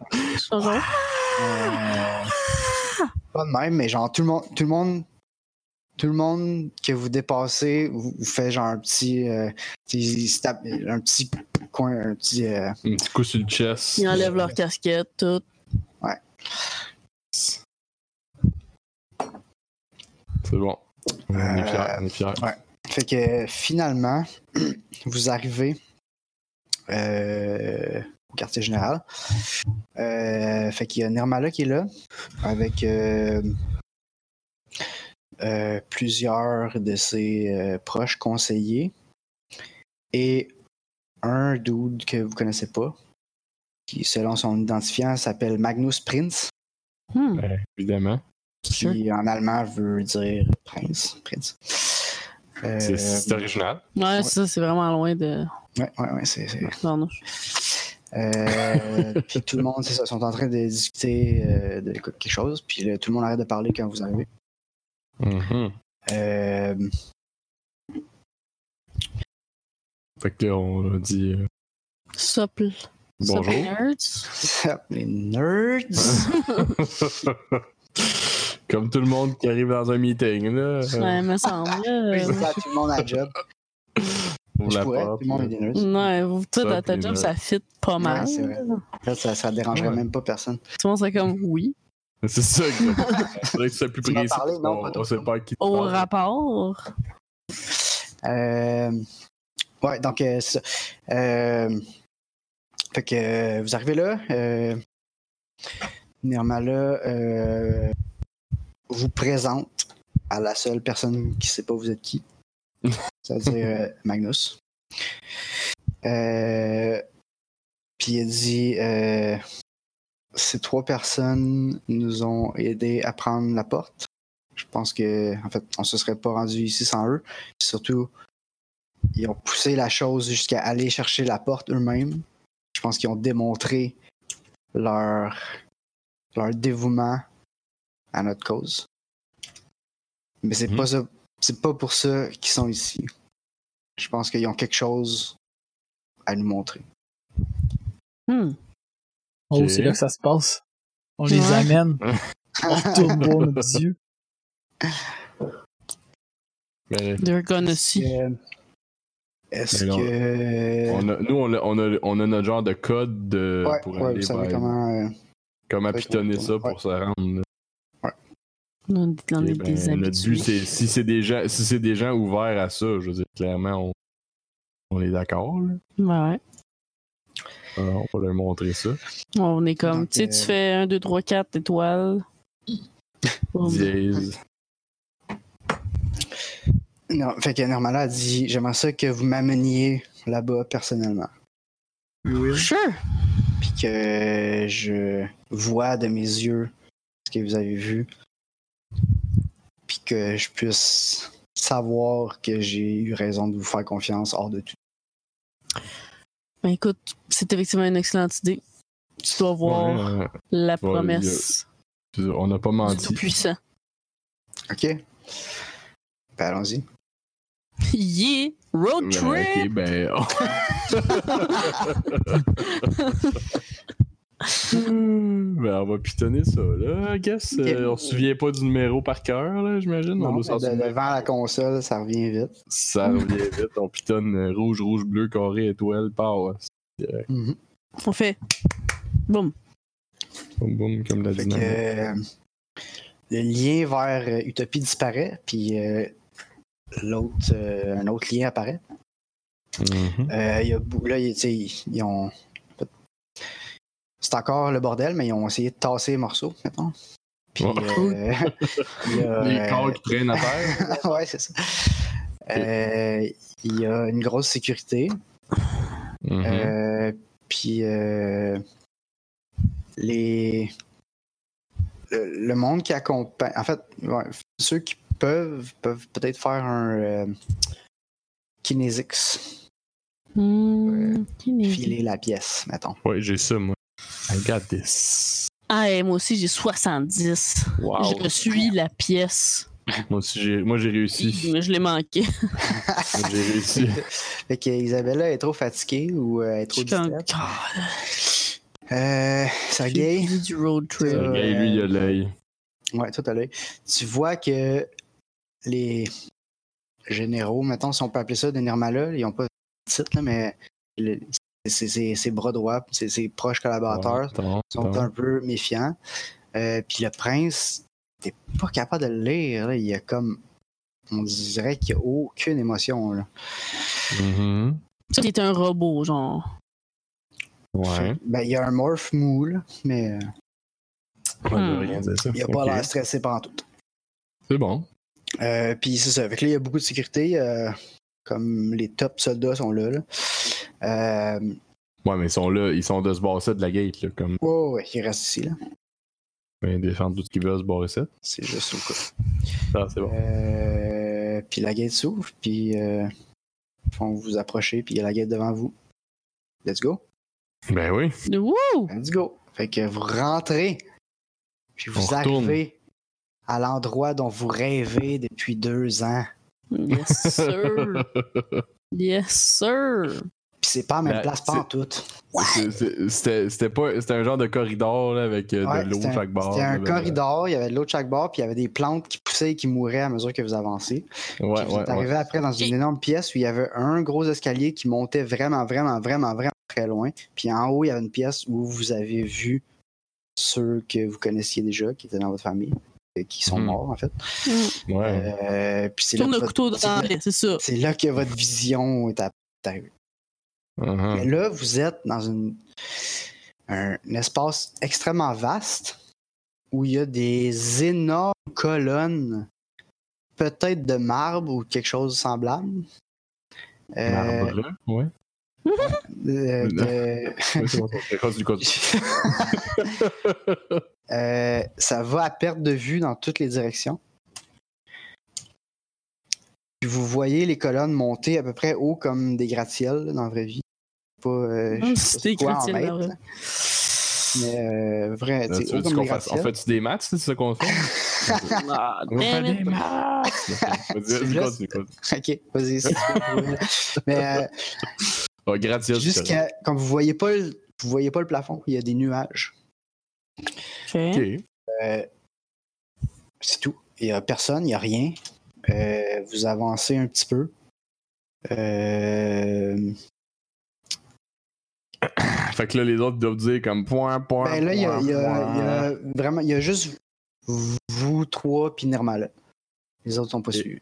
Bonjour.
Euh, Pas de même, mais genre tout le monde, tout le monde, tout le monde que vous dépassez, vous, vous fait genre un petit, euh, petit stab- un petit coin, un petit euh,
Un petit coup sur le chest.
Ils enlèvent leur casquette, tout.
C'est bon. On est
Euh,
fiers, on est fiers.
Fait que finalement, vous arrivez euh, au quartier général. Euh, fait qu'il y a Nirmala qui est là avec euh, euh, plusieurs de ses euh, proches conseillers et un dude que vous connaissez pas qui, selon son identifiant, s'appelle Magnus Prince,
Hmm,
Ouais, Euh, évidemment.
qui
sure.
en allemand veut dire prince. prince. Euh,
C'est c'est original.
Ouais, ça, c'est vraiment loin de
ouais, ouais, ouais, c'est- c'est-
Barnouche.
Euh, puis tout le monde, c'est ça, sont en train de discuter euh, de quelque chose. Puis là, tout le monde arrête de parler quand vous arrivez.
Mhm.
Euh,
Fait que là, on a dit euh,
Supple.
bonjour.
Supple nerds.
les nerds.
Comme tout le monde qui arrive dans un meeting, là. euh,
Ouais, me semble.
Je
là.
dis à tout le monde à la job.
on
Je
la
pourrais, tout
porte,
le monde
là.
est des nerds.
Ouais, vous, toi, dans ta
Supple
job,
nerds.
ça fit pas mal.
Ouais, c'est vrai.
Tout
Là, ça, ça dérangerait
Ouais.
même pas personne.
le monde serait comme oui.
C'est ça, exactement. Faudrait que ce soit plus
Tu m'as
précis.
parlé,
parce
non,
qu'on-
pas toi.
on sait pas à qui tu
Au
parles.
rapport.
Euh, ouais, donc euh, c'est ça. Euh, fait que euh, vous arrivez là. Euh, Nirmala euh, vous présente à la seule personne qui sait pas vous êtes qui. C'est-à-dire euh, Magnus. Euh, Puis elle dit euh, Ces trois personnes nous ont aidés à prendre la porte. Je pense que en fait, on se serait pas rendu ici sans eux. Puis surtout, ils ont poussé la chose jusqu'à aller chercher la porte eux-mêmes. Je pense qu'ils ont démontré leur, leur dévouement à notre cause. Mais c'est
Mhm.
pas ça- c'est pas pour ça qu'ils sont ici. Je pense qu'ils ont quelque chose à nous montrer.
Hmm.
Ok.
Oh, c'est là que ça se passe. On les
Ouais.
amène. On retourne boire nos petits yeux.
Mais
They're gonna see.
Euh, Est-ce
Mais non.
que
on a- nous, on a, on, a, on a notre genre de code de,
ouais,
pour
ouais,
aller
vous savez
vers-
comment euh,
comment
Ouais,
pitonner ça
ouais.
pour se rendre. là.
On est on
Et
est
ben,
des
notre but,
habitués.
c'est si c'est des gens, si c'est des gens ouverts à ça, je veux dire, clairement, on, on est d'accord. là.
Ouais.
Alors, on va leur montrer ça.
On est comme,
Donc,
tu sais, tu
euh,
fais 1, 2, 3, 4 étoiles.
Dièse.
Non, fait que Normala a dit J'aimerais ça que vous m'ameniez là-bas personnellement.
Sure.
Puis que je vois de mes yeux ce que vous avez vu. Puis que je puisse savoir que j'ai eu raison de vous faire confiance hors de tout.
Ben écoute, c'est effectivement une excellente idée. Tu dois voir
Ouais, euh,
la
il y a-
promesse
on n'a pas
du
menti.
Tout-Puissant.
OK? Ben allons-y.
yeah!
Oh,
Road
Ben, ok,
trip!
ben, Ben, on va pitonner ça, là. I guess, euh, on se souvient pas du numéro par cœur, là, j'imagine.
Non,
on doit
ben, mais
s'en
de-
souvenir.
devant la console, ça revient vite.
Ça revient vite. On pitonne euh, rouge, rouge, bleu, carré, étoile, euh, power.
Mhm.
On fait. Boum.
Boum, boum, comme la
Fait que,
dynamique.
euh, le lien vers euh, Utopie disparaît, puis euh, l'autre, euh, un autre lien apparaît.
Mhm.
Euh, il y a bou- là, il- tu sais, ils, ils ont. C'est encore le bordel, mais ils ont essayé de tasser les morceaux, mettons. Puis,
Oh.
euh, il y a,
Les
euh,
corps qui traînent à terre.
ouais, c'est ça. Euh, il y a une grosse sécurité.
Mhm.
Euh, puis euh, les le, le monde qui accompagne en fait ouais, ceux qui peuvent peuvent peut-être faire un euh, kinesics
Mmh,
filer la pièce mettons
Ouais, j'ai ça, moi. I got this.
Ah, et moi aussi, j'ai 70.
Wow.
Je suis la pièce.
Moi aussi, j'ai- moi, j'ai réussi.
Mais je l'ai manqué.
Moi, j'ai réussi.
fait que Isabella est trop fatiguée ou euh, elle est
Je
trop
suis comme.
distraite
Ah,
euh,
j'ai
Sergei
plus du road trip.
Euh,
Le gars, lui, il a l'œil.
Ouais, tout à l'œil. Tu vois que les généraux, mettons, si on peut appeler ça des Nirmala, ils n'ont pas de titre, là, mais le- c'est c'est- c'est bras droits, c'est ses proches collaborateurs
Attends,
sont
attends.
un peu méfiants. Euh, Puis le prince, t'es pas capable de le lire. là. Il y a comme. On dirait qu'il n'y a aucune émotion. Là.
Mhm.
Ça, t'es un robot, genre.
Ouais.
Ben, il y a un morph mou, là, mais euh,
Moi,
Hmm.
j'ai rien dit à ça.
il a
Ok.
pas l'air stressé pendant tout.
C'est bon.
Euh, puis c'est ça. Fait que là, il y a beaucoup de sécurité. euh, comme les top soldats sont là. là. Euh,
Ouais, mais ils sont là, ils sont de se barrer de la gate, là, comme
ouais, ouais, ouais, il reste ici. là.
ils défendent tout ce qu'ils veulent se barrer ça.
C'est juste au cas.
Ah, c'est bon.
Euh, puis la gate s'ouvre, puis euh, on vous approcher, puis il y a la gate devant vous. Let's go.
Ben oui.
Wouh!
Let's go. Fait que vous rentrez, puis vous
On retourne.
arrivez à l'endroit dont vous rêvez depuis deux ans.
Yes, sir. yes, sir.
Puis c'est pas la même
Ben,
place,
c'est-
pas en tout.
C'est- c'est- C'était c'était pas. C'était un genre de corridor là, avec euh,
Ouais,
de l'eau
c'était un-
chaque bord.
C'était
là,
un
ben,
corridor, il y avait de l'eau de chaque bord, puis il y avait des plantes qui poussaient et qui mouraient à mesure que vous avancez.
Ouais,
Puis vous êtes
ouais, ouais.
arrivé après dans une énorme pièce où il y avait un gros escalier qui montait vraiment, vraiment, vraiment, vraiment très loin. Puis en haut, il y avait une pièce où vous avez vu ceux que vous connaissiez déjà, qui étaient dans votre famille, et qui sont
Hmm.
morts en fait.
ouais.
Euh, puis c'est là,
Tourne
que
le
votre-
couteau dans la- c'est ça.
c'est là que votre vision est app- est arrivée.
Uh-huh.
Mais là, vous êtes dans une, un, un espace extrêmement vaste où il y a des énormes colonnes, peut-être de marbre ou quelque chose de semblable. Euh,
Marbre. Ouais.
de- de-
Ouais, c'est bon, c'est bon, c'est bon, c'est bon.
Euh, ça va à perte de vue dans toutes les directions. Puis vous voyez les colonnes monter à peu près haut comme des gratte-ciels là, dans la vraie vie. Pas, euh, je sais
Hum,
pas
C'était
c'est quoi en
chrétien,
mètres,
la vraie.
là, mais euh, vrai,
Là,
tu
tu
sais, haut
veux
comme
qu'on
des
fasse- On
gratte-ciels.
fait-tu des maths, c'est ça qu'on fait?
Ah,
On fait
damn it.
des maths! Vas-y, Vas-y,
Juste-
continue, continue.
Ok, vas-y. si tu peux trouver. Mais euh,
Ah, gratte-ciel, c'est
jusqu'à quand vous voyez pas le, vous voyez pas le plafond, il y a des nuages.
correct.
Ok.
Ok.
Euh, c'est tout. Il n'y a personne, il n'y a rien. Euh, vous avancez un petit peu. Euh,
Fait que là, les autres doivent dire comme point, point.
ben là, il y a,
point,
il y a-
point.
il y a vraiment, il y a juste vous- vous trois puis Nirmala. Les autres sont pas
Et-
suivis.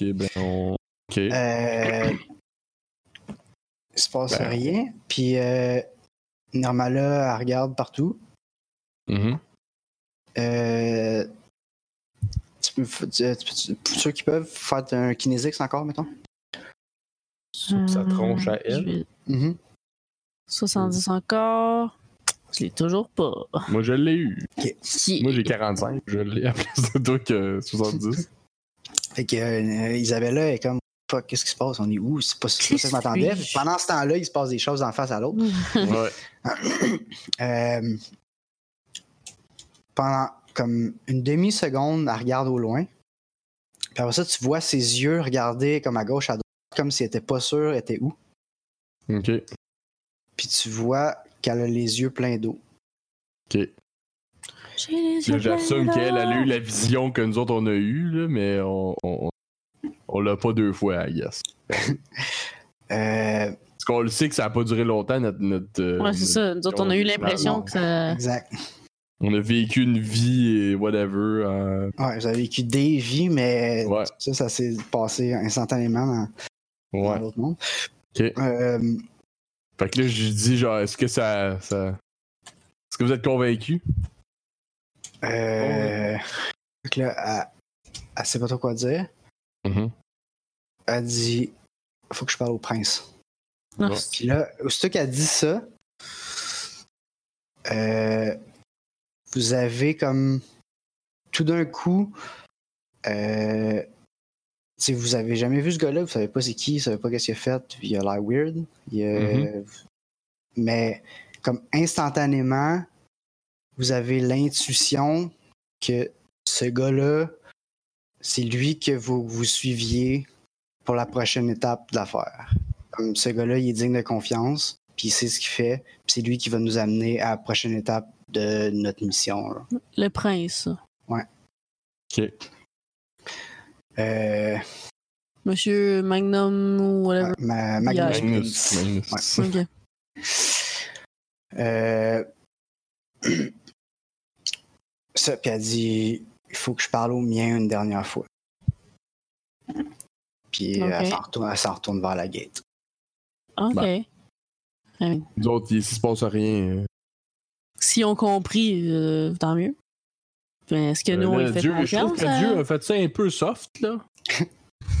Ok, ben on. Ok.
Euh, il se passe
Ben.
rien. Puis euh, Nirmala, elle regarde partout.
Mhm.
Euh, tu peux, euh, tu- tu- pour ceux qui peuvent faire un kinésix encore, mettons.
Sauf que ça tronche à
Je
elle.
vais-
Mhm.
70 encore. Je l'ai toujours pas.
Moi, je l'ai eu.
Si.
Moi, j'ai 45. Je l'ai à place de toi que 70.
Fait que euh, Isabella est comme Fuck, qu'est-ce qui se passe? On est où? C'est pas c'est pas ça que je m'attendais.
Qu'est-ce que je-
Puis Pendant ce temps-là, il se passe des choses en face à l'autre.
ouais.
Euh, pendant comme une demi-seconde, elle regarde au loin. Puis après ça, tu vois ses yeux regarder comme à gauche, à droite, comme si elle était pas sûre, elle était où.
Ok.
Puis tu vois qu'elle a les yeux pleins d'eau.
Ok. Là, J'assume qu'elle a eu la vision que nous autres on a eue, là, mais on, on, on l'a pas deux fois, I guess.
Euh,
Parce qu'on le sait que ça a pas duré longtemps, notre. notre, euh,
Ouais, c'est
notre-
ça. Nous autres, on a eu l'impression
Ah,
non.
que ça.
exact.
On a vécu une vie et whatever. euh,
Ouais, vous avez vécu des vies, mais
Ouais.
ça, ça s'est passé instantanément dans, dans
ouais.
l'autre monde.
Ok.
Euh,
Fait que là, je dis, genre, est-ce que ça. ça... Est-ce que vous êtes convaincu?
euh, fait que là, elle, elle sait pas trop quoi dire.
Mhm.
Elle dit Faut que je parle au prince.
Non,
Ouais.
c'est-
Puis là, aussitôt qu'elle dit ça, euh, vous avez comme tout d'un coup, euh, tu sais, vous avez jamais vu ce gars-là, vous savez pas c'est qui, vous savez pas qu'est-ce qu'il a fait, puis il a l'air weird. il a-
Mhm.
Mais comme instantanément, vous avez l'intuition que ce gars-là, c'est lui que vous, vous suiviez pour la prochaine étape de l'affaire. Comme ce gars-là, il est digne de confiance, puis il sait ce qu'il fait, puis c'est lui qui va nous amener à la prochaine étape de notre mission. là.
le prince.
Ok.
Euh,
Monsieur Magnum ou whatever.
ma, Magnus.
Magnus. Magnus.
Ok.
Euh, ça, puis elle dit il faut que je parle au mien une dernière fois. Puis
Ok.
elle s'en retourne, elle s'en retourne vers la gate.
Ok.
Ben.
I mean,
Nous autres, il s'il se passe rien. euh,
S'ils ont compris, euh, tant mieux. Mais est-ce que nous, on
Euh, là,
lui fait
Dieu, je trouve
confiance? euh? hein?
que
à-
Dieu a fait ça un peu soft, là.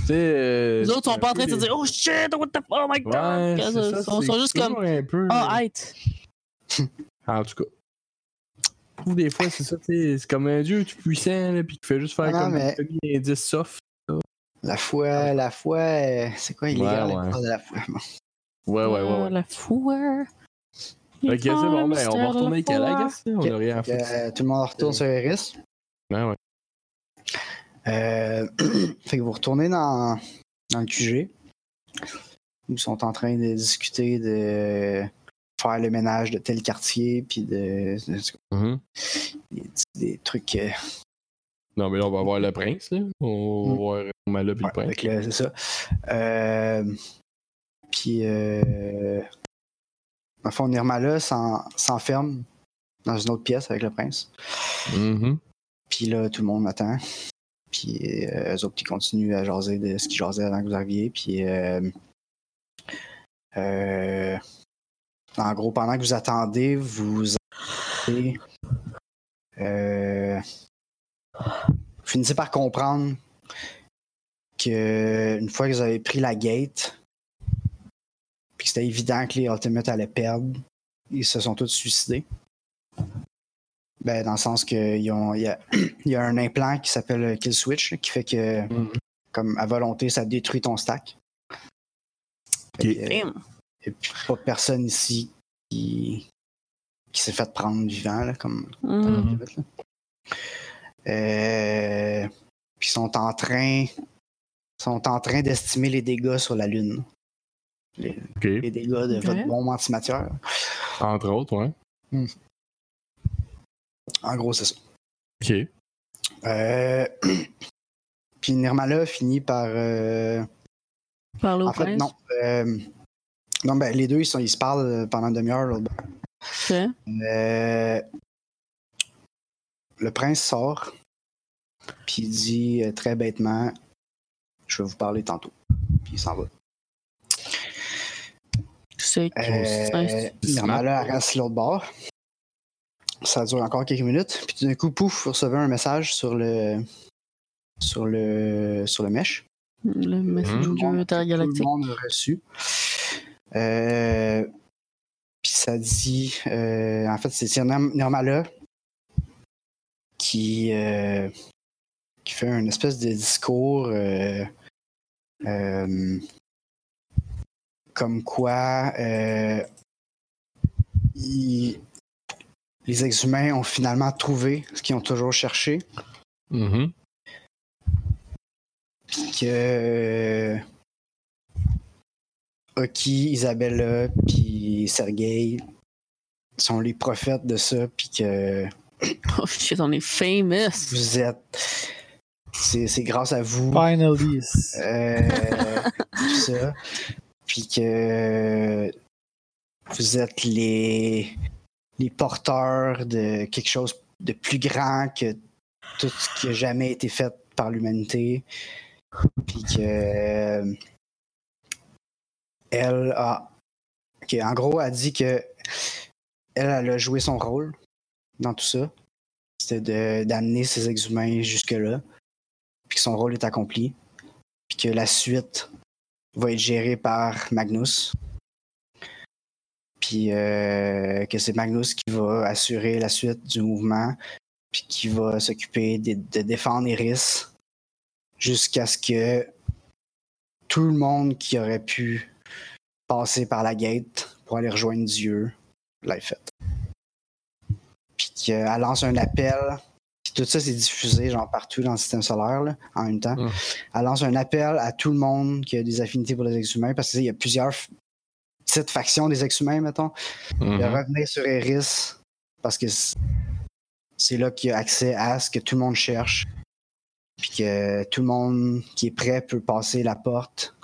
T'sais, euh,
Les autres
c'est
sont
un
pas en
peu
train de se
les-
dire Oh shit, what the oh my god!
Ouais,
Ils
c'est
sont-
ça,
sont,
c'est
sont juste
toujours
comme
un peu, Ah,
Ah, hate!
En tout cas. Je trouve Des fois, c'est ça, t'sais, c'est comme un dieu tout puissant, là, pis qui fait juste faire
Non,
comme
mais-
un indice soft.
La foi, la foi, euh, c'est quoi il
Ouais,
est
ouais.
de la foi. Bon.
Ouais, ouais, ouais. ouais.
La foi.
Fait que, c'est bon, ben, on va retourner avec elle, I guess, là, On
Ok.
a rien à
Fait que,
foutre.
euh, tout le monde retourne
Euh.
sur Eris.
Ouais, ouais.
Euh, fait que vous retournez dans, dans le QG. Ils sont en train de discuter de faire le ménage de tel quartier, puis de, de-
Mhm.
des, des trucs. euh,
Non, mais là, on va voir le prince, là. On va
Mm.
voir Mala pis
ouais,
le prince.
avec le- c'est ça. Euh, puis, euh, dans le fond, Nirmala s'en- s'enferme dans une autre pièce avec le prince.
Mhm.
Puis là, tout le monde attend. Puis, euh, eux autres, ils continuent à jaser de ce qu'ils jasaient avant que vous arriviez. Puis, euh, euh, en gros, pendant que vous attendez, vous entendez, euh, vous finissez par comprendre que une fois que vous avez pris la gate, puis que c'était évident que les Ultimates allaient perdre, ils se sont tous suicidés. Ben, dans le sens qu'il ont, il y, a, il y a un implant qui s'appelle euh, Kill Switch là, qui fait que,
Mhm.
comme à volonté, ça détruit ton stack.
Ok.
que, euh, et puis pas personne ici qui, qui s'est fait prendre vivant, là, comme
Mm.
Mm-hmm.
Mhm.
là. Euh, puis ils sont en train sont en train d'estimer les dégâts sur la Lune.
Ok.
Les dégâts de
Ok.
votre bombe antimatière.
Entre autres, ouais.
En gros, c'est ça.
Ok.
Euh, puis Nirmala finit par euh,
Parler au
En fait,
prince.
non. Euh, non, ben, les deux, ils, sont, ils se parlent pendant une demi-heure. l'autre bord.
Ok.
Euh, le prince sort, puis il dit euh, très bêtement Je vais vous parler tantôt. Puis il s'en va.
C'est
Euh,
c'est
normalement, là, elle reste sur l'autre bord. Ça dure encore quelques minutes. Puis tout d'un coup, pouf, vous recevez un message sur le. sur le. sur le mesh.
le
Tout le
messenger
monde-
intergalactique.
euh, Tout le monde a reçu. Euh, Puis ça dit, euh, en fait, c'est c'est Norm- Normala qui, euh, qui fait un espèce de discours euh, euh, comme quoi euh, il- les ex-humains ont finalement trouvé ce qu'ils ont toujours cherché.
Mhm.
que Oki, Isabella, puis euh, Sergei sont les prophètes de ça, puis que
Oh shit, on est famous.
vous êtes. C'est c'est grâce à vous.
Finally.
euh, tout ça. Puis que vous êtes les, les porteurs de quelque chose de plus grand que tout ce qui a jamais été fait par l'humanité. Puis que euh, elle a. que, en gros, elle dit que elle, elle a joué son rôle dans tout ça. C'était de- d'amener ces exhumains jusque-là. Puis que son rôle est accompli puis que la suite va être gérée par Magnus. Puis euh, que c'est Magnus qui va assurer la suite du mouvement, puis qui va s'occuper de, de défendre Iris jusqu'à ce que tout le monde qui aurait pu passer par la gate pour aller rejoindre Dieu l'ait fait. Puis qu'elle lance un appel, puis tout ça c'est diffusé genre partout dans le système solaire là, en même temps elle lance un appel à tout le monde qui a des affinités pour les ex-humains, parce qu'il y a plusieurs f- petites factions des ex-humains, mettons,
Mm-hmm.
de
Mhm.
revenir sur Eris, parce que c- c'est là qu'il y a accès à ce que tout le monde cherche, puis que tout le monde qui est prêt peut passer la porte,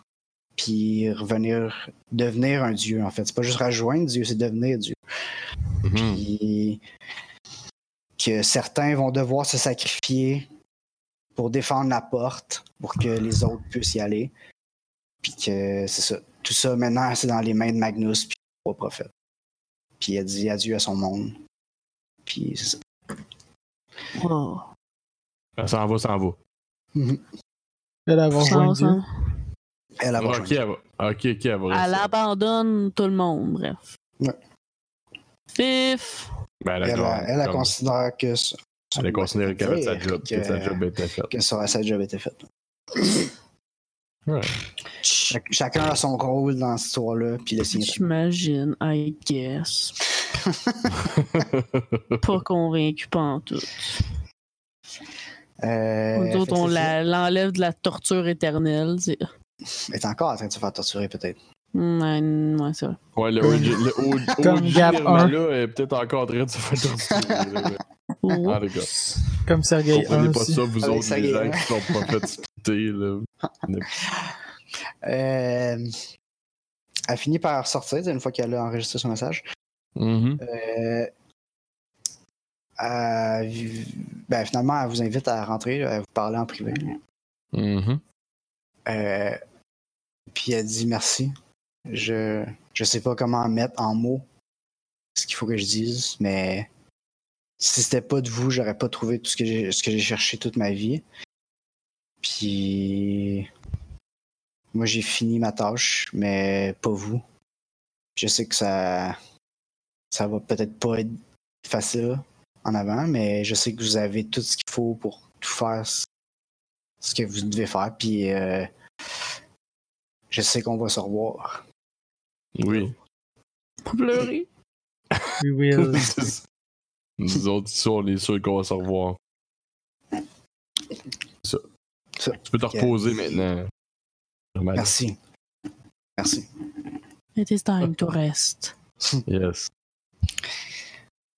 puis revenir, devenir un dieu, en fait. C'est pas juste rejoindre Dieu, c'est devenir Dieu.
Mhm.
Puis que certains vont devoir se sacrifier pour défendre la porte, pour que les autres puissent y aller. Puis que c'est ça. Tout ça, maintenant, c'est dans les mains de Magnus, puis au prophète. Puis elle dit adieu à son monde. Puis c'est ça. Oh,
Wow.
Ça s'en va, ça s'en va.
Elle a
Ça,
rejoint
ça-
Dieu.
Elle a
Ah, ok,
rejoint.
elle va. Ok, ok, elle va rester.
hein. Elle abandonne tout le monde, bref.
Ouais.
Fif!
Ben,
Elle,
d'accord.
elle, elle
Comme-
considère que ça-
elle a considéré qu'elle avait sa
dire
job, que sa
que-
job était euh, faite.
que ça, ça a déjà été fait.
Ouais.
Chac- Chacun a son rôle dans cette histoire-là, puis le signe.
J'imagine, I guess. Pas convaincu pas en tout.
Euh,
Nous autres,
fait que
on
c'est ça.
la- l'enlève de la torture éternelle. c'est-
Elle est encore en train de se faire torturer, peut-être.
Mm, Ouais, ouais, c'est vrai.
Ouais, le OG, le OG,
Comme Gap
Nirmala est peut-être encore en train de se faire torturer. là, mais Ah, les gars.
Oups.
Comme Sergei
Comprenez
1
pas
aussi.
ça, vous
Avec
autres,
ça,
les gens
gars.
qui sont pas fait splitter, là.
Euh, elle finit par sortir une fois qu'elle a enregistré son message.
Mhm.
Euh, elle- ben, finalement, elle vous invite à rentrer, à vous parler en privé.
Mhm.
Euh, puis elle dit merci. Je je sais pas comment mettre en mots ce qu'il faut que je dise, mais si c'était pas de vous, j'aurais pas trouvé tout ce que j'ai ce que j'ai cherché toute ma vie. Puis moi j'ai fini ma tâche, mais pas vous. Je sais que ça ça va peut-être pas être facile en avant, mais je sais que vous avez tout ce qu'il faut pour tout faire ce- ce que vous devez faire. Puis euh, je sais qu'on va se revoir.
Oui.
Pas pleurer.
We will.
Nous autres, ici, on est sûrs qu'on va se revoir. Ça.
Ça.
Tu peux te reposer maintenant. Normal.
Merci. Merci.
It is time to rest.
Yes.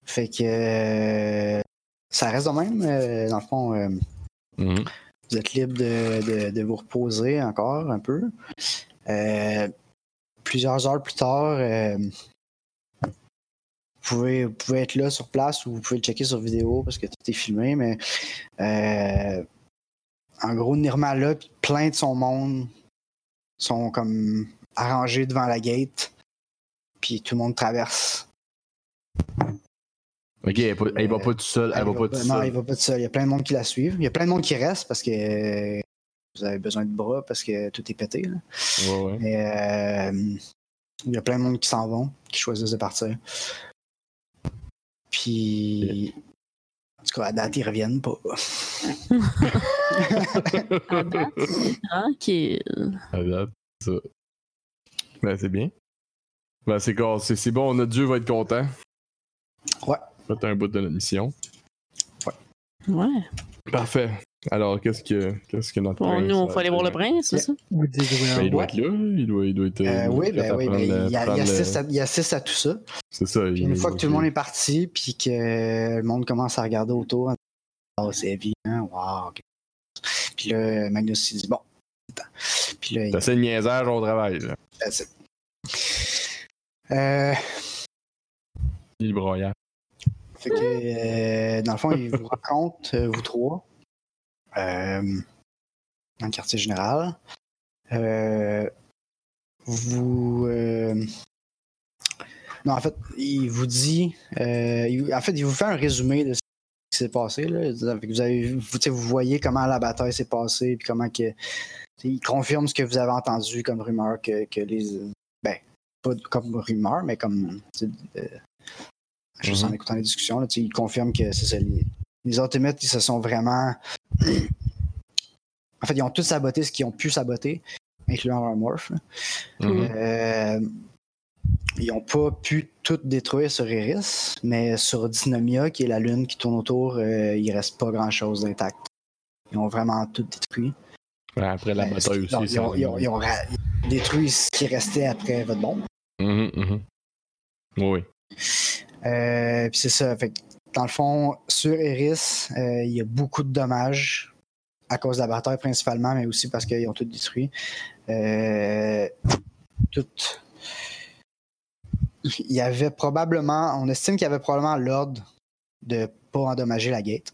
Fait que euh, ça reste de même. euh, dans le fond, euh,
Mhm.
vous êtes libre de, de- de vous reposer encore un peu. Euh, plusieurs heures plus tard, euh, vous, pouvez, vous pouvez être là sur place ou vous pouvez le checker sur vidéo parce que tout est filmé, mais euh, en gros, Nirmala et plein de son monde sont comme arrangés devant la gate, puis tout le monde traverse.
Ok, elle, est pas- elle va pas tout seul. Euh, Elle va pas tout
non, il
seul.
va pas tout seul. Il y a plein de monde qui la suivent. Il y a plein de monde qui reste parce que euh, vous avez besoin de bras parce que tout est pété. là.
Ouais, ouais.
Mais euh, il y a plein de monde qui s'en vont, qui choisissent de partir. Puis. En tout cas, à date, ils reviennent pas.
À date, c'est tranquille.
À date, ça. Ben, c'est bien. Ben, c'est cool. C'est c'est bon. Notre Dieu va être content.
Ouais.
Faites un bout de notre mission.
Ouais.
Parfait. Alors, qu'est-ce que, qu'est-ce que notre
Bon,
prince
nous, on
a
faut aller voir le
fait?
prince, c'est ça?
Ou des
Ben, il doit
Ouais.
être là, il doit, il doit être.
Euh,
il doit
oui,
être
ben
à
oui,
prendre
ben,
le-
il y a- il
prendre
y
le-
assiste à- il assiste à tout ça.
C'est ça.
Puis
il-
une fois que tout le
il-
monde est parti, puis que le monde commence à regarder autour, en disant, oh, c'est heavy, hein, wow. ok. Puis là, Magnus, il dit, bon, attends. Puis là, il
C'est assez de niaisage au travail, là.
That's it. Euh,
Il broyait.
fait que, euh, dans le fond, il vous raconte, euh, vous trois, euh, dans le quartier général. Euh, vous. euh, non, en fait, il vous dit. euh, il- en fait, il vous fait un résumé de ce qui s'est passé. Là. Fait que Vous, avez, vous, tu sais, vous voyez comment la bataille s'est passée, puis comment que. tu sais, Il confirme ce que vous avez entendu comme rumeur que, que les. Ben, pas comme rumeur, mais comme. tu sais, euh, juste en
Mhm.
écoutant les discussions, là, tu sais, il confirme que c'est ça. Les, les Ultimates, ils se sont vraiment. en fait, ils ont tous saboté ce qu'ils ont pu saboter, incluant leur morph. là.
Mhm.
Euh, ils n'ont pas pu tout détruire sur Eris, mais sur Dysnomia, qui est la lune qui tourne autour, euh, il reste pas grand-chose d'intact. Ils ont vraiment tout détruit.
Ouais, Après la
Ben,
bataille
non,
aussi.
ils, ont,
ça-
ils ont- ils ont ra- ils ont détruit ce qui restait après votre bombe.
Mhm, mhm. Oui.
Euh, Puis c'est ça. Fait que, dans le fond, sur Eris, euh, il y a beaucoup de dommages à cause de la bataille principalement, mais aussi parce qu'ils ont tout détruit. Euh, tout. Il y avait probablement, on estime qu'il y avait probablement l'ordre de pas endommager la gate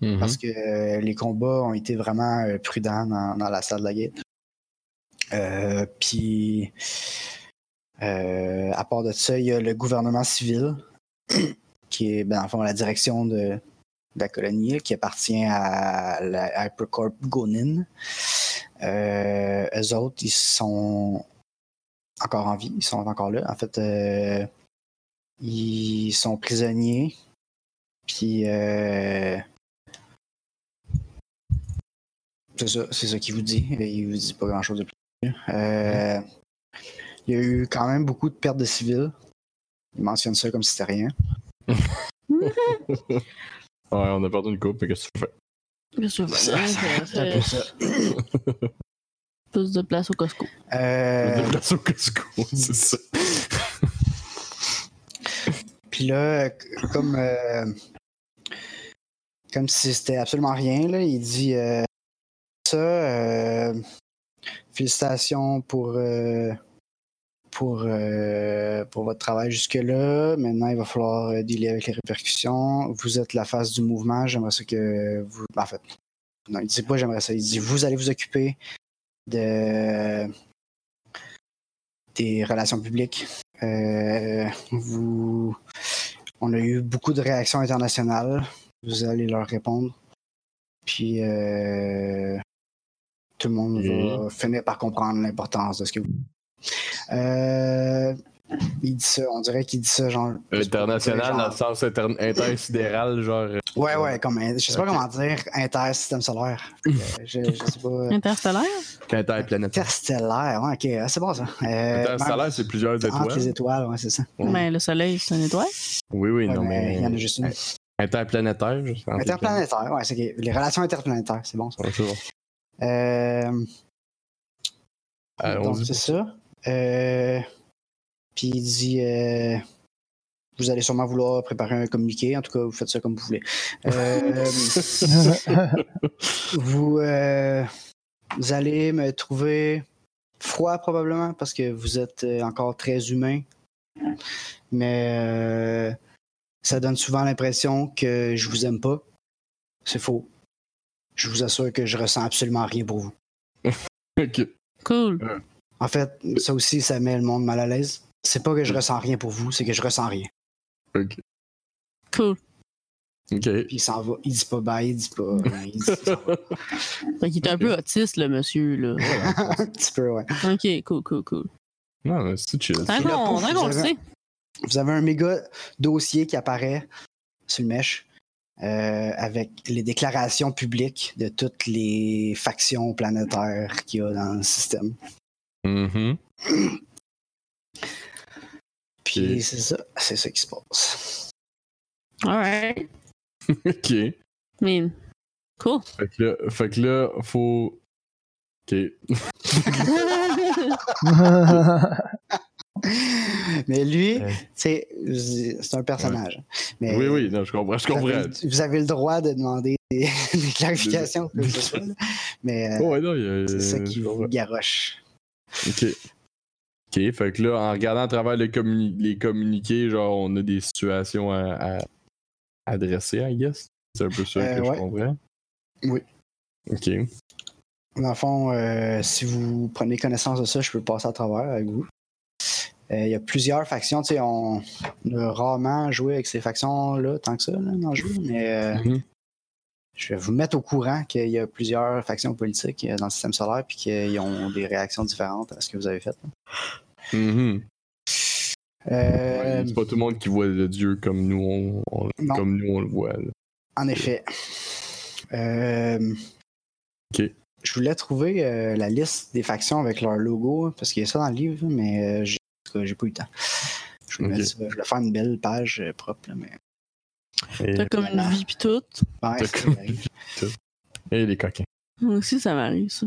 Mhm.
parce que euh, les combats ont été vraiment euh, prudents dans, dans la salle de la guide. Euh, Puis, euh, à part de ça, il y a le gouvernement civil, qui est, ben, dans le fond, la direction de, de la colonie, qui appartient à la Hypercorp Gonin. Euh, eux autres, ils sont encore en vie, ils sont encore là. En fait, euh, ils sont prisonniers. Puis, euh, c'est ça, c'est ça qu'il vous dit. Il vous dit pas grand chose de plus. Euh, il y a eu quand même beaucoup de pertes de civils. Il mentionne ça comme si c'était rien.
ouais, Ah, on a perdu une coupe, mais qu'est-ce que tu fais?
Qu'est-ce que tu veux
Ça,
faire?
ça, c'est un
C'est-
peu ça.
Plus de place au Costco.
Euh,
On se déplace au Costco, c'est ça.
Puis là, c- comme, euh, comme si c'était absolument rien, là, il dit euh, ça. euh, félicitations pour, euh, pour, euh, pour votre travail jusque-là. Maintenant, il va falloir euh, dealer avec les répercussions. Vous êtes la face du mouvement. J'aimerais ça que vous. ben, en fait, non, il dit pas j'aimerais ça. Il dit vous allez vous occuper de des relations publiques. Euh, vous... On a eu beaucoup de réactions internationales. Vous allez leur répondre. Puis euh, tout le monde
Mhm.
va finir par comprendre l'importance de ce que vous. Euh, il dit ça, on dirait qu'il dit ça genre.
Euh, International, dans
genre-
le sens interne- intersidéral, genre. euh,
Ouais, ouais, comme. un- Je sais pas comment dire inter-système solaire.
Mhm.
Euh, je, je sais pas. euh,
Interstellaire?
Interplanétaire.
Interstellaire, ouais, ok, ah, c'est bon ça. Euh,
Interstellaire, c'est plusieurs
Entre
étoiles.
les étoiles, ouais, c'est ça.
Ouais.
Mais Ben, le soleil, c'est une étoile.
Oui, oui,
Ouais,
non,
mais
mais.
Il y en a juste une.
Interplanétaire, je sais.
Interplanétaire, ouais, c'est ok. les relations interplanétaires, c'est bon ça.
Ouais, c'est bon.
Euh, donc
Allons-y.
c'est ça. Euh, puis il dit, euh, vous allez sûrement vouloir préparer un communiqué, en tout cas vous faites ça comme vous voulez. Euh, vous, euh, vous allez me trouver froid probablement parce que vous êtes euh, encore très humain. Mais euh, ça donne souvent l'impression que je vous aime pas. C'est faux. Je vous assure que je ressens absolument rien pour vous.
Ok.
Cool.
En fait, ça aussi, ça met le monde mal à l'aise. C'est pas que je ressens rien pour vous, c'est que je ressens rien.
Ok.
Cool.
Ok.
Puis il s'en va. Il dit pas bye, il dit pas. rien, Il dit, il s'en va.
Fait qu'il est un peu autiste, le monsieur, là.
Un petit peu, ouais.
Ok, cool, cool, cool.
Non, mais c'est chill.
Tant
ça.
qu'on tant qu'on le sait.
Vous avez un méga dossier qui apparaît sur le mèche euh, avec les déclarations publiques de toutes les factions planétaires qu'il y a dans le système.
Mhm.
Puis
Ok.
c'est ça, c'est ça qui se passe.
Alright.
Ok.
I mean, Cool.
Fait que là, fait que là faut. Ok.
Euh, Mais lui,
Ouais.
c'est c'est un personnage. Mais
Oui, oui, non, je comprends, je
Vous avez,
comprends.
le- vous avez le droit de demander des, des clarifications, quoi que ce soit, là. Mais euh,
Oh, ouais, non, il y a-
c'est ça qui
je
vous
comprends.
garoche.
Ok. Ok, fait que là, en regardant à travers le communi- les communiqués, genre, on a des situations à, à adresser, I guess. C'est un peu ça
Euh,
que
ouais.
je comprends.
Oui.
Ok.
Dans le fond, euh, si vous prenez connaissance de ça, je peux passer à travers avec vous. Euh, Il y a plusieurs factions. Tu sais, on on a rarement joué avec ces factions-là tant que ça là, dans le jeu, mais euh,
Mhm.
je vais vous mettre au courant qu'il y a plusieurs factions politiques euh, dans le système solaire puis qu'ils ont des réactions différentes à ce que vous avez fait.
Mhm.
Euh,
Ouais, Euh, c'est pas tout le monde qui voit le Dieu comme nous on, on-
Non.
comme nous on le voit. là.
En effet. Euh,
Ok.
Je voulais trouver euh, la liste des factions avec leur logo, parce qu'il y a ça dans le livre, mais euh, j'ai en tout cas, j'ai pas eu le temps. Je voulais,
Ok.
mettre ça- je voulais faire une belle page euh, propre, là, mais.
Et,
T'as comme une vie pis tout.
Ouais,
T'as
ça
comme-
arrive.
et les coquins.
Moi aussi, ça m'arrive, ça.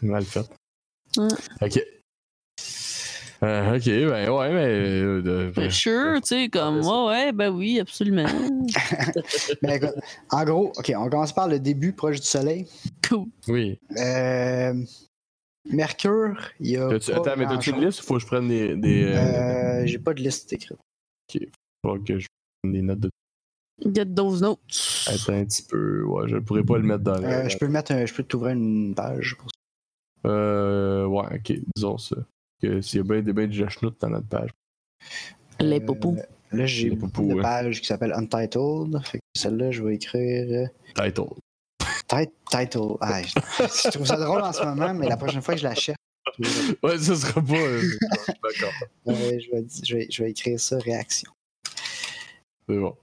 C'est mal fait.
Ouais.
Ok. Euh, ok, ben ouais, mais. euh, de-
Fait que sure, tu sais, comme, ouais, ouais, ben oui, absolument.
Mais écoute, en gros, ok, on commence par le début, proche du soleil.
Cool.
Oui.
Euh, Mercure, il y a.
T'as-tu-
Euh, pas
attends, mais t'as-tu une
grand-chose.
liste ou faut que je prenne des. des euh,
Euh, j'ai pas de liste écrite.
faut que je prenne des notes de.
Get those notes.
Attends un petit peu. Ouais, je pourrais pas le mettre dans le.
Euh, je peux mettre, un- je peux t'ouvrir une page pour ça.
Euh, ouais, ok, disons ça. Que s'il y a bien des bains de jachnout dans notre page.
Les
Euh,
popos.
Là, j'ai
Les
beaucoup
popos,
de
ouais.
pages qui s'appellent Untitled. Fait que celle-là, je vais écrire. euh,
Title.
Tit- Title. Ah, je, je trouve ça drôle en ce moment, mais la prochaine fois que je la cherche, je vais-
Ouais, ce sera pas. euh, D'accord.
euh, je vais, je vais- je vais écrire ça réaction.
C'est bon.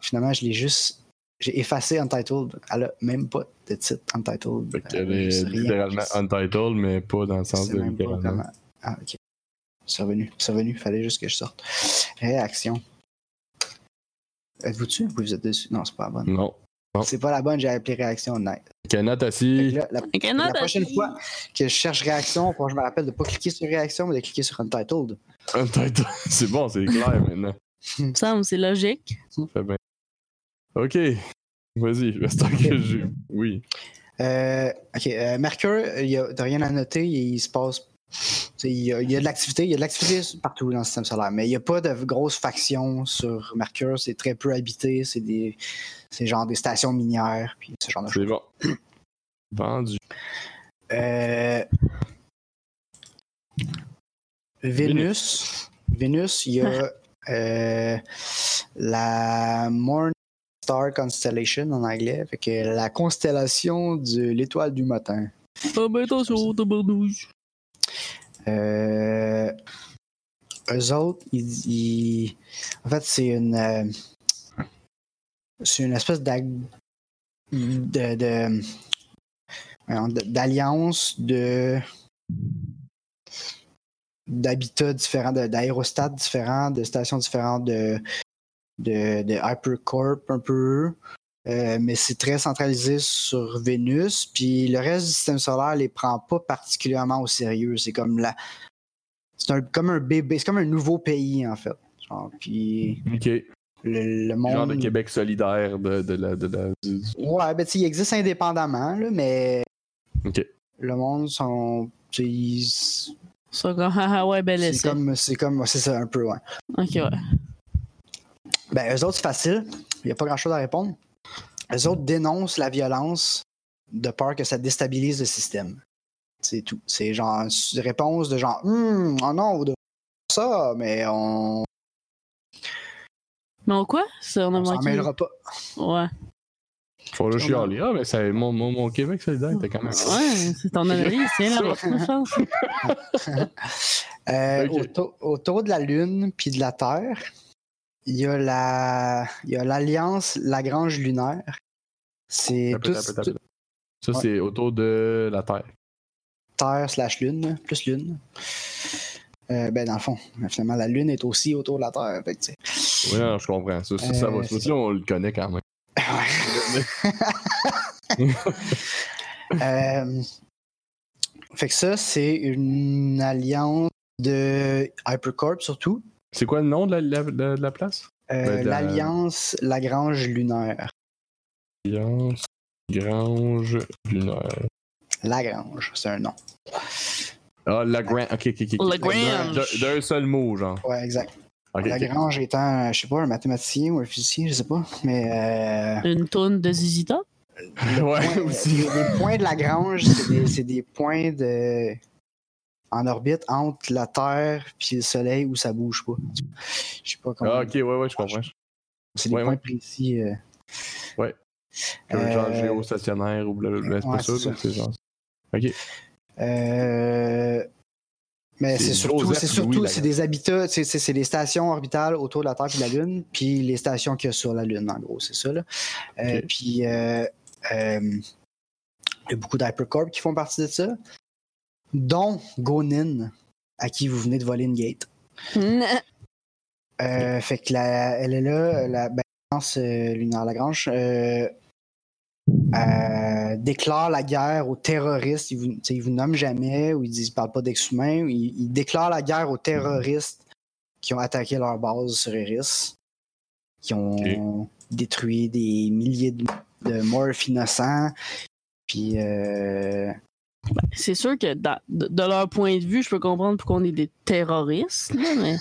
Finalement, je l'ai juste. J'ai effacé Untitled. Elle a même pas de titre Untitled.
Fait qu'elle
Elle a
est
Euh, juste rien.
littéralement
Je sais-
untitled, mais pas dans le
je
sens
sais
de
même pas
littéralement.
comment- Ah, ok. C'est revenu. C'est revenu. Fallait juste que je sorte. Réaction. Êtes-vous dessus? Oui, vous êtes dessus. Non, c'est pas la bonne.
Non. Non.
C'est pas la bonne, j'ai appelé réaction. Nice.
Kanat
Fait
assis.
que là, la
Fait que non, bah,
la
t'as-
prochaine fois que je cherche réaction, faut que je me rappelle de pas cliquer sur réaction, mais de cliquer sur Untitled.
Untitled. C'est bon, c'est clair maintenant.
Il me semble, c'est logique.
Fait bien. Ok. Vas-y, reste que j'ai. Oui.
Euh, ok, euh, Mercure, il y a t'as rien à noter, il, il se passe. t'sais, Il y, a, il y a de l'activité, il y a de l'activité partout dans le système solaire, mais il n'y a pas de grosses factions sur Mercure, c'est très peu habité, c'est des, c'est genre des stations minières, puis ce genre de choses.
C'est bon. Vendu.
Euh, Vénus. Vénus, il y a euh, la Morning Star Constellation en anglais, fait que la constellation de l'étoile du matin. Oh,
Ah ben attention, tabarnouche.
Euh, eux autres, ils, ils- en fait, c'est une, euh, c'est une espèce d'ag- de- de- voyons, de- d'alliance de d'habitats différents, de- d'aérostats différents, de stations différentes, de, de, de Hypercorp un peu. Euh, mais c'est très centralisé sur Vénus. Puis le reste du système solaire les prend pas particulièrement au sérieux. C'est comme la. C'est un, comme un bébé, c'est comme un nouveau pays en fait. Genre, puis
Ok.
le, le
Genre
monde.
de Québec solidaire de, de la. De la du- du-
Ouais, ben tu sais, il existe indépendamment, là, mais
Ok.
le monde sont. tu sais, ils-
Ça, comme, haha, ouais, ben
C'est
laissez.
comme. C'est comme. C'est ça un peu, ouais.
Ok, ouais.
Ben, eux autres, c'est facile. Il n'y a pas grand-chose à répondre. Eux autres dénoncent la violence de peur que ça déstabilise le système. C'est tout. C'est genre une réponse de genre, hum, oh non, vous devriez faire ça, mais on,
Mais en quoi? Ça, on a
on s'en
manqué.
mêlera pas.
Ouais.
Faut le chialer. Ah, mais c'est mon, mon, mon Québec solidaire était quand même.
Ouais, c'est ton analyse, c'est la bonne sens.
Euh,
Ok.
autour, autour de la Lune puis de la Terre, il y a la, il y a l'alliance Lagrange lunaire. C'est
Tapez,
tout
tapez, tapez. Ça, c'est autour de la Terre.
Terre slash Lune, plus Lune. Euh, ben, dans le fond, finalement, la Lune est aussi autour de la Terre. fait que, tu sais,
Oui, non, non, je comprends. Ça, ça, ça
Euh,
va.
c'est
Ça, là, on le connaît quand même.
Ouais. Euh, fait que ça, c'est une alliance de Hypercorp surtout.
C'est quoi le nom de la, la- la- de la place?
Euh,
Ben, de la-
L'alliance Lagrange Lunaire.
Alliance Grange Lunaire.
Lagrange, c'est un nom.
Ah, Lagrange. Ok, ok, ok. ok.
Lagrange.
D'un- D'un seul mot, genre.
Ouais, exact.
Ok, ok.
Lagrange étant, euh, je sais pas, un mathématicien ou un physicien, je sais pas, mais. euh,
Une toune de Zizi Top?
Ouais,
point-
aussi.
les, les points de Lagrange, c'est des, c'est des points de en orbite entre la Terre puis le Soleil où ça bouge pas. Je sais pas comment.
Ah, ok, ouais, ouais, je comprends.
C'est des
ouais,
points
ouais.
précis. euh.
Comme genre
Euh,
géostationnaire ou blablabla. C'est
ouais,
pas ça,
c'est
là, c'est genre. Ok.
Euh, Mais
C'est
c'est surtout,
Joseph
c'est
Louis
surtout,
Lagrange.
c'est des habitats, c'est- c'est c'est les stations orbitales autour de la Terre et de la Lune, puis les stations qu'il y a sur la Lune, en gros, c'est ça. Là. Euh,
Ok.
Puis euh, euh, il y a beaucoup d'hypercorps qui font partie de ça, dont Gonin, à qui vous venez de voler une gate. Euh, fait que la, elle est là, la ben, l'Alliance, euh, Lunaire Lagrange euh, euh, déclare la guerre aux terroristes. Ils vous, tu sais, ils vous nomment jamais, ou ils disent ils parlent pas d'ex-humains. ou Ils, ils déclarent la guerre aux terroristes qui ont attaqué leur base sur Eris, qui ont détruit des milliers de, de morph innocents. Puis euh,
C'est sûr que dans- de, de leur point de vue, je peux comprendre pourquoi on est des terroristes, là, mais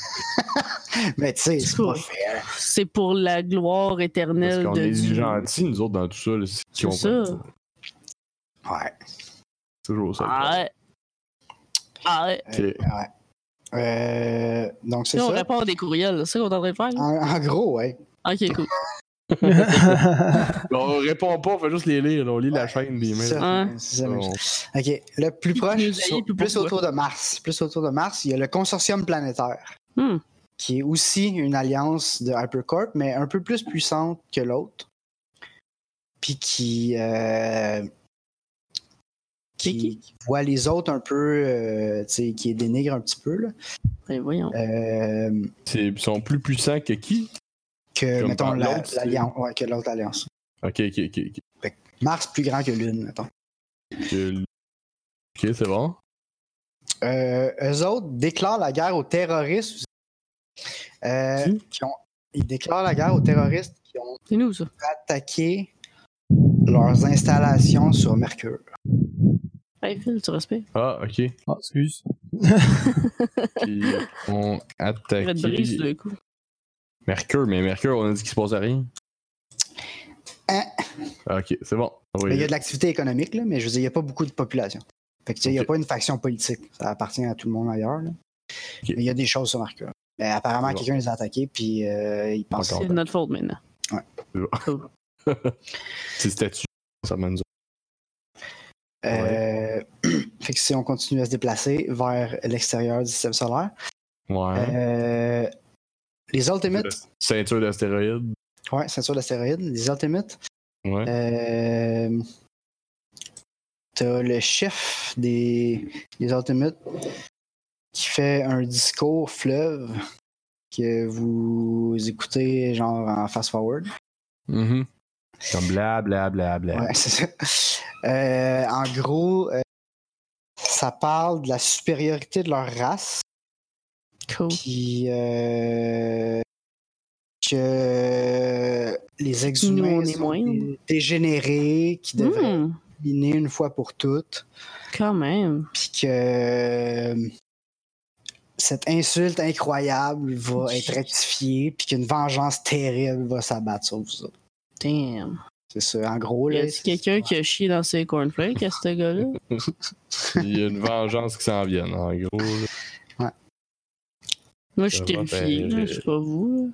mais tu sais, c'est pas hein.
Sure.
fair.
c'est pour la gloire
Parce
éternelle
qu'on
de
est
Dieu.
gentils, nous autres, dans tout ça. là, si
C'est
on-
ça.
Ouais.
C'est toujours ça.
Ah Ouais. Ah Ouais.
Ok.
Euh, donc c'est
Là, on
ça. Ah.
répond à des courriels, là. c'est ça qu'on est en train de faire. là?
En, en gros, ouais.
Ok, cool.
On répond pas, on fait juste les lire. là, On lit la chaîne des
C'est
mails.
ça,
Ouais.
c'est ça,
On-
même chose. OK. Le plus
Plus
proche,
nous
sur-
haïs, plus
plus
pourquoi.
autour de Mars. Plus autour de Mars, il y a le consortium planétaire,
Hmm.
qui est aussi une alliance de Hypercorp, mais un peu plus puissante que l'autre. Puis qui, euh,
C'est
qui,
qui?
qui voit les autres un peu, euh, tu sais, qui les dénigre un petit peu, là.
Ben, voyons.
Euh,
C'est- Ils sont plus puissants que qui
que,
Comme
mettons,
par
la-
l'autre, c'est-
l'alliance. ouais, que l'autre alliance.
Ok, ok, ok. ok.
Mars plus grand que Lune, mettons.
Que- Ok, c'est bon.
Euh, eux autres déclarent la guerre aux terroristes. Euh,
Qui?
qui ont- ils déclarent la guerre aux terroristes qui ont
C'est nous, ça.
attaqué leurs installations sur Mercure.
Hey, Phil, tu respectes.
Ah, ok.
Ah, excuse.
Puis on attaque.
Je te brise, le coup.
Mercure, mais Mercure, on a dit qu'il se passait rien.
Hein?
Ok, c'est bon. Ah Oui.
Mais Il y a de l'activité économique, là, mais je veux dire, il n'y a pas beaucoup de population. Fait que, tu sais, il n'y a
Ok.
pas une faction politique. Ça appartient à tout le monde ailleurs. là. Mais il y a des choses sur Mercure. Mais apparemment,
Bon.
quelqu'un les a attaqués, puis euh, ils pensent.
Encore.
C'est de notre faute maintenant.
C'est statut. Ça mène
Euh, fait que si on continue à se déplacer vers l'extérieur du système solaire,
Ouais.
euh, les Ultimates,
Ceinture d'astéroïdes.
ouais, ceinture d'astéroïdes, les Ultimates,
Ouais.
Euh, T'as le chef des, des Ultimates qui fait un discours fleuve que vous écoutez genre en fast-forward.
Mhm. Comme bla bla bla bla.
Euh. Ouais, c'est ça. Euh, en gros, euh, ça parle de la supériorité de leur race,
Cool.
puis euh, que les
Nous,
ex-humains
on est
sont
moindres.
des dégénérés, qui devraient
Hmm,
éliminer une fois pour toutes.
quand même.
puis que euh, cette insulte incroyable va être rectifiée, puis qu'une vengeance terrible va s'abattre sur vous autres.
Damn.
C'est ça, en gros.
Y
Là,
a-t-il quelqu'un qui a chié dans ses cornflakes à ce gars-là?
Il y a une vengeance qui s'en vient, en gros. là.
Moi, je
Ça
suis
va,
terrifié,
ben, je-
là, je sais pas vous.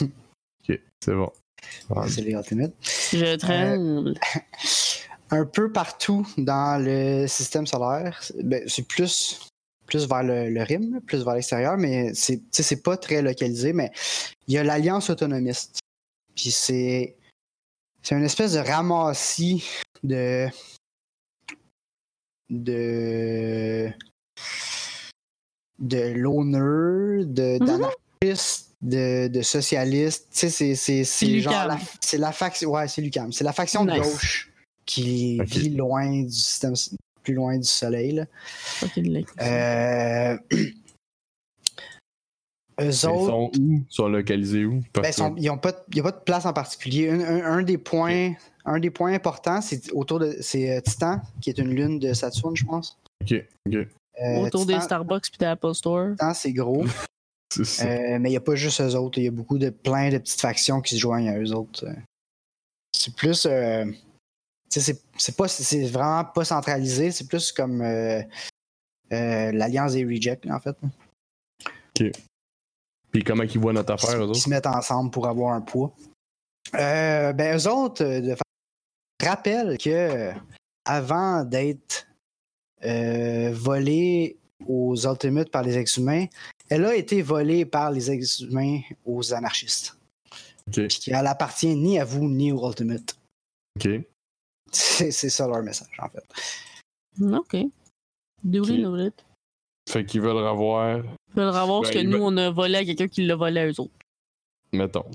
là.
Ok, c'est bon. Ouais.
C'est les Ultimates. Euh,
Je tremble.
Un peu partout dans le système solaire, c'est- ben, c'est plus, plus vers le, le rim, là, plus vers l'extérieur, mais c'est tu sais, c'est pas très localisé, mais il y a l'Alliance autonomiste. Puis c'est c'est une espèce de ramassis de de de l'honneur, de
Mhm.
d'anarchistes, de, de socialistes. Tu sais, c'est- c'est c'est genre
l'UQAM.
la- c'est la faction. Ouais, c'est l'UQAM. C'est la faction de
Nice.
gauche qui
Ok.
vit loin du système, plus loin du soleil. Là.
Fucking late.
Euh, eux
Ils
autres,
sont où? Ils sont localisés où?
ben, sont- ils ont pas, de- il n'y a pas de place en particulier. Un, un- un des points, un des points importants, c'est autour de, c'est euh, Titan, qui est une lune de Saturne, je pense.
Ok, ok.
Euh,
Autour des
Titan,
Starbucks puis de l'Apple Store.
Titan, c'est gros.
C'est ça.
Euh, mais il n'y a pas juste eux autres. Il y a beaucoup de plein de petites factions qui se joignent à eux autres. euh. C'est plus. euh, tu sais, c'est- c'est pas c'est vraiment pas centralisé. C'est plus comme euh, euh, l'Alliance des Rejects, là, en fait. là,
Puis comment ils voient notre affaire, eux
qui, qui
autres?
se mettent ensemble pour avoir un poids. Euh, ben, eux autres, euh, de fa- rappellent que euh, avant d'être euh, volée aux Ultimates par les ex-humains, elle a été volée par les ex-humains aux anarchistes.
Ok,
puis qu'elle appartient ni à vous ni aux Ultimate.
ok.
C'est c'est ça leur message, en fait.
Mm, OK.
Ok.
Doulé, nous it.
Fait qu'ils veulent revoir,
Ils veulent revoir ce
Ben,
que
il
nous,
va-
on a volé à quelqu'un qui l'a volé à eux autres.
mettons.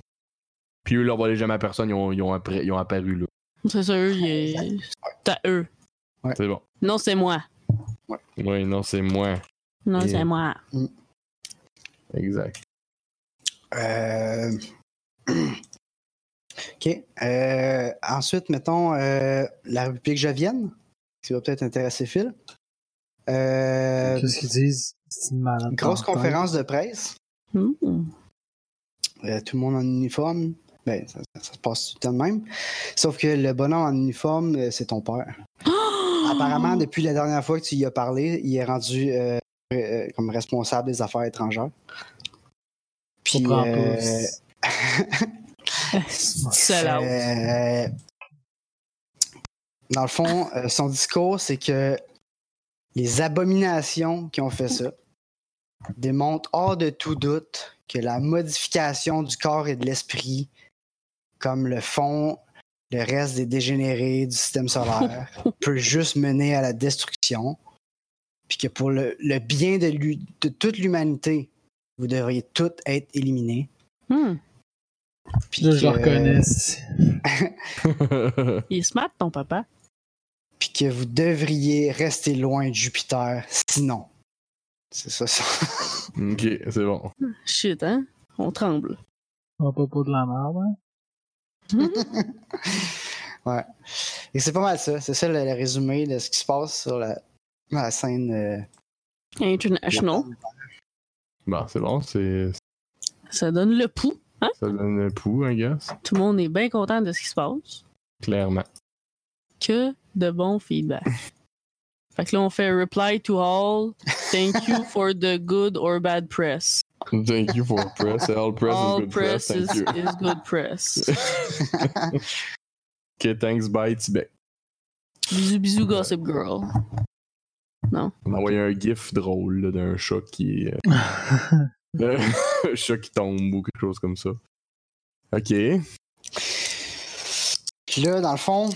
Puis eux, leur voler jamais à personne, ils ont, ils ont, apparu, ils ont apparu là.
C'est ça, eux, ils- c'est à eux.
C'est bon.
Non, c'est moi.
Oui, non, c'est moi.
Non,
Yeah.
c'est moi.
Exact.
Euh, OK. Euh, Ensuite, mettons euh, la République Javienne, qui va peut-être intéresser Phil. Euh,
Qu'est-ce qu'ils disent? C'est une malade
grosse
mentale.
conférence de presse.
Mm.
Euh, tout le monde en uniforme. Ben, ça, ça- ça se passe tout le temps de même. Sauf que le bonhomme en uniforme, euh, c'est ton père. Apparemment, depuis la dernière fois que tu y as parlé, il est rendu euh, euh, comme responsable des affaires étrangères.
Je
Puis,
comprends
euh,
Seul out.
Euh, dans le fond, euh, son discours, c'est que les abominations qui ont fait ça démontrent hors de tout doute que la modification du corps et de l'esprit, comme le font le reste des dégénérés du système solaire, peut juste mener à la destruction, puis que pour le, le bien de, l'hu- de toute l'humanité, vous devriez toutes être éliminés.
Mm.
Puis là, je le
que-
reconnais. c'est-
Il est smart, ton papa.
puis que vous devriez rester loin de Jupiter, sinon. C'est ça, ça.
ok, c'est bon.
Shit, hein? On tremble.
On va pas pour de la merde, hein?
ouais. Et c'est pas mal ça. C'est ça le, le résumé de ce qui se passe sur la, la scène. euh,
International.
Bon, c'est bon, c'est.
Ça donne le pouls.
Ça donne le pouls, I guess.
Tout le monde est bien content de ce qui se passe.
Clairement.
Que de bons feedbacks. fait que là, on fait reply to all. Thank you for the good or bad press.
Thank you for press. All press
all
is good press.
press,
Thank
is,
you.
is good press.
ok, thanks, bye, Tibet.
bisous, bisous, gossip girl.
On m'a envoyé un gif drôle là, d'un chat qui. euh, un chat qui tombe ou quelque chose comme ça. Ok.
Puis là, dans le fond,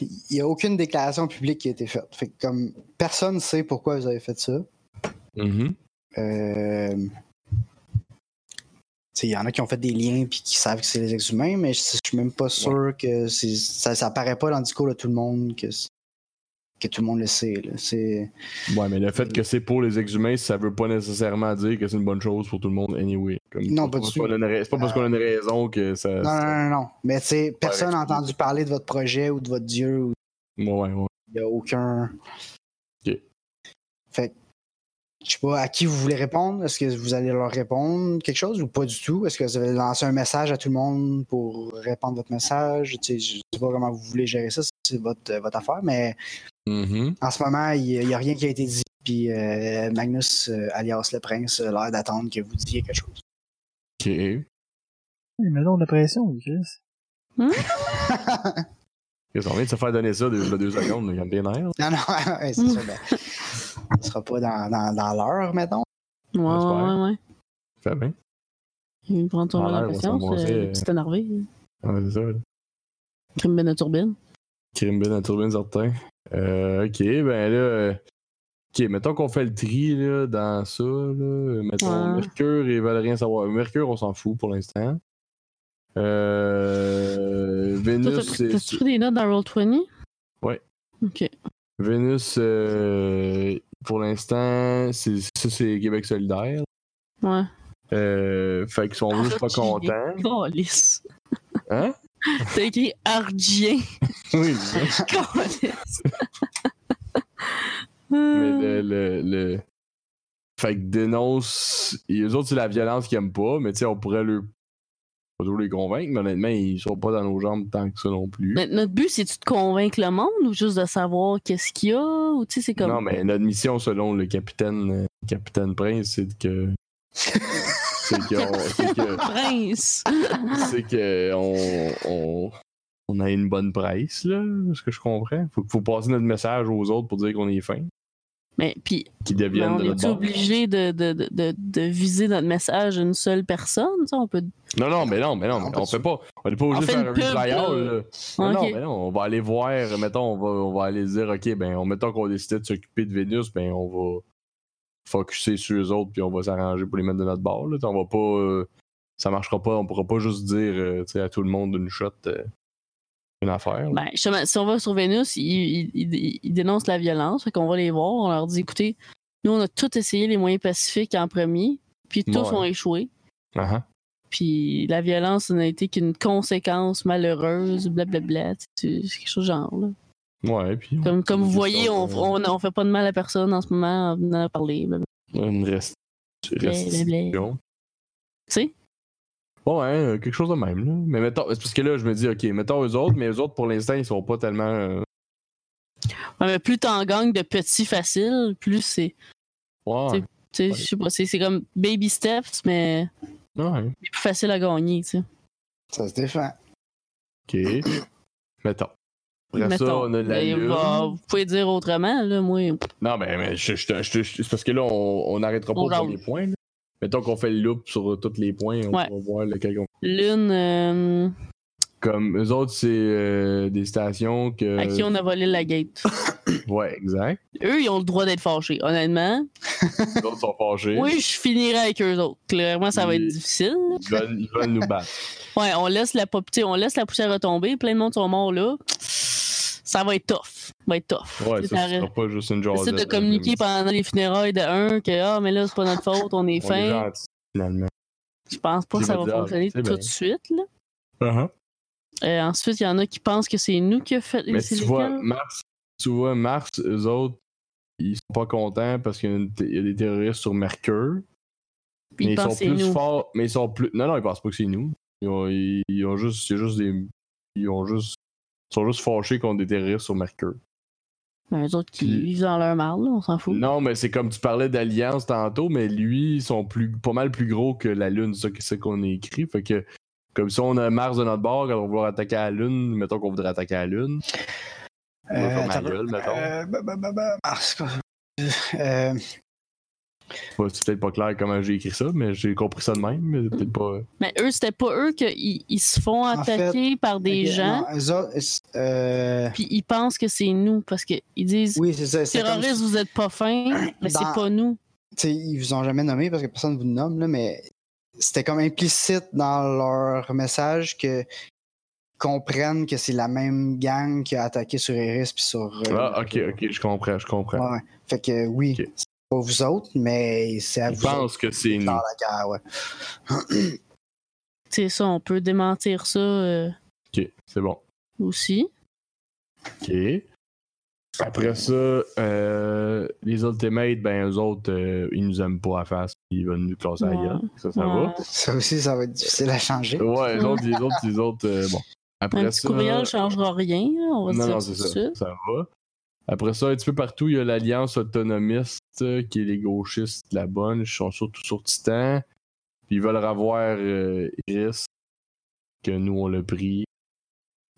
il n'y a aucune déclaration publique qui a été faite. Fait que comme personne ne sait pourquoi vous avez fait ça.
Mhm.
Euh, t'sais, Il y en a qui ont fait des liens puis qui savent que c'est les ex-humains, mais je je suis même pas sûr que c'est- ça, ça apparaît pas dans le discours de tout le monde que, c'est- que tout le monde le sait. là. C'est
Ouais, mais le fait que c'est pour les exhumés, ça veut pas nécessairement dire que c'est une bonne chose pour tout le monde, anyway. Comme,
Non,
c'est
pas du
parce
tout.
qu'on a une ra- C'est pas parce qu'on a une raison que ça.
non, non, non, non. Mais t'sais, personne n'a
ouais,
entendu parler de votre projet ou de votre dieu. ou
Ouais, ouais.
Il n'y a aucun.
Ok.
Fait que, je sais pas à qui vous voulez répondre. Est-ce que vous allez leur répondre quelque chose ou pas du tout? Est-ce que vous allez lancer un message à tout le monde pour répandre votre message? Tu sais, je sais pas comment vous voulez gérer ça, c'est votre, euh, votre affaire, mais
Mhm.
en ce moment, il n'y a rien qui a été dit. Puis euh, Magnus, euh, alias le prince, a l'air d'attendre que vous disiez quelque chose.
Ok.
Il met donc de la pression, lui, Chris.
Ils ont vient de se faire donner ça deux, deux secondes, il y a des nerfs.
non, non, ouais, c'est ça. ben, ce sera pas dans, dans, dans l'heure, mettons.
Ouais, ouais,
J'espère.
ouais, ouais.
Fait bien.
Il prend son
Ah,
mal en
ouais, on
patience.
s'en va,
euh,
c'est-
C'est énervé.
Ouais, c'est ça. là.
Crime de turbine.
Crime Ben à Turbine certain. Euh, ok, ben là. euh, Ok, mettons qu'on fait le tri là, dans ça. Là. Mettons
Ouais.
Mercure et Valérien savoir. Mercure, on s'en fout pour l'instant. Euh,
Toi,
Vénus,
t'as pris-
c'est.
t'as-tu pris des notes dans Roll20?
Ouais.
Ok.
Vénus, euh, pour l'instant, c'est ça, c'est Québec solidaire.
Ouais.
Euh, fait qu'ils
Ah,
sont juste pas contents.
Oh, lisse.
Hein?
T'as écrit Argien.
Oui, c'est ça.
Calisse.
mais le,
Euh. Hmm.
le, le- Fait que dénonce. Et eux autres, c'est la violence qu'ils aiment pas, mais tu sais, on pourrait leur. Pas toujours les convaincre, mais honnêtement, ils sont pas dans nos jambes tant que ça non plus.
Mais notre but, c'est-tu de convaincre le monde ou juste de savoir qu'est-ce qu'il y a? Ou tu sais, c'est comme.
Non, mais notre mission, selon le capitaine, euh, capitaine Prince, c'est que. c'est que. on- c'est que.
Prince!
c'est que on, on, on a une bonne presse, là, ce que je comprends. Faut, faut passer notre message aux autres pour dire qu'on est fin,
Mais puis,
qu'ils
mais
deviennent
on
de notre
est
bord.
obligé de, de, de, de, de viser notre message à une seule personne? ça on peut.
Non, non, mais non, mais non, mais on fait pas. On n'est pas obligé
On
de
fait
faire
une
un
pub,
reply
là.
all, là. Non,
Ah, Ok.
non, mais non, on va aller voir, mettons, on va, on va aller dire, ok, ben, on, mettons qu'on décidait de s'occuper de Vénus, ben, on va focuser sur eux autres, puis on va s'arranger pour les mettre de notre bord, là. On va pas. euh, ça marchera pas, on pourra pas juste dire, euh, tu sais, à tout le monde d'une shot, euh, une affaire, là.
Ben, justement, si on va sur Vénus, ils, ils- ils- ils dénoncent la violence. Fait qu'on va les voir. On leur dit écoutez, nous, on a tout essayé les moyens pacifiques en premier, puis tous
Ouais.
ont échoué.
Ah, ah.
Puis la violence n'a été qu'une conséquence malheureuse, blablabla. tu sais, C'est quelque chose de genre. Là.
Ouais, puis. on-
Comme, comme vous voyez, on,
euh,
on, on fait pas de mal à personne en ce moment en venant parler. blablabla.
Une rest-
Ben,
restitution.
Tu sais?
Bon, hein, euh, quelque chose de même. Là. Mais mettons, c'est parce que là, je me dis, ok, mettons eux autres, mais eux autres, pour l'instant, ils sont pas tellement. euh,
Ouais, mais plus t'en gagnes de petits faciles, plus c'est.
Ouais.
Tu sais,
Ouais.
je sais pas, c'est c'est comme baby steps, mais
Ouais.
plus facile à gagner, tu sais.
Ça se défend.
Ok. mettons. Après ça,
Mettons.
on a la
Mais
lune.
bah, vous pouvez dire autrement, là, moi.
Non, mais, mais je, je- je- je- c'est parce que là, on, on arrêtera pas
On
pour
jase.
les points. là. Mettons qu'on fait le loop sur euh, tous les points, on
Ouais.
va voir lequel on.
Lune, euh,
Comme eux autres, c'est euh, des stations que.
à qui on a volé la gate.
Ouais, exact.
Eux, ils ont le droit d'être fâchés, honnêtement.
Les autres sont fâchés.
Oui, je finirai avec eux autres. Clairement, ça va être
Oui.
difficile.
Ils veulent, ils veulent nous battre.
Ouais, on laisse la pop- tu sais, on laisse la poussière retomber, plein de monde sont morts là. Ça va être tough. Ça va être tough.
Ouais,
Tu sais,
ça, ce
ça-
sera pas juste une euh, genre
J'essaie de communiquer pendant les funérailles de un que ah mais là c'est pas notre faute, on est
On est
fin.
gentil, finalement.
Je pense pas que
J'ai
ça
pas
va
dit, ah,
fonctionner tout
c'est bien.
de suite. Là. Euh, ensuite, il y en a qui pensent que c'est nous qui a fait.
Mais
c'est
tu vois,
lesquels?
Mars, tu vois, Mars, eux autres, ils sont pas contents parce qu'il y a, une- il y a des terroristes sur Mercure.
Puis
mais
ils
ils
pensent que
sont
c'est
plus
nous.
forts. Mais ils sont plus. Non, non, ils pensent pas que c'est nous. Ils ont, ils, ils ont juste. c'est juste des. Ils ont juste. Ils sont juste fâchés contre des terroristes sur Mercure.
Il y en a d'autres qui
Puis-
vivent dans leur marde, là, on s'en fout.
Non, mais c'est comme tu parlais d'alliance tantôt, mais lui, ils sont plus, pas mal plus gros que la Lune, c'est ça que- c'est qu'on a écrit. Fait que, comme si on a Mars de notre bord, quand on va vouloir attaquer la Lune, mettons qu'on voudrait attaquer la Lune. On va faire ma
Euh, attends,
gueule, mettons.
euh, bah, bah, bah, bah, Mars, quoi. Euh,
Pas- C'est peut-être pas clair comment j'ai écrit ça, mais j'ai compris ça de même. mais Peut-être pas.
Mais eux, c'était pas eux qu'ils ils se font
En fait,
attaquer par des
ok,
gens,
non, eux autres, euh,
puis ils pensent que c'est nous parce qu'ils disent
oui, c'est ça. c'est comme
terroristes, vous êtes pas fins,
Dans-
mais c'est pas nous.
tu sais, ils vous ont jamais nommé parce que personne ne vous nomme, là, mais c'était comme implicite dans leur message que comprennent que c'est la même gang qui a attaqué sur Eris puis sur. euh,
Ah, ok, ok, je comprends, je comprends.
Ouais. Fait que oui,
Ok.
c'est pas vous autres, mais c'est à
Je
vous autres
pense que c'est nous.
dans la guerre, ouais.
C'est ça, on peut démentir ça euh,
Ok, c'est bon.
aussi.
Ok. Après ça, euh, les Ultimates, ben eux autres, euh, ils nous aiment pas à face, puis ils veulent nous classer
Ouais.
ailleurs. Ça, ça va.
Ouais.
Ça aussi, ça va être difficile à changer.
Ouais, les autres, les autres, les autres. euh, bon. Après
Un petit
ça.
courriel changera rien, là, on va
euh, non,
dire
non,
ça
c'est
tout de
ça.
suite.
Ça va. Après ça, un petit peu partout, il y a l'Alliance autonomiste, euh, qui est les gauchistes de la bonne. Ils sont surtout sur Titan. Puis ils veulent revoir euh, Iris, que nous, on l'a pris.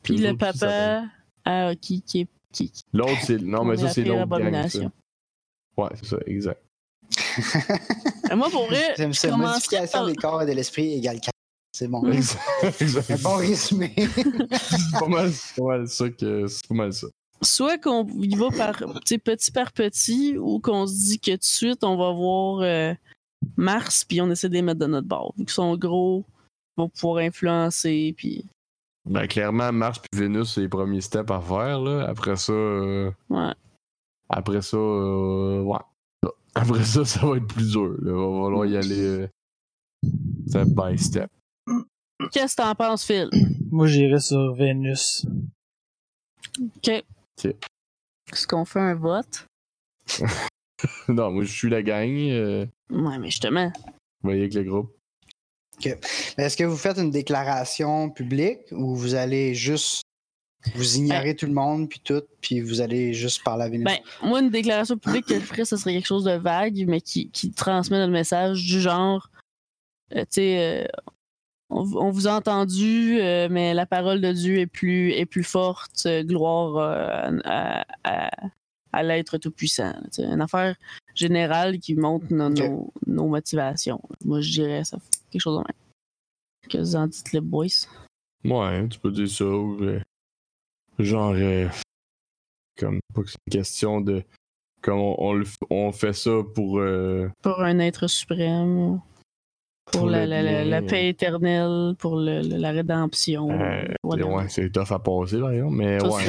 Puis
Eux
le
autres, ils s'appellent-
papa ah, qui, qui est. Qui, qui-
L'autre, c'est. Non,
On
mais
est
ça,
la
c'est
pire
l'autre gang. ça.
abomination.
Ouais, c'est ça, exact. Oh.
Moi, pour vrai,
J'aime
je
ça.
commencerais
Modification
par-
des corps et de l'esprit égale 4. C'est bon.
Exact.
Un Ah bon résumé.
C'est pas mal, c'est pas mal ça que c'est pas mal ça.
soit qu'on y va par tu sais, petit par petit ou qu'on se dit que tout de suite on va voir euh, Mars puis on essaie de les mettre de notre bord. Vu qu'ils sont gros, ils vont pouvoir influencer puis
Ben, clairement, Mars puis Vénus, c'est les premiers steps à faire, là. Après ça. euh,
ouais.
Après ça, euh, ouais. Bon. Après ça, ça va être plus dur. Là. Va falloir y aller euh, step by step.
Qu'est-ce que t'en penses, Phil?
Moi, j'irais sur Vénus.
OK.
Ok.
Est-ce qu'on fait un vote?
non, moi, je suis la gang. Euh,
Ouais, mais justement.
voyez avec le groupe.
Mais Est-ce que vous faites une déclaration publique ou vous allez juste vous ignorez tout le monde puis tout, puis vous allez juste parler à Vénus?
Ben, moi, une déclaration publique que je ferais, ce serait quelque chose de vague, mais qui, qui transmet le message du genre, euh, tu sais, euh, on, v- on vous a entendu, euh, mais la parole de Dieu est plus, est plus forte, euh, gloire euh, à, à, à l'être tout-puissant. Tu sais, Une affaire générale qui montre nos,
Ok.
nos, nos motivations. Moi, je dirais ça, quelque chose de même. Que vous en dites, les boys.
Ouais, tu peux dire ça. ou, euh, genre, euh, comme pas que c'est une question de. Comme on, on le f- on fait ça pour. euh,
Pour un être suprême. Pour,
Pour
la,
le
la- la-
bien,
la paix éternelle, pour le- le- la rédemption.
euh,
whatever.
ouais, c'est tough à passer, par exemple, mais
Ça,
ouais.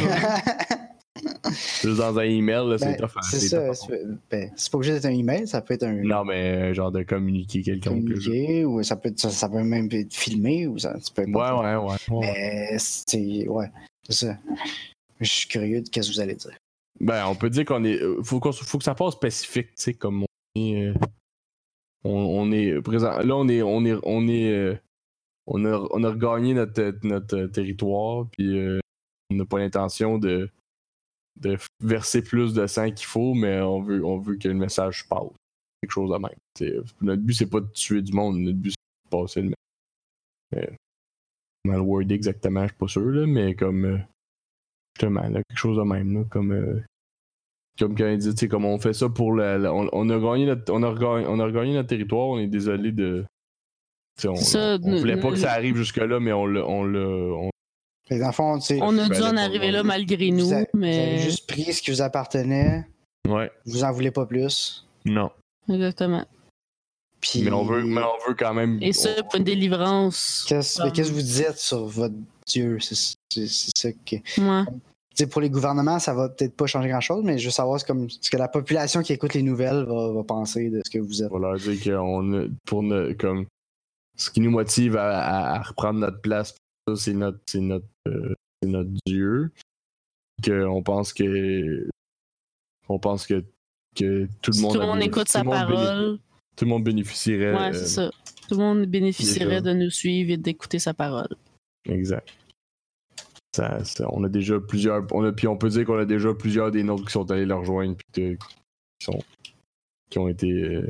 Juste dans un email, là, c'est
Ben,
tough à
c'est
Ben, c'est tough
ça.
à
C'est ben, c'est pas obligé d'être un email, ça peut être un
Non, mais euh, genre de communiquer quelconque. là, je-
communiqué ou ça peut, être- ça, ça peut même être filmé ou ça, tu peux
Ouais, ouais, ouais. ouais, ouais.
Mais c'est, ouais, c'est ça. Je suis curieux de qu'est-ce que vous allez dire.
Ben, on peut dire qu'on est. euh, Faut, qu'on- faut que ça passe spécifique, tu sais, comme on est. euh, on, on est présent. Là, on est. On est. On est. euh, on a, on a regagné notre, notre euh, territoire, puis euh, on n'a pas l'intention de, de verser plus de sang qu'il faut, mais on veut, on veut que le message passe. Quelque chose de même. tu sais. notre but, c'est pas de tuer du monde, notre but, c'est de passer le message. mal wordé exactement, je suis pas sûr, là, mais comme. euh, justement, là, quelque chose de même, là, comme. euh, comme quand il dit, tu sais, comme on fait ça pour la. la- on, on a gagné notre, on, a regagné, on a regagné notre territoire, on est désolé de. tu sais, On,
Ça,
on, on voulait
ne-
pas
ne-
que ça arrive jusque-là, mais on l'a. On l'a on-
Les enfants, tu sais,
On a
Ben,
dû en
d'accord,
arriver
on-
là malgré
vous,
nous,
a- vous avez
mais.
juste pris ce qui vous appartenait,
Ouais.
vous en voulez pas plus.
Non.
Exactement.
Puis,
Mais on veut, mais on veut quand même.
Et ça, pour une délivrance.
Qu'est-ce mais qu'est-ce que vous dites sur votre Dieu? C'est c'est- c'est ça que. Tu
Ouais.
sais, pour les gouvernements, ça va peut-être pas changer grand-chose, mais je veux savoir c'est comme, ce que la population qui écoute les nouvelles va, va penser de ce que vous êtes.
on, on leur dire qu'on a- pour ne, comme ce qui nous motive à, à- à reprendre notre place, ça, c'est notre, c'est notre, euh, c'est notre Dieu. Qu'on pense que, on pense que, que tout le
Si
monde,
tout le
a
monde
béné-
écoute
tout
sa
le monde béné-
parole,
Tout le monde bénéficierait.
ouais,
euh,
c'est ça. Tout le monde bénéficierait
déjà.
de nous suivre et d'écouter sa parole.
Exact. Ça, ça- on a déjà plusieurs. On a, puis on peut dire qu'on a déjà plusieurs des nôtres qui sont allés le rejoindre puis que- qui sont qui ont été euh,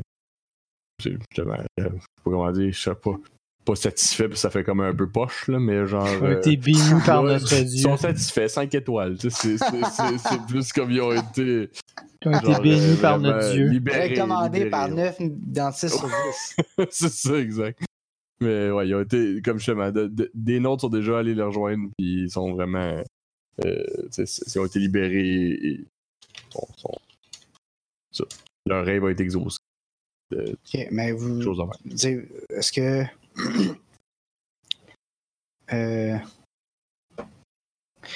c'est justement euh, je sais pas comment dire, je sais pas pas satisfaits puis ça fait comme un peu poche là, mais genre
On a
euh,
été bénis par
ouais,
notre
ils
Dieu.
sont satisfaits, 5 étoiles. tu sais, C'est c'est- c'est- c'est plus comme ils ont été.
On a été
genre,
bénis
euh,
par notre
vraiment
Dieu.
libérés,
Recommandé
libérés,
par
ouais.
9 dentistes sur 10.
c'est ça, exact. Mais ouais, ils ont été, comme justement, de, de- des nôtres sont déjà allés les rejoindre, puis ils sont vraiment. Euh, tu sais, c- ils ont été libérés et. et- bon, sont- ça. Leur rêve a été exaucé.
Ok, mais vous,
quelque chose de même.
Tu sais, est-ce que. Euh,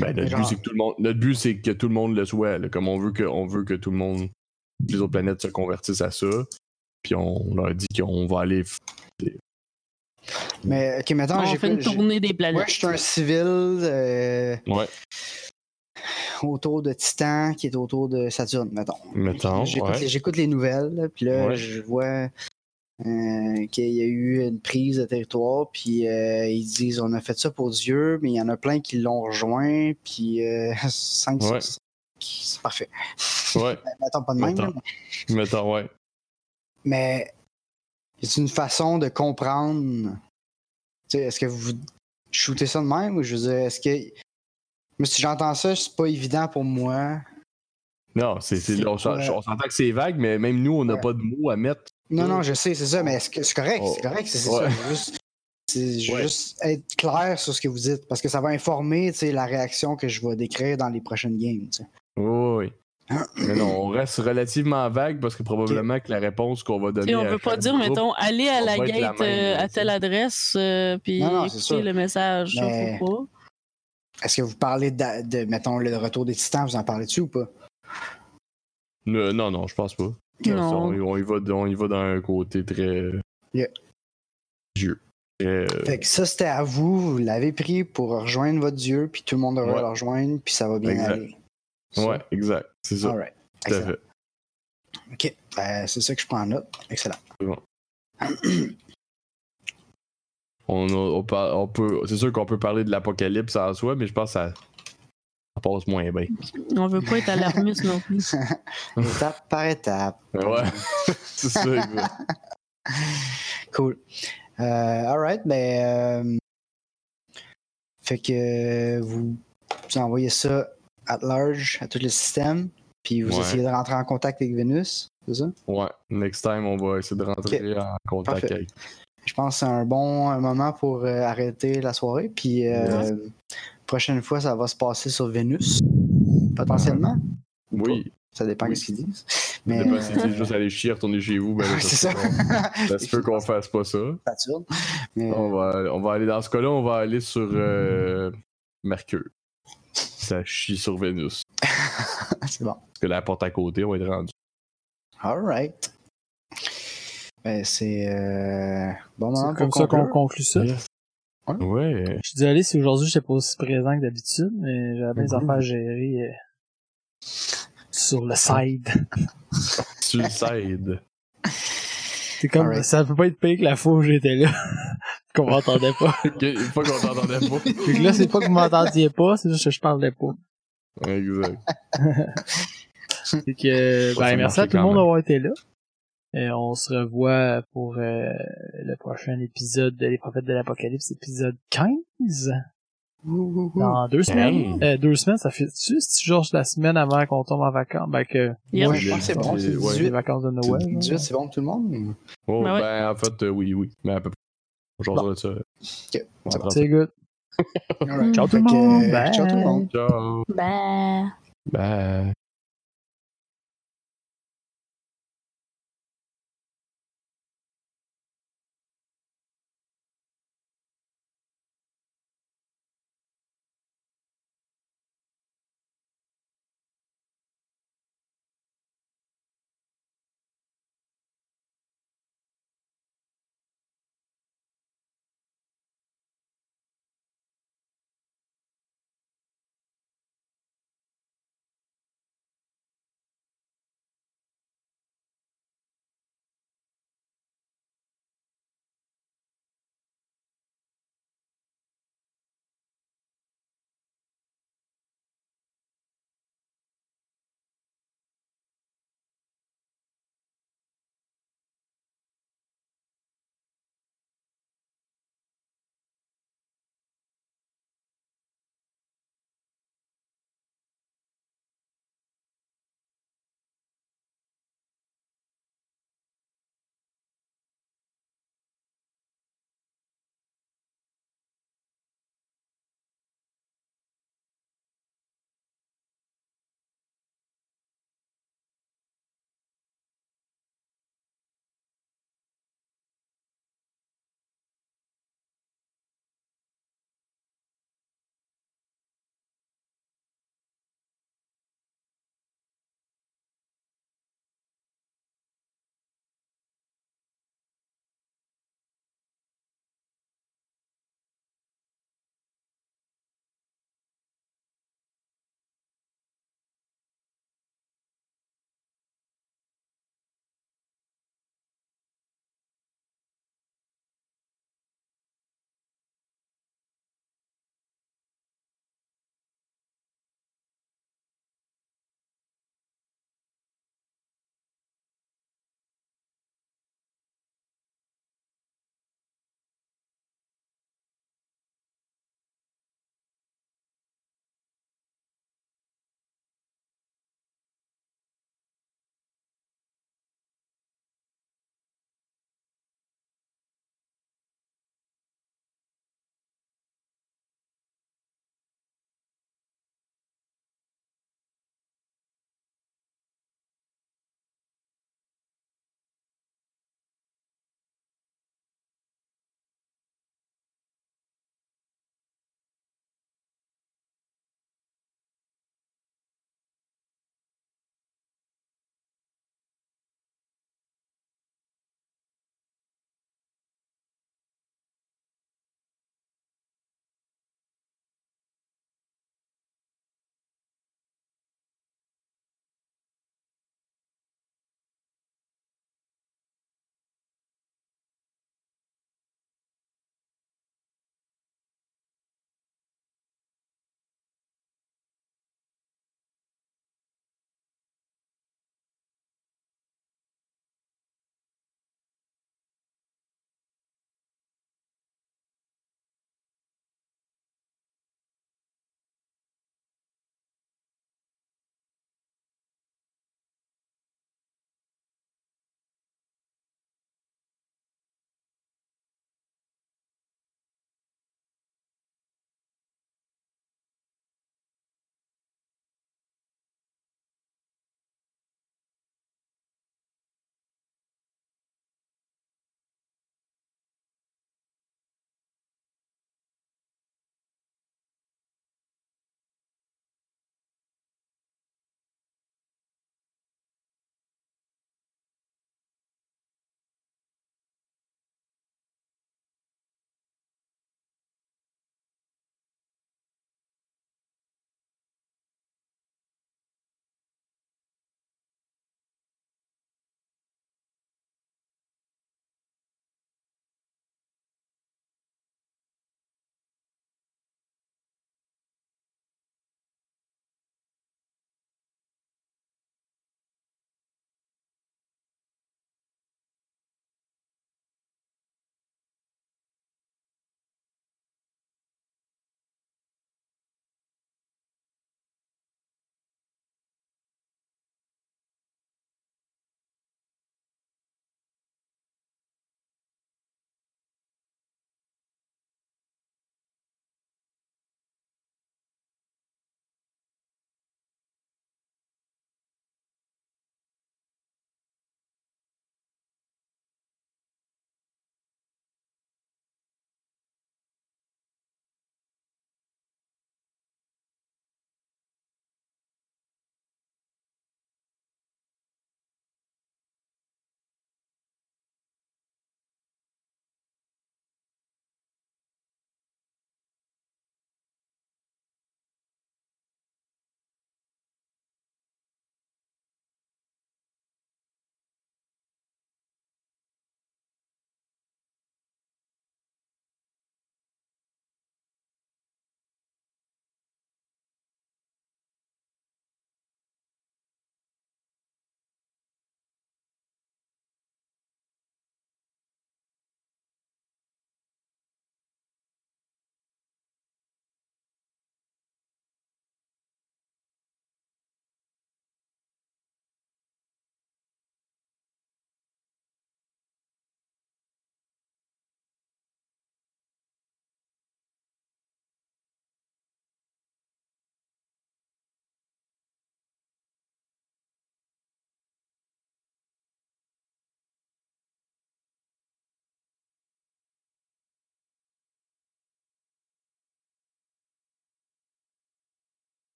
Ben, notre,
Genre-
but, c'est que tout le monde, notre but, c'est que tout le monde le soit. là. Comme on veut, que, on veut que tout le monde, toutes les autres planètes se convertissent à ça, puis on leur dit qu'on va aller. f-
mais, ok, maintenant,
on
j'ai
fait
pas.
une
j'ai-
tournée des
Moi,
planètes.
je suis un civil euh,
Ouais,
autour de Titan qui est autour de Saturne, mettons.
mettons.
J'écoute
ouais.
les- J'écoute les nouvelles, là, puis là,
Ouais.
je vois euh, qu'il y a eu une prise de territoire, puis euh, ils disent on a fait ça pour Dieu, mais il y en a plein qui l'ont rejoint, puis euh, 5
Ouais.
C'est parfait.
Ouais,
Mettons pas de même,
Mettons.
là,
mettons, ouais.
Mais c'est une façon de comprendre. Tu sais, est-ce que vous shootez ça de même ou je veux dire, est-ce que. Mais si j'entends ça, c'est pas évident pour moi.
Non, c'est, c'est-
C'est
on, s'en-
quoi?
on s'entend que c'est vague, mais même nous, on n'a
Ouais.
pas de mots à mettre.
Non,
Ouais.
non, je sais, c'est ça, mais est-ce que c'est correct? C'est correct, c'est c'est
Mm. Oh, Ouais.
ça. Juste, C'est
Ouais.
juste être clair sur ce que vous dites, parce que ça va informer tu sais, la réaction que je vais décrire dans les prochaines games. tu sais.
Oui, oui, oui. Mais non, on reste relativement vague parce que probablement que la réponse qu'on va
Tu
donner.
sais, on
à
veut pas
chaque
dire,
groupe-
mettons, allez à
on
la
va être la
gate
même,
euh,
tu
à
sais.
telle adresse, euh, puis
Non, non, c'est
écoutez
sûr.
le message. ça,
Mais-
faut pas.
Est-ce que vous parlez d'a- de, mettons, le retour des titans, vous en parlez dessus ou pas?
Ne- non, non, je pense pas.
Non.
On, on y va, on y va dans un côté très.
Yeah.
Dieu. Très,
Fait que ça, c'était à vous, vous l'avez pris pour rejoindre votre dieu, puis tout le monde devrait
Ouais.
le rejoindre, puis ça va bien
Exact.
aller.
ouais, exact. C'est ça.
Alright.
tout à
Excellent.
fait.
Ok, Ben, c'est ça que je prends en note. Excellent.
C'est bon. On, a- on par- on peut, c'est sûr qu'on peut parler de l'apocalypse en soi, mais je pense que ça, ça passe moins bien.
On veut pas être alarmiste non plus.
étape par étape.
Ben Ouais, c'est ça. exact.
Cool. Euh, alright, ben. euh, fait que vous, vous envoyez ça at large à tout le système, puis vous
Ouais.
essayez de rentrer en contact avec Vénus, c'est ça?
Ouais, next time, on va essayer de rentrer en contact
Parfait.
avec.
Je pense que c'est un bon euh, moment pour euh, arrêter la soirée, puis euh, prochaine fois, ça va se passer sur Vénus, potentiellement.
Oui,
Ça dépend
Ah. Oui.
de ce qu'ils disent.
je
Mais,
sais pas si
euh,
c'est juste aller chier, retourner chez vous. Ben là,
ouais, c'est ça.
se peut qu'on- ça se peut qu'on fasse pas ça.
Saturne. Mais,
On va, on va aller dans ce cas-là, on va aller sur euh, Mercure. Ça chie sur Vénus.
c'est Ah, bon.
Parce que la porte à côté, on va être rendu.
Alright. Ben, c'est euh, bon moment
C'est
pour
comme ça qu'on
conclure.
conclut ça.
Ouais.
Je suis désolé si aujourd'hui j'étais pas aussi présent que d'habitude, mais j'avais des
Mhm.
affaires à gérer euh, sur le side.
Suicide.
C'est comme,
Alright.
ça peut pas être pire que la fois où j'étais là, qu'on m'entendait pas.
Ok, Une fois qu'on t'entendait pas.
Fait que là, c'est pas que vous m'entendiez pas, c'est juste que je parlais pas.
Exact.
Fait que, ben,
Ça, ça
merci à tout
marchait
le
quand
monde
même.
d'avoir été là. Et on se revoit pour euh, le prochain épisode de Les Prophètes de l'Apocalypse, épisode 15,
Ouh, ouh, ouh.
dans deux semaines.
Hey.
Euh, deux semaines, ça fait juste, genre, la semaine avant qu'on tombe en vacances, ben que,
Yep.
Ouais, je pense que c'est bon, c'est
Ouais.
les
18.
vacances de Noël. là.
18, c'est bon pour tout le monde?
Oh,
Ben ouais.
ben en fait, euh, oui, oui. Mais à peu près. Aujourd'hui, ça.
Ok,
On
c'est bon.
prend ça.
C'est good.
Alright.
Ciao tout le
Fait que,
monde,
euh, Ciao tout le
bye.
monde!
Ciao.
Bah.
Bye.